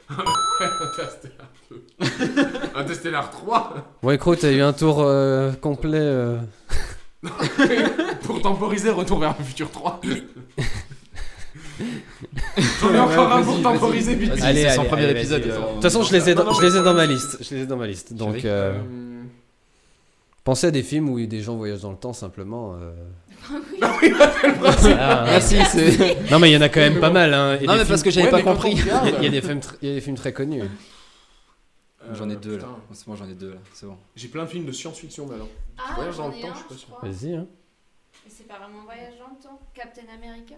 F: Interstellar 2. Interstellar 3
C: Bon, Écrou, t'as eu un tour euh, complet. euh.
F: Pour temporiser, retour vers le futur 3. J'en ai encore un pour temporiser, vite.
D: Vas-y,
C: Allez,
D: c'est son
C: allez,
D: premier
C: allez,
D: épisode.
C: vas-y.
D: il est
C: De
D: en-
C: toute façon, je les ai
F: Non,
C: dans,
F: non,
C: je les ai dans ma liste. Je les ai dans ma liste. Donc,
D: vais-
C: euh,
F: Euh,
C: pensez à des films où des gens voyagent dans le temps simplement. euh. Ah, hein.
D: Merci, c'est.
C: Non, mais il y en a quand même pas mal. hein. Et
D: Non,
C: des
D: mais parce
C: films-
D: que j'avais
F: Ouais,
D: pas
F: mais quand
D: compris.
F: on regarde-
C: Il y a- il y, a des films tr- il y a des films très connus.
F: euh,
D: J'en ai deux là.
F: putain,
D: C'est bon, j'en ai deux là. C'est bon.
F: J'ai plein de films de science-fiction mais alors.
J: Ah,
F: voyage
J: j'en
F: dans le
J: ai
F: temps,
J: un,
F: je suis pas
J: je
F: sûr.
J: crois.
C: Vas-y. hein.
J: Mais c'est pas vraiment voyage dans le temps. Captain America.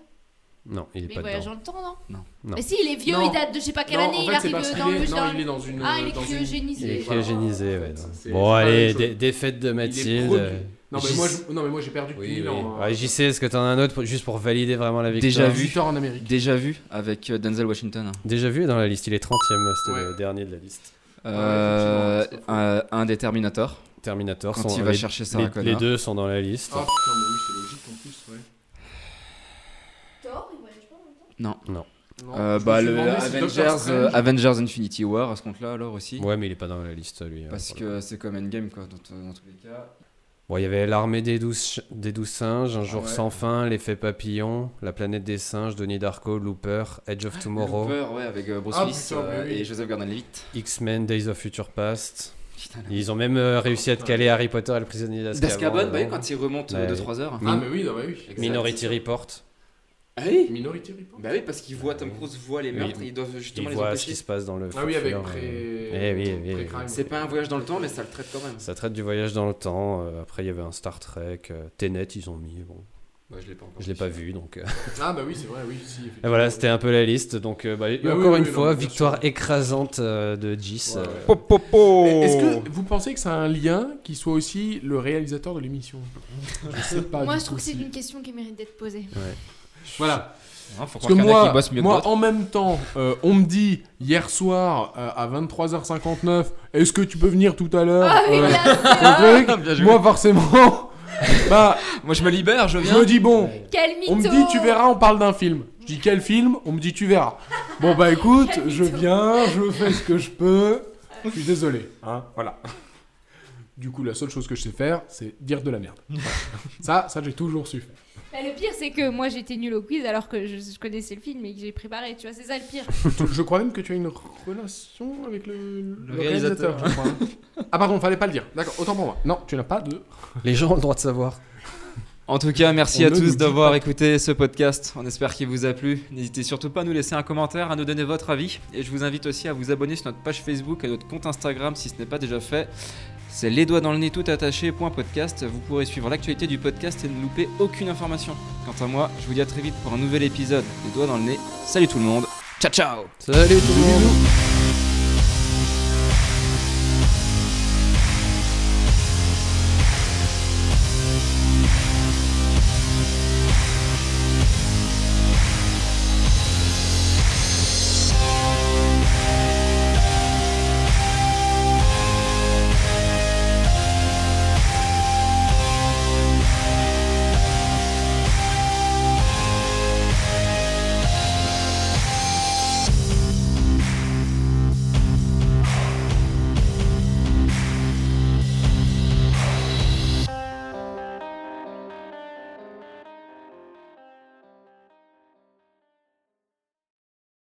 C: Non, il est
J: Mais
C: pas
J: il voyage
C: dedans.
J: dans le temps, non
D: Non.
C: Non.
J: Mais si, il est vieux,
F: Non.
J: il date de je sais pas quelle
F: Non,
J: année,
F: en
J: il
F: fait, c'est
J: arrive
F: parce
J: dans
F: qu'il est-
J: le.
F: non,
J: dans-
F: il est dans une- euh,
J: Ah, il est
F: dans une-
C: Il
J: cryogénisé.
C: est
F: voilà.
C: cryogénisé, ouais.
F: C'est- c'est
C: Bon,
F: pas la
C: allez,
F: même chose.
C: dé- défaite de
F: Il est
C: Mathilde.
F: produit. Non, mais
C: J'y-
F: moi, je- non, mais moi j'ai perdu depuis
C: Oui, oui.
F: mille ans. hein.
C: Ouais, JC, est-ce que t'en as un autre pour- juste pour valider vraiment la victoire
D: Déjà vu.
F: Visiteur en Amérique.
D: Déjà vu avec euh, Denzel Washington.
C: Déjà vu dans la liste, il est 30ème, c'était
F: Ouais.
C: le dernier de la liste.
D: Euh,
F: effectivement,
D: un, un des Terminator.
C: Terminator,
D: Quand
C: sont-
D: il va
C: les-
D: chercher Sarah
C: les, les
D: Connor.
C: deux sont dans la liste.
F: Ah putain, mais oui, c'est logique en plus, ouais.
J: Thor, il voyage pas dans le temps.
F: Non,
D: Euh,
F: je me
D: bah,
F: suis
D: le
F: demandé si Doctor
D: Avengers,
F: Strange-
D: euh, Avengers Infinity War à ce compte-là, alors aussi.
C: Ouais, mais il est pas dans la liste, lui. euh,
D: Parce
C: pour le coup.
D: que c'est comme Endgame, quoi, dans, dans tous les cas.
C: Bon, il y avait l'armée des douze, ch- des douze singes, Un jour
F: Ah
D: Ouais.
C: sans fin, l'effet papillon, La planète des singes, Denis Darko, Looper, Edge
F: Ah,
C: of Tomorrow.
D: Looper, ouais, avec, euh, Bruce Ah, Willis, putain, euh, oui, oui. et Joseph Gordon-Levitt.
C: X-Men, Days of Future Past. Ils ont même euh, réussi à te caler Harry Potter et le prisonnier d'Azkaban.
D: D'Azkaban, bah oui,
C: euh,
D: quand il remonte, euh, de
C: ouais.
D: trois heures.
C: Min-
D: Ah, mais oui, non, bah oui. Exact.
C: Minority Report.
D: Ah oui
F: Minority Report.
D: Bah oui, parce qu'ils voient Tom Cruise voit les
C: Oui.
D: meurtres et ils doivent justement
C: Ils
D: les
C: voient
D: empêcher.
C: ce qui se passe dans le Ah oui, futur, avec pré- euh, eh oui, eh oui, pré-crime. oui.
D: C'est pas un voyage dans le temps, mais ça le traite quand même.
C: Ça traite du voyage dans le temps. euh, après, il y avait un Star Trek. euh, Tenet, ils ont mis. Bon.
D: Ouais, je l'ai pas encore
C: Je l'ai pas vu, donc. euh,
F: Ah bah oui, c'est vrai, oui, si.
C: Et voilà, c'était un peu la liste. Donc, euh, bah, et
F: Bah oui,
C: encore
F: oui,
C: une
F: oui,
C: fois,
F: non, bien
C: victoire écrasante euh, de Gis. euh, Oh.
F: Mais Est-ce que vous pensez que ça a un lien qui soit aussi le réalisateur de l'émission Je sais pas.
J: Moi,
F: du coup,
J: je trouve que c'est
F: si-
J: une question qui mérite d'être posée.
C: Ouais.
F: Voilà.
D: Hein, faut
F: Parce
D: croire
F: que
D: qu'il y en a
F: moi,
D: qui bossent mieux que
F: moi
D: d'autres.
F: en même temps, euh, on me dit hier soir euh, à 23h59, est-ce que tu peux venir tout à l'heure
D: Ah oui,
F: euh,
D: bien
F: au
D: sûr.
F: truc
D: Bien joué.
F: Moi forcément, bah,
D: moi je me libère, je viens.
F: Je me dis bon,
J: Quel
F: on me
J: mytho
F: dit tu verras, on parle d'un film. Je dis quel film On me dit tu verras. Bon bah écoute, je viens, je fais ce que je peux. Je suis désolé, hein, voilà. Du coup, la seule chose que je sais faire, c'est dire de la merde. Voilà. ça, ça j'ai toujours su faire.
J: Bah, le pire, c'est que moi, j'étais nulle au quiz alors que je, je connaissais le film et que j'ai préparé. Tu vois, c'est ça le pire.
F: Tu- Je crois même que tu as une relation avec le, le
D: réalisateur.
F: je crois, hein. ah pardon, fallait pas le dire. D'accord, autant pour moi. Non, tu n'as pas de.
C: Les gens ont le droit de savoir.
D: En tout cas, merci
F: On
D: à
F: ne nous
D: tous
F: dit
D: d'avoir
F: pas.
D: écouté ce podcast. On espère qu'il vous a plu. N'hésitez surtout pas à nous laisser un commentaire, à nous donner votre avis. Et je vous invite aussi à vous abonner sur notre page Facebook et notre compte Instagram si ce n'est pas déjà fait. C'est les doigts dans le nez tout attaché. point podcast. Vous pourrez suivre l'actualité du podcast et ne louper aucune information. Quant à moi, je vous dis à très vite pour un nouvel épisode des doigts dans le nez. Salut tout le monde. Ciao ciao.
C: Salut tout le monde.